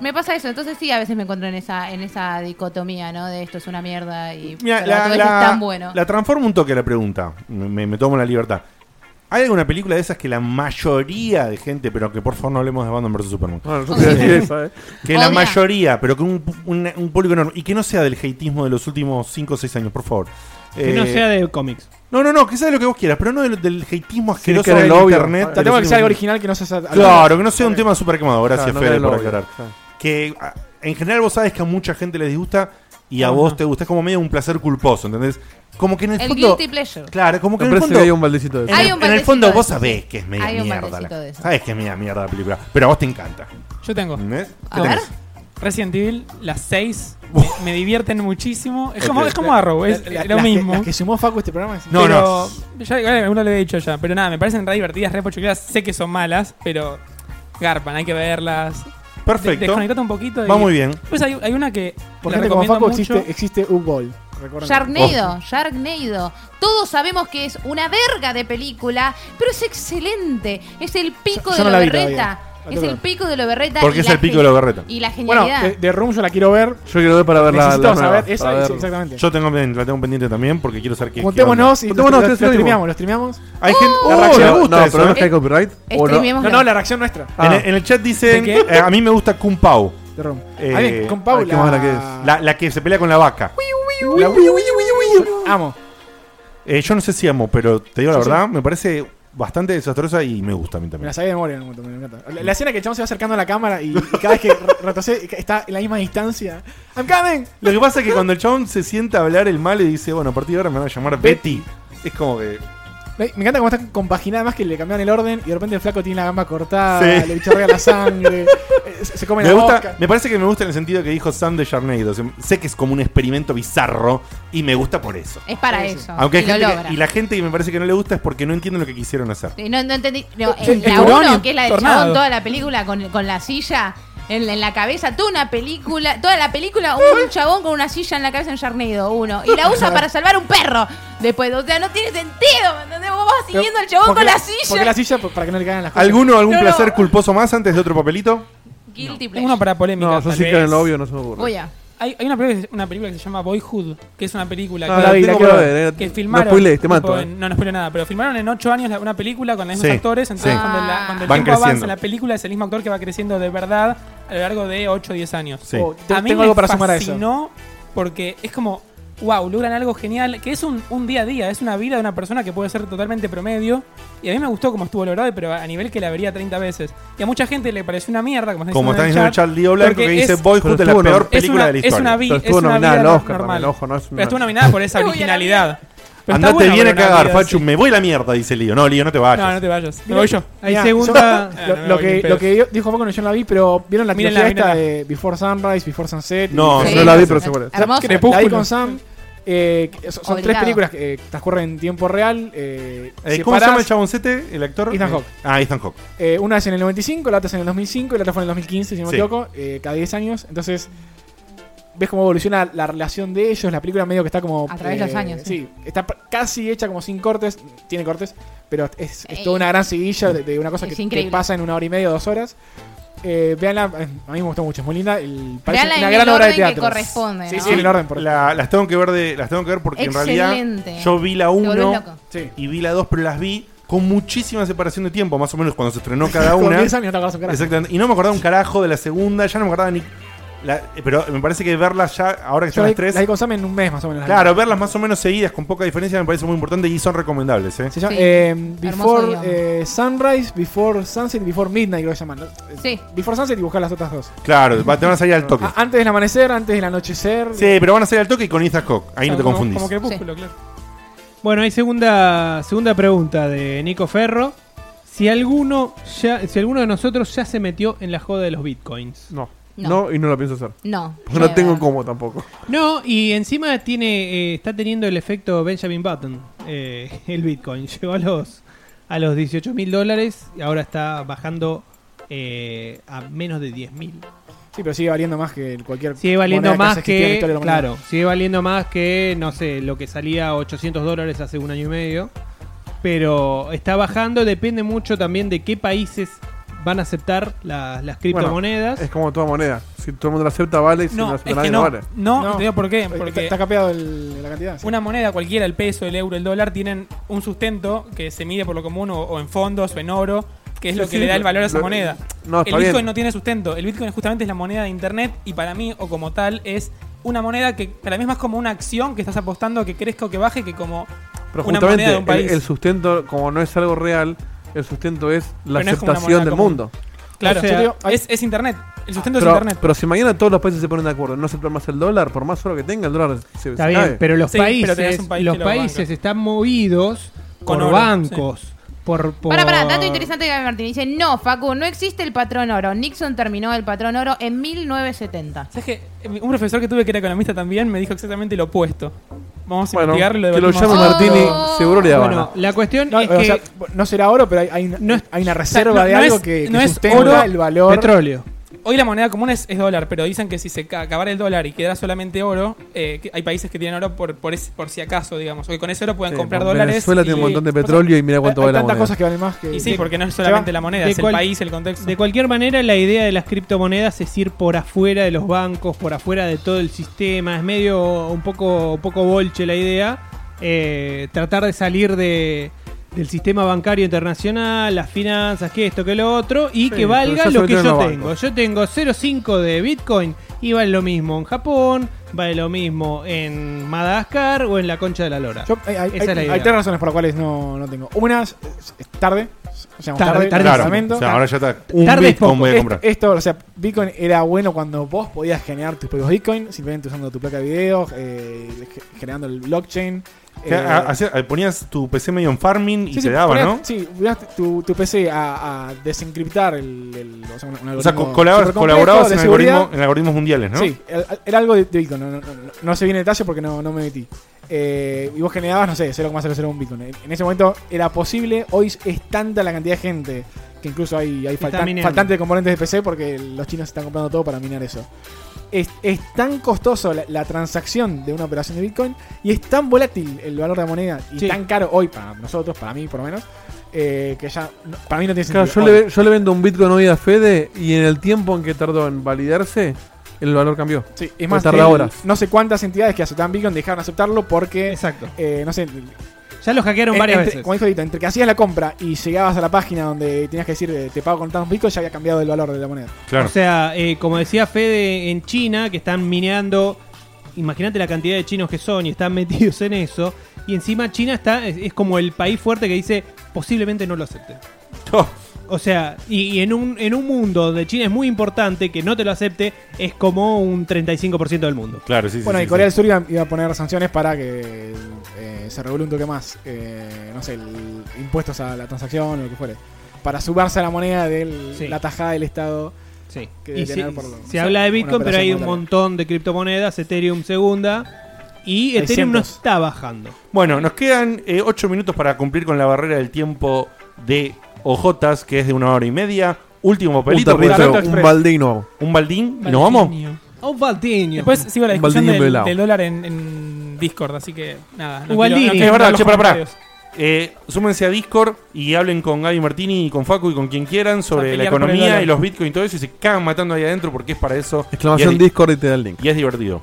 me pasa eso. Entonces sí, a veces me encuentro en esa en esa dicotomía, ¿no? De esto es una mierda y Mira, pero a la, tu vez la- es tan bueno. la transformo un toque a la pregunta. Me, me- me tomo la libertad. ¿Hay alguna película de esas que la mayoría de gente, pero que por favor no hablemos de Batman vs Superman? Bueno, yo te iba a decir eso, ¿eh? Que la Obvia. mayoría, pero que un, un- un público enorme. Y que no sea del hateismo de los últimos 5 o 6 años, por favor. Que Eh, no sea de cómics. no, no, no, que sea de lo que vos quieras, pero no del, del hateismo que asqueroso era del el obvio. internet. Tratemos Tratemos de de que los sea algo últimos- original que no se sa- Claro, que no sea un Ok. tema super quemado. Gracias, Claro, no Fede, era por lo obvio. aclarar. Claro. Que a- en general vos sabes que a mucha gente les disgusta y a vos te gusta. Es como medio un placer culposo, ¿entendés? Como que en el, El fondo. guilty pleasure. Claro, como que Me en el parece fondo. que hay un baldecito de en eso. Hay el- un en el baldecito fondo de vos eso, sabés sí. que es media Hay un mierda. baldecito de La, eso. sabés que es media mierda la película. Pero a vos te encanta. Yo tengo. ¿Entendés? A ver. Resident Evil, las 6, Uf. me, me divierten muchísimo. Es Ok. como, es como Arrow, La- es la- lo las que- mismo. las que sumó Facu a este programa. es- No, pero Ya, igual, uno lo he dicho ya, pero nada, me parecen re divertidas, re pochuqueras. Sé que son malas, pero garpan, hay que verlas. Perfecto. de- desconectate un poquito. y- Va muy bien. Pues hay, hay una que Por la gente como recomiendo Facu mucho. existe, existe U-Ball. recuerden. Sharknado, Sharknado. Todos sabemos que es una verga de película, pero es excelente. Es el pico Yo- de yo no lo la vi berreta. todavía. La Es tengo el que ver. pico de lo berreta. Porque y es la el pico gen- de lo berreta. Y Bueno, la eh, genialidad. de, de Room yo la quiero ver. Yo quiero ver para ver la, la Necesito nueva, saber esa, para ver. exactamente. Yo tengo, pen- la tengo pendiente también porque quiero saber qué. qué Juntémonos y Juntémonos, lo, ustedes lo lo streameamos, lo streameamos. onda. Hay gente. Oh, la reacción, Uh, me le gusta gusta no, eso, pero no ¿eh? es que hay copyright. ¿O no? Streameémosla. No, no, la reacción nuestra. En, Ah, el- en el chat dicen. ¿De qué? eh, a mí me gusta Kung Pao. De Room. Eh, Ah, bien, con ay, qué mala que es. Paula. La, la que se pelea con la vaca. La Wii, Wii, Wii, Wii. Amo. Eh, yo no sé si amo, pero te digo la Yo sí. verdad, me parece bastante desastrosa y me gusta a mí Me también. la sabía de memoria en un momento, me encanta. Mm. La, la escena que el chabón se va acercando a la cámara y, y cada vez que re- retrocede está en la misma distancia. ¡I'm coming! Lo que pasa es que cuando el chabón se sienta a hablar el mal y dice, bueno, a partir de ahora me van a llamar Betty. Es como que. Me me encanta cómo está compaginada, además que le cambiaron el orden y de repente el flaco tiene la gamba cortada, Sí. le bicharrea la sangre, eh, se se come Me, la gusta, boca. me parece que me gusta en el sentido que dijo Sam de Sharnado. Sé que es como un experimento bizarro y me gusta por eso. Es para Sí, sí. eso. Aunque hay Ah, y gente lo que- logra. y la gente que me parece que no le gusta es porque no entienden lo que quisieron hacer. Sí, No, no entendí. No, Sí, en la tiburón y 1, que es la del tornado. chabón, toda la película con, con la silla en, en la cabeza, toda una película, toda la película, un chabón con una silla en la cabeza en Sharknado, uno. Y la usa para salvar un perro. Después, o sea, no tiene sentido, ¿me entendés? Vos vas siguiendo al chabón Porque con la, Porque silla. la silla, por- para que no le caigan las cosas. ¿Alguno, algún No, no. placer culposo más antes de otro papelito? Guilty Tengo pleasure. una para polémica. No, yo tal sí que en vez. el obvio no se me ocurre. Voy a. Hay, hay una, película, una película que se llama Boyhood, que es una película No, que- Ah, la vi, la tengo que quiero ver. eh. que filmaron. No spoilees, te tipo, mato. eh. en- No, no spoileo nada, pero filmaron en 8 años la- una película con los mismos Sí, actores. Entonces, sí. cuando, la- cuando el Van tiempo creciendo. avanza, la película es el mismo actor que va creciendo de verdad a lo largo de 8 o 10 años. Sí. Oh, te- A mí tengo me algo para sumar a eso. fascinó porque es como, wow, logran algo genial, que es un, un día a día, es una vida de una persona que puede ser totalmente promedio. Y a mí me gustó como estuvo logrado, pero a nivel que la vería 30 veces. Y a mucha gente le pareció una mierda, como, Como están está diciendo en el chat, Lío Blanco que porque dice es- Boyhood pero es la estuvo nom- peor es película una- de la historia. Es una, vi- Pero es estuvo una nominada vida al Oscar normal. también, ojo, no es una- Pero estuvo nominada por esa Uy, a la originalidad. Pero está Andate bueno bien a ver una cagar, vida Fachu. así. Me voy a la mierda, dice Lío. No, Lío, no te vayas. No, no te vayas. Me voy yo. Hay Mirá, yo- segunda. Lo, Ah, no me lo voy ni que, en lo pedos. que yo- dijo Facu, no, yo no la vi, pero ¿vieron la Mírenla, trilogía esta mírenla. de Before Sunrise, Before Sunset? No, Sí. yo la vi, pero se muere. Hermoso. La vi Crepúsculo. con Sam. Eh, que son son tres Ah, Obligado. películas que eh, transcurren en tiempo real. Eh, Eh, ¿Cómo se llama el separás, chaboncete, el actor? Ethan Eh, Hawke. Ah, Ethan Hawke. eh, Una es en el 95, la otra es en el 2005 y la otra fue en el 2015, si no me Sí. equivoco. eh, cada 10 años. Entonces, ves cómo evoluciona la relación de ellos. La película medio que está como... eh, A través de los años, Sí, está pr- casi hecha como sin cortes. Tiene cortes, pero es, es Ey. toda una gran seguilla de, de una cosa Es que, que increíble. pasa en una hora y media, dos horas. Eh, veanla, a mí me gustó mucho, es muy linda. el- parece Veanla una en gran el obra de orden que teatro. corresponde, Sí, ¿no? sí, en el orden, por La- las tengo que ver de, las tengo que ver porque en realidad Excelente. yo vi la Te volvés 1 loco. Sí. y vi la 2, pero las vi con muchísima separación de tiempo, más o menos cuando se estrenó cada *laughs* Con una. 10 años no te acordás un carajo. Exactamente. Y no me acordaba un carajo de la segunda, ya no me acordaba ni. la- eh, pero me parece que verlas ya, ahora que Yo son la, las vi- la vi tres. con Sam en un mes más o menos. Claro, verlas más o menos seguidas con poca diferencia me parece muy importante y son recomendables, ¿eh? Se llama, Sí. eh, Hermoso Before guión. eh, Sunrise, Before Sunset, Before Midnight, creo que se llaman. ¿no? Eh, Sí. Before Sunset y buscar las otras dos. Claro, va- te van a salir al toque. Ah, antes del amanecer, antes del anochecer. Sí, pero van a salir al toque y con Ethan Hawke. Ahí no te Como- confundís. Como Crepúsculo, claro. Bueno, hay segunda, segunda pregunta de Nico Ferro. Si alguno, ya, si alguno de nosotros ya se metió en la joda de los bitcoins. No. No. eh. No, y no lo pienso hacer. No. Porque no never. tengo cómo tampoco. No, y encima tiene, eh, está teniendo el efecto Benjamin Button, eh, *laughs* el bitcoin. Llegó a los, a los 18 mil dólares y ahora está bajando eh, a menos de 10 mil. Sí, pero sigue valiendo más que cualquier. Sigue valiendo moneda más se existió en la que. historia de la humanidad. Claro, sigue valiendo más que, no sé, lo que salía a 800 dólares hace un año y medio. Pero está bajando, depende mucho también de qué países van a aceptar la- las criptomonedas. Es como toda moneda. Si todo el mundo la acepta, vale. Y si no la No, es acepta que nadie, no. no vale. No, No. te digo por qué. Está- Porque Está capeado el- la cantidad. sí. una moneda cualquiera, el peso, el euro, el dólar, tienen un sustento que se mide por lo común o, o en fondos o en oro, que es lo Sí, que sí, le da el valor a esa lo- moneda. No, El está Bitcoin bien. no tiene sustento. El Bitcoin justamente es la moneda de Internet y para mí, o como tal, es una moneda que para mí es más como una acción que estás apostando a que crezca o que baje que como... Pero una justamente moneda de un el- país. El, sustento, como no es algo real, el sustento es la Pero no es como una aceptación moneda del común. mundo. Claro, O sea, yo digo, es, es Internet. El sustento es Pero, Internet. pero si mañana todos los países se ponen de acuerdo, no aceptan más el dólar, por más oro que tenga, el dólar se, Está se bien, cae. pero los Sí, pero países, tenés un país los que lo países banca. están movidos Con por oro, bancos. Por, por... Para, para, dato interesante de Gaby Martín. Dice: No, Facu, no existe el patrón oro. Nixon terminó el patrón oro en 1970. ¿Sabes que Un profesor que tuve que era economista también me dijo exactamente lo opuesto. Vamos a Bueno, investigarlo. y que lo llame debatimos. Oh. Martini, seguro le da Bueno, la cuestión No, es o que sea, no será oro, pero hay, hay, No es- hay una reserva no- de no algo es- que, que no es sustenta oro, el valor. petróleo. hoy la moneda común es, es dólar, pero dicen que si se ca- acabara el dólar y quedara solamente oro, eh, que hay países que tienen oro por, por, ese- por si acaso, digamos. O que con ese oro pueden Sí, comprar por dólares. Venezuela y- tiene un montón de o sea, petróleo y mira cuánto Hay vale la tantas moneda. cosas que valen más que. Y sí, porque no es se solamente la moneda, de es el cual- país, el contexto. De cualquier manera, la idea de las criptomonedas es ir por afuera de los bancos, por afuera de todo el sistema. Es medio un poco, un poco bolche la idea. Eh, tratar de salir de, del sistema bancario internacional, las finanzas, que esto, que lo otro, y que pero ya valga se lo que metió en yo los tengo. bancos. Yo tengo 0,5 de Bitcoin y vale lo mismo en Japón, vale lo mismo en Madagascar o en la concha de la lora. Yo- eh, hay, hay- Esa es la hay- idea. hay tres razones por las cuales no, no tengo. Una es, es tarde. o sea, Tarde, tarde, tarde, tarde, Claro, lanzamiento. o sea, ahora ya está. Tarde Un es Bitcoin poco. voy a Est- comprar. Esto, o sea, Bitcoin era bueno cuando vos podías generar tus propios Bitcoin, simplemente usando tu placa de video, eh, ge- generando el blockchain. Que eh, ha- ah, hacía- ponías tu PC medio en farming y sí, te sí, daba, ponías- ¿no? Sí, ponías tu, tu PC a, a desencriptar el, el- o sea, un- un O sea, co- algoritmo colaborabas, supercomplejo colaborabas de en, seguridad. algoritmo- en algoritmos mundiales, ¿no? Sí, era- era algo de, de Bitcoin, no, no- no- no sé bien el detalle porque no, no me metí. Eh, y vos generabas, no sé, 0,001 Bitcoin. En, en ese momento era posible, hoy es tanta la cantidad de gente que incluso hay, hay Está faltan- minando. faltantes de componentes de PC porque los chinos están comprando todo para minar eso. Es, es tan costoso la, la transacción de una operación de Bitcoin y es tan volátil el valor de la moneda y Sí. tan caro hoy para nosotros, para mí por lo menos, eh, que ya no- para mí no tiene sentido. Claro, yo, Hoy. le, yo le vendo un Bitcoin hoy a Fede y en el tiempo en que tardó en validarse, el valor cambió. Sí, es más, tarda el- horas. no sé cuántas entidades que aceptaban Bitcoin dejaron de aceptarlo porque, Exacto. eh, no sé, Ya lo hackearon En- varias Eh, entre- veces. Como dijo Dito, entre que hacías la compra y llegabas a la página donde tenías que decir eh, te pago con tantos bitcoins, ya había cambiado el valor de la moneda. Claro. O sea, eh, como decía Fede, en China, que están mineando, imagínate la cantidad de chinos que son y están *laughs* metidos en eso, y encima China está es, es como el país fuerte que dice, posiblemente no lo acepten. Oh, O sea, y, y en, un, en un mundo donde China es muy importante, que no te lo acepte, es como un 35% del mundo. claro, sí, sí. bueno, sí, y Corea sí. del Sur iba, iba a poner sanciones para que eh, se regule un toque más, eh, no sé, el- impuestos a la transacción o lo que fuere, para subarse a la moneda de Sí. la tajada del Estado. Sí. Que Y debe se tener por lo- se o sea, habla de una Bitcoin, pero operación hay un monetaria. montón de criptomonedas, Ethereum segunda, y Hay Ethereum no cientos. está bajando. Bueno, nos quedan 8 minutos para cumplir con la barrera del tiempo de Ojotas, que es de una hora y media. Último Un, papelito, tarrito, Pedrito. un baldino. un baldín y nos vamos. Oh, Valdiño. Después sigo la Un discusión Baldini del, pelado. del dólar en, en Discord, así que nada. Un Baldini. quiero Es verdad, los che, pará, pará. comentarios. Eh, súmense a Discord y hablen con Gaby Martini y con Facu y con quien quieran sobre la A pelear por el economía dólar. y los bitcoins y todo eso y se cagan matando ahí adentro porque es para eso. Exclamación y es, di- Discord y te da el link. y es divertido.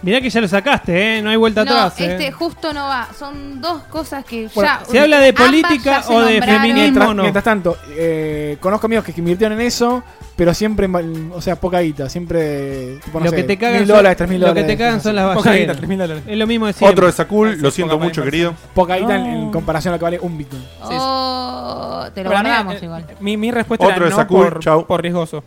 Mirá que ya lo sacaste, ¿eh? No hay vuelta No, atrás. ¿eh? este justo no va. Son dos cosas que Bueno, ya. se habla de ambas política ya se o de nombraron. feminismo. Mientras, Mono. mientras tanto, eh, conozco amigos que invirtieron en eso, pero siempre, en val- o sea, poca guita, siempre. tipo, no lo sé, que te cagan mil son, dólares, tres mil lo dólares. que te cagan cosas son así. las Poca guita, ballenas. 3.000 dólares. Es lo mismo de siempre. Otro de Sakul, Sí, lo siento poca mucho, para querido. Poca guita en, No. en comparación a lo que vale un bitcoin. Oh, te lo Para mí, guardamos eh, igual. Mi, mi respuesta Otro era de no Sakul, por, chau. por riesgoso.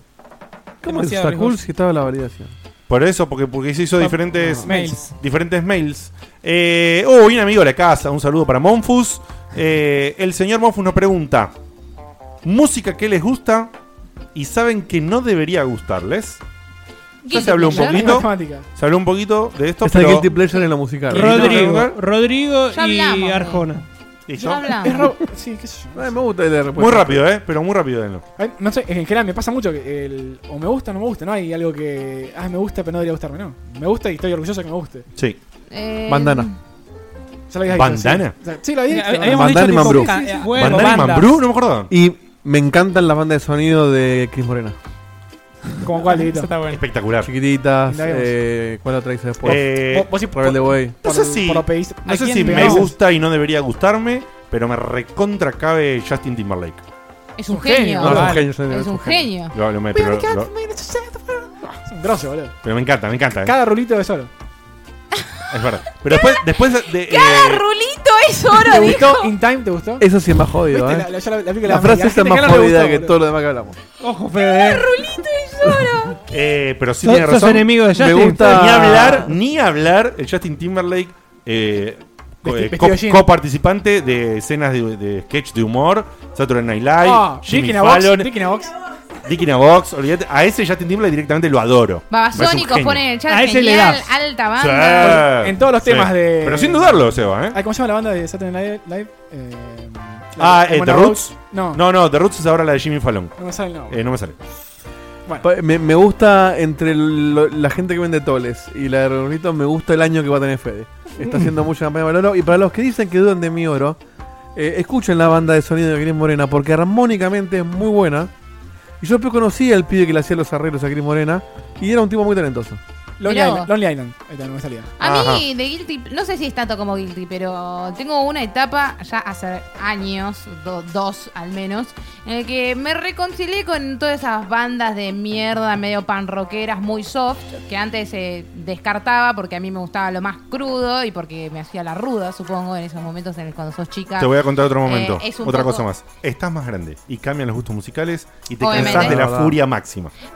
¿Cómo es Demasiado cool riesgoso. si estaba la validación? Por eso, porque, porque se hizo Pa- diferentes mails. Diferentes mails. Eh, oh, y un amigo de la casa, un saludo para Monfus. Eh, el señor Monfus nos pregunta: ¿Música que les gusta y saben que no debería gustarles? Ya se habló un Guilty poquito. Matemática. Se habló un poquito de esto, Está el pero. guilty pleasure en lo musical. Ro- Rodrigo, ¿Otro? Rodrigo Ya hablamos y de- Arjona. ¿Y Ya yo? hablamos. Es robo- sí, qué sé yo. Ay, me gusta la respuesta. Muy rápido, ¿eh? Pero muy rápido, denlo. Ay, No sé, en general me pasa mucho que el, o me gusta o no me gusta, ¿no? Hay algo que. Ah, me gusta, pero no debería gustarme, ¿no? Me gusta y estoy orgulloso que me guste. Sí. Eh, Bandana. Ya lo habías ¿Bandana? dicho, sí. Sí, lo había dicho. Habíamos ¿no? Bandana dicho y tipo, Mambrú. ca- Sí, sí, sí. eh, Bueno, ¿Bandana y bandas. Mambrú? No me acordaba. Y me encantan las bandas de sonido de Cris Morena. ¿Como cuál, Eso Dieguito? está bueno. Espectacular. Chiquititas, Indaguemos. eh, ¿cuál otra hice después? Eh, Vos- vos sí, Rebelde Way. no por- sé si, por lo pediste- no ¿A sé quién si me pegamos? gusta y no debería gustarme, pero me recontra cabe Justin Timberlake. Es un genio. Ah, No, es un vale. genio, es un Es un genio. Lo- lo me- pero, lo- Es un grosso, boludo. pero me encanta, me encanta. eh. Cada rulito de solo. Es verdad. Pero después, después de. eh, Rulito es oro, ¿Te dijo. gustó? ¿In time te gustó? eso sí es más jodido, ¿Viste? ¿eh? La, La, la- yo la- la vi que la- frase la esa es gente más que no le jodida gustó, que boludo. todo lo demás que hablamos. Ojo, Fede. Rulito es oro. eh, pero sí ¿Sos, tiene sos razón. enemigo de Justin? Me gusta- Ni hablar, ni hablar, el Justin Timberlake, eh, co- Vesti- eh, vestido de jean. co- coparticipante de escenas de, de sketch de humor, Saturday Night Live, Ah, Jimmy Dick in a box, Fallon, Dick in a box. Dick in a Box, olvídate, a ese Justin Timberlake directamente lo adoro. Babasónicos ponen en el chat. A ese le genial, das. alta banda. en, En todos los temas de- Pero sin dudarlo, Seba, ¿eh? Ay, ¿Cómo se llama la banda de Saturday Night Live? Eh, Ah, la- eh, Mona The Roach. Roots. No, no No, no, The Roots es ahora la de Jimmy Fallon. me sale el nombre. Eh, no me sale. Bueno. Pa- Me, me gusta entre lo- la gente que vende toles y la de Redondito, me gusta el año que va a tener Fede. Está haciendo mucha campaña para el oro. Y para los que dicen que dudan de mi oro, eh, escuchen la banda de sonido de Cris Morena, porque armónicamente es muy buena. Y yo después conocí al pibe que le hacía los arreglos a Cris Morena, y era un tipo muy talentoso. Lonely Mirá Island. vos. Lonely Island. Ahí está, no me salía. A Ajá. mí, de Guilty, no sé si es tanto como Guilty, pero tengo una etapa ya hace años, do- dos al menos, en el que me reconcilié con todas esas bandas de mierda, medio pan rockeras, muy soft, que antes eh, descartaba porque a mí me gustaba lo más crudo y porque me hacía la ruda, supongo, en esos momentos en el cuando sos chica. Te voy a contar otro momento. Eh, es un Otra poco- cosa más. Estás más grande y cambian los gustos musicales y te Obviamente. cansás de la Ah, furia máxima. No me,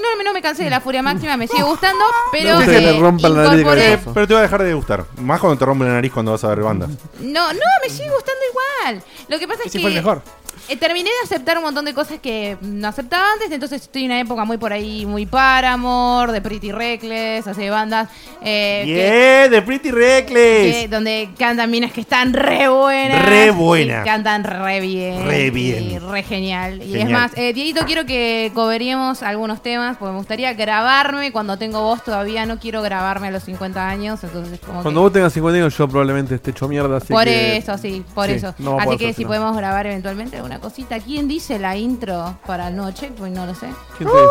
no, me- no me cansé de la furia máxima, me sigue gustando, pero gusta que eh, te rompan la nariz de incorporé- cabeza. Eh, pero te va a dejar de gustar. Más cuando te rompe la nariz cuando vas a ver bandas. No, no, me sigue gustando igual. Lo que pasa es Ese que fue el mejor. Eh, terminé de aceptar un montón de cosas que no aceptaba antes, entonces estoy en una época muy por ahí, muy Paramore, de Pretty Reckless, hace bandas eh, que- ¡Yeah! ¡The Pretty que- Reckless! donde cantan minas que están re buenas. Re buenas. Y cantan re bien. Re bien. Y re genial. Y Genial. es más, eh, Dieguito, quiero que coberiemos algunos temas, porque me gustaría grabarme cuando tengo voz todavía, no quiero grabarme a los 50 años, entonces como Cuando que... vos tengas 50 años, yo probablemente esté hecho mierda. Así Por que- eso, sí, por sí, eso. no va a Así poder que ser, si no. podemos grabar eventualmente alguna cosita. ¿Quién dice la intro para el nuevo checkpoint? No lo sé. ¿Quién te dice?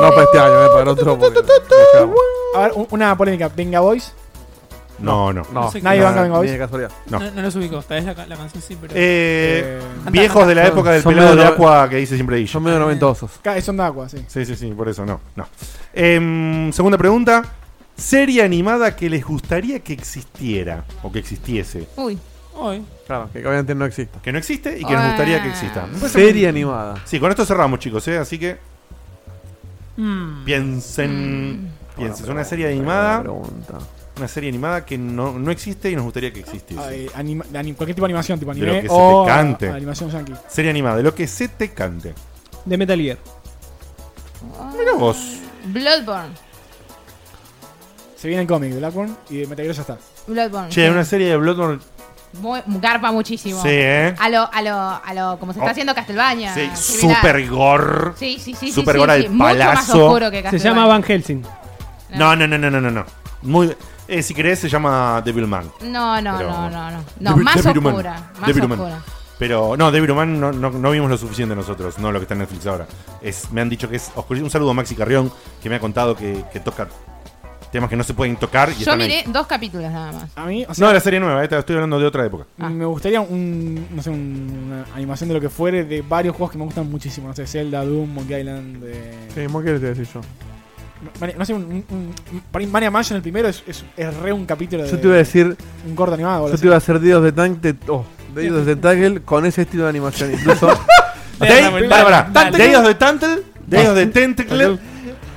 No para este año, eh, para el otro. porque- dejamos. A ver, un- una polémica. Venga Boys. No, no. No, sé Nadie no, banca Venga ni Boys. de casualidad. No. No, no los ubico, tal vez la, ca- la canción sí, pero. Eh, Eh, viejos de la anda. época del Son pelado de medio no- agua que dice siempre Guille. Son medio noventosos. ca- Son de agua, sí. Sí, sí, sí, por eso no. no. Em, segunda pregunta. Serie animada que les gustaría que existiera o que existiese. Uy. Hoy. Claro, que obviamente no existe. Que no existe y que nos gustaría que exista. Serie animada. Sí, con esto cerramos, chicos, ¿eh? Así que Hmm. Mm. piensen. Bueno, Piensen. pero- una serie pero animada. la pregunta. Una serie animada que no, no existe y nos gustaría que existiese. Ah, eh, anima- de anim- cualquier tipo de animación, tipo De anime. ¿eh? lo que se te Oh, o cante. a- animación yankee. Serie animada, de lo que se te cante. De Metal Gear. Mira vos. Bloodborne. Se viene el cómic de Blackburn y de Metal Gear ya está. Bloodborne. Che, una serie de Bloodborne. Muy- garpa muchísimo. Sí, ¿eh? A lo, a lo, a lo, como se está Oh. haciendo Castlevania. Sí, similar. super gore. Sí, sí, sí. sí, super sí, gore sí, al mucho más palazo. oscuro que Se Castlevania. llama Van Helsing. No, no, no, no, no, no. no. Muy, eh, si querés, se llama Devilman. No, no, Pero- no, no, no. No, Devil- más Devilman. oscura. Más Devilman. oscura. Pero no, Devilman no, no, no vimos lo suficiente nosotros, no lo que está en Netflix ahora. Es, me han dicho que es oscurísimo. Un saludo a Maxi Carrión, que me ha contado que, que toca temas que no se pueden tocar. Y Yo están ahí. miré dos capítulos nada más. A mí, o sea, No, la serie nueva, eh, te estoy hablando de otra época. Ah. me gustaría un, no sé, un- una animación de lo que fuere de varios juegos que me gustan muchísimo. No sé, Zelda, Doom, Monkey Island. eh, Sí, ¿cómo quieres decir yo? Mani- no sé, un, un, un- para mí Mania Mansion el primero es, es, es re un capítulo de Yo te iba a decir, un corto animado. yo boludo. te iba a hacer Dios de Tank, de, oh, Dedos de Tangle con ese estilo de animación. *laughs* Incluso Day- Dale, pará, pará. dale. Dedos de Tantle, Dedos de Tentacle,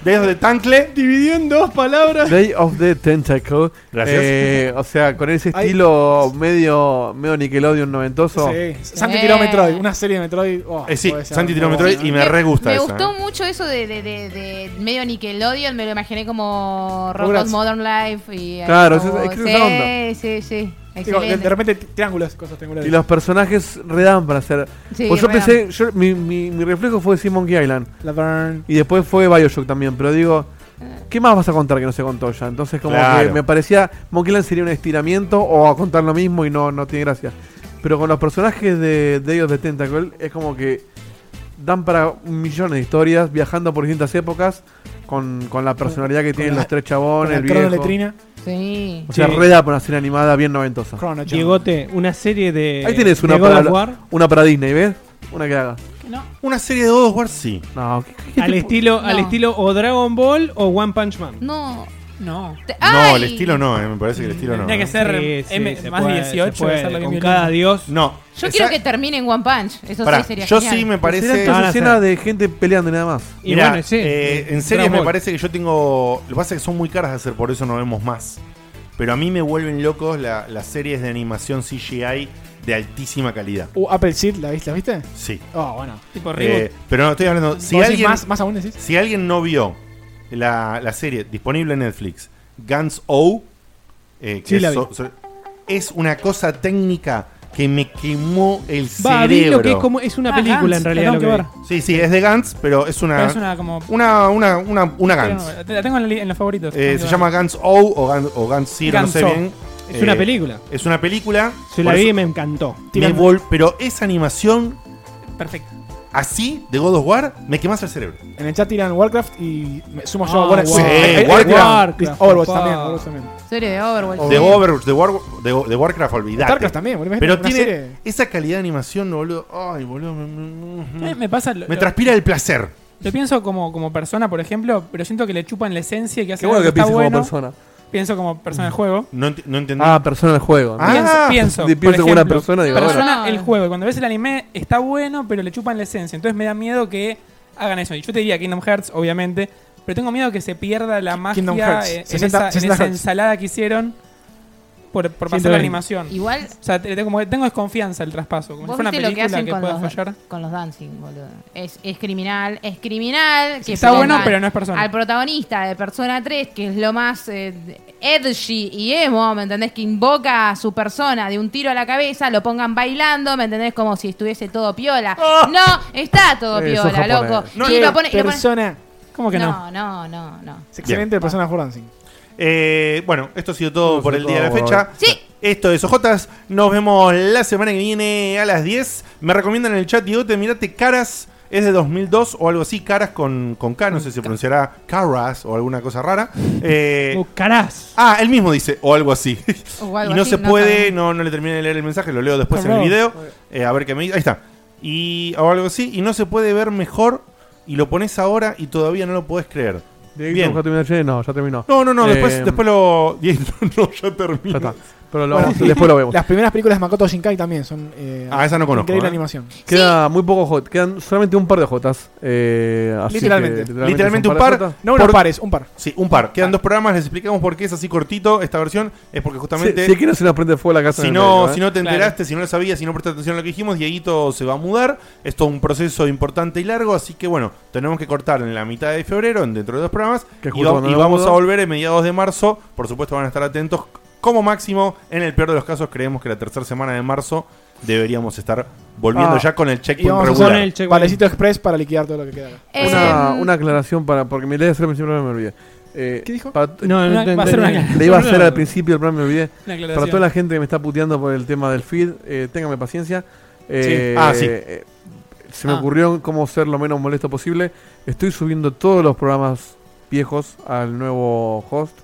Dedos de Tancle. Dividió en dos palabras. Day of the Tentacle. Gracias. Eh, o sea, con ese Ay. estilo medio medio Nickelodeon noventoso. Sí. Santi Sí. tiró Metroid, una serie de Metroid. oh, Eh, sí, puede ser, Santi tiró muy Metroid bueno. y me re gusta Me esa, gustó eh. mucho eso de, de, de, de medio Nickelodeon, me lo imaginé como Rugrats. Robot Modern Life y ahí Claro, como- es- es que es esa onda. Sí, sí, sí. Digo, de, de Excelente. repente t- triángulos, cosas triangulares. Y los personajes redan para hacer. Sí, pues yo real. pensé, yo- mi, mi, mi reflejo fue decir Monkey Island. Laverne. Y después fue Bioshock también, pero digo, ¿qué más vas a contar que no se contó ya? Entonces como Claro. que me parecía, Monkey Island sería un estiramiento o a contar lo mismo y no, no tiene gracia. Pero con los personajes de de ellos de Tentacle es como que dan para millones de historias, viajando por distintas épocas, con, con la personalidad que tienen la- los tres Con chabones, la el viejo. cronoletrina. Sí. O sea, Sí. reda para una serie animada bien noventosa. Chrono Trigger. Diegote, una serie de. Ahí tenés una de God of palabra. eh, War, Una para Disney, ¿ves? Una que haga. Una serie de God of War, sí. No, ¿qué- qué- qué al tipo- estilo, al No. estilo o Dragon Ball o One Punch Man. No. No. Te- No, ¡Ay! el estilo no, eh, me parece que el estilo no. Tendría que eh. ser Sí, sí, M- se más puede, 18. se puede, hacerla bien con violenta. cada dios. No. Yo Esa- quiero que termine en One Punch. Eso pará, sí sería yo genial. sí me Serán parece. todas Van a hacer. escenas de gente peleando y nada más. Y Mirá, bueno, sí, eh, en Dragon series me Ball. parece que yo tengo. Lo que pasa es que son muy caras de hacer, por eso no vemos más. Pero a mí me vuelven locos la- las series de animación CGI de altísima calidad. Uh, Apple Seed, ¿la viste? ¿La viste? Sí. Oh, bueno. Tipo Eh, reboot. pero no, estoy hablando. Si Si alguien, más, más aún decís. si alguien no vio la, la serie disponible en Netflix, Guns O, eh, que Sí, la es, vi. so- so- es una cosa técnica que me quemó el Va, vi cerebro. lo que es como. Es una Ah, película Gantz, en la realidad. tengo Lo que que ver. vi. Sí, sí, es de Gantz, pero es una. Pero es una Ah, como. Una, una, una, una Gantz. La tengo en, la li- en los favoritos. Eh, Tengo se que llama Gantz O o Gantz, o Gantz Zero, Gantz no sé O. bien. Es Eh, una película. Es una película. Yo la Por vi y eso- me encantó. me vol- pero esa animación ver. Perfecto. así de God of War me quemas el cerebro. En el chat tiran Warcraft y me sumo yo Ah, a Warcraft. Sí, Eh, eh, Warcraft. eh, Overwatch papá. también, Overwatch también. Serie de Overwatch. De sí. Overwatch, de, War- de- de Warcraft, olvidate. Starcraft también, boludo. Pero Una tiene serie. esa calidad de animación, boludo. Ay, boludo. Me, me- Mm. me- Eh, me pasa. Lo, me lo- transpira el placer. lo pienso como, como persona, por ejemplo, pero siento que le chupan la esencia y que hace Qué bueno algo que que está pienses bueno. como persona. Pienso como persona del juego. No, ent- no entendí. Ah, persona del juego. ¿no? Ah, Pienso- pienso, Si por pienso como una ejemplo, persona, digo, Persona- bueno. persona bueno. el juego. Y cuando ves el anime, está bueno, pero le chupan la esencia. Entonces me da miedo que hagan eso. Y yo te diría Kingdom Hearts, obviamente. Pero tengo miedo que se pierda la Kingdom magia Hearts, eh, en, 60 esa, en 60 esa Hz. ensalada que hicieron por, por pasar la 120. animación. Igual, O sea, te- tengo, como que tengo desconfianza el traspaso. Como si vos fuera viste una lo que película hacen que, con, pueda los, fallar. con los dancing, boludo. Es, es criminal, es criminal. que Está bueno, pongan pero no es persona. Al protagonista de Persona 3, que es lo más eh, edgy y emo, ¿me entendés? Que invoca a su persona de un tiro a la cabeza, lo pongan bailando, ¿me entendés? Como si estuviese todo piola. Ah. No, está todo Eh, son piola, japoneses. loco. No, y no, lo pone, y lo pone- persona. ¿Cómo que no? no, no, no, no. Es excelente persona for dancing. Eh, bueno, esto ha sido todo Eso por fue el día de la todo, fecha. Sí. Esto es Ojotas. Nos vemos la semana que viene a las 10. Me recomiendan en el chat, Diegote, mirate Caras. Es de 2002 o algo así. Caras con, con K. No sé si se pronunciará Caras o alguna cosa rara. Eh, Oh, carás. ah, él mismo dice o algo así. O *laughs* algo y no así, se puede, sabemos. no, no, le terminé de leer el mensaje. Lo leo después en el Caras. video. Eh, a ver qué me dice. Ahí está. Y, o algo así. Y no se puede ver mejor. Y lo pones ahora y todavía no lo podés creer. Bien. ¿Ya terminó el Jedi? No, ya terminó. No, no, no, Eh, después, después lo. *laughs* No, ya Ya termino. está. Pero lo- Bueno, después lo vemos. Las primeras películas de Makoto Shinkai también son. eh, Ah, esa no conozco, Increíble ¿eh? animación. Queda muy poco J. Quedan solamente un par de Jotas. Eh, así que, Literalmente. Literalmente son un par. de Jotas. No unos Por- pares, un par. Sí, un par. Quedan dos programas, les explicamos por qué es así cortito esta versión. Es porque justamente. Si, si quieren, se nos prende fuego la casa. Si en el no, medio, ¿eh? si no te Claro. enteraste, si no lo sabías, si no prestaste atención a lo que dijimos, Dieguito se va a mudar. Es todo un proceso importante y largo, así que bueno, tenemos que cortar en la mitad de febrero, en dentro de dos programas. Que y justo va- cuando y me vamos mudo. a volver en mediados de marzo. Por supuesto, van a estar atentos. Como máximo, en el peor de los casos, creemos que la tercera semana de marzo deberíamos estar volviendo Ah, ya con el Y checkpoint vamos a regular. Con usar el checkpoint. Valecito Express para liquidar todo lo que queda. acá. Una, Em, una aclaración para. Porque mi idea de hacer al principio no me olvidé. Eh, ¿Qué dijo? para- No, Una- no, no, va a ser no, una no. cara. le iba a hacer al principio el programa me olvidé. Una Para aclaración. toda la gente que me está puteando por el tema del feed, eh, téngame paciencia. Eh, Ah, sí. eh, se me Ah. ocurrió cómo ser lo menos molesto posible. Estoy subiendo todos los programas viejos al nuevo host.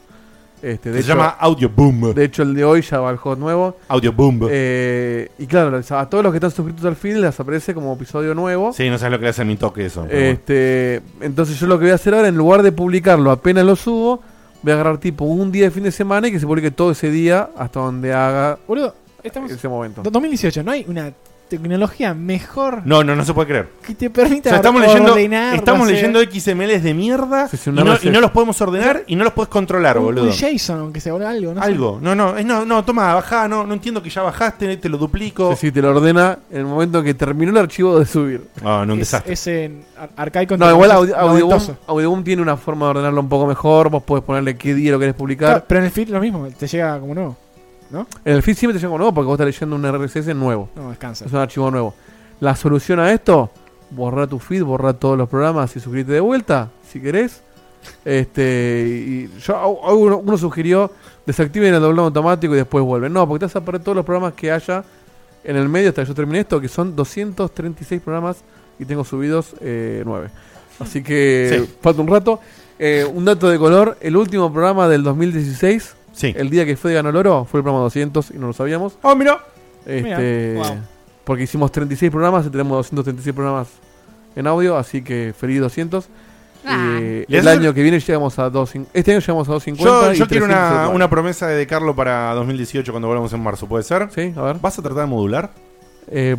Este, de, Se hecho, llama Audio Boom. de hecho, el de hoy ya va al host nuevo. Audio Boom. Eh, y claro, a todos los que están suscritos al feed les aparece como episodio nuevo. sí, no sabes lo que le hacen mi toque eso. pero bueno. Este, entonces yo lo que voy a hacer ahora, en lugar de publicarlo apenas lo subo, voy a agarrar tipo un día de fin de semana y que se publique todo ese día hasta donde haga Boludo, estamos. ese momento. do- 2018, ¿no hay una tecnología mejor No, no, no se puede creer. que te O permita sea, estamos leyendo, ordenar, estamos hacer leyendo XMLs de mierda Sí, sí, y, una no, receta. y no los podemos ordenar y no los puedes controlar, un- boludo. Un JSON, aunque sea boludo, algo, ¿no? sé. Algo. No, no, es- no, no, toma, bajá, no, no entiendo que ya bajaste, te lo duplico. Sí, sí, te lo ordena en el momento que terminó el archivo de subir. Ah, no, un Es- desastre. Ese ar- arcaico. No, igual Audi- noventoso. Audioboom, Audioboom tiene una forma de ordenarlo un poco mejor. Vos podés ponerle qué día lo querés Claro, publicar. pero en el feed lo mismo, te llega como nuevo. En el feed siempre te llega algo nuevo porque vos estás leyendo un RSS nuevo. No, descansa. Es un archivo nuevo. La solución a esto, borrar tu feed, borrar todos los programas y suscribirte de vuelta, si querés. Este, y yo, au- au- uno, uno sugirió, desactiven el doblado automático y después vuelven. No, porque te vas a perder todos los programas que haya en el medio hasta que yo termine esto, que son 236 programas y tengo subidos eh, 9. Así que Sí. falta un rato. Eh, un dato de color, el último programa del 2016, Sí. el día que fue ganó el oro, fue el programa 200 y no lo sabíamos. Oh, mira. Este, Mirá, wow. Porque hicimos 36 programas y tenemos 236 programas en audio, así que feliz 200. ah, Eh, ¿Y el eso- año que viene llegamos a 250. Este año llegamos a 250. Yo, y yo quiero 300 una, igual. una promesa de Carlo para 2018 cuando volvamos en marzo, ¿puede ser? Sí, a ver. ¿Vas a tratar de modular? Eh,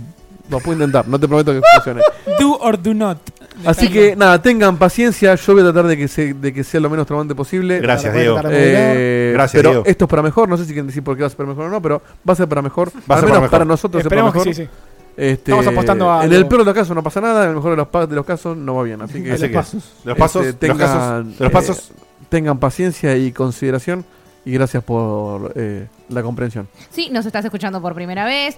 lo puedo intentar, no te prometo que *laughs* funcione. Do or do not. Así Depende. que nada, tengan paciencia. Yo voy a tratar de que, se- de que sea lo menos traumante posible. Gracias, Para Diego. poder Eh, Gracias, pero Diego. esto es para mejor. No sé si quieren decir por qué va a ser para mejor o no, pero va a ser para mejor. Va a Al ser para menos mejor. para nosotros es para Esperemos que mejor. sí, sí. Este, Estamos apostando a En algo. el peor de los casos no pasa nada, en el mejor de los, pa- de los casos no va bien. Así que, Así que, pasos. Los pasos, este, los tengan, eh, casos, los pasos. tengan paciencia y consideración. Y gracias por eh, la comprensión. Sí, nos estás escuchando por primera vez.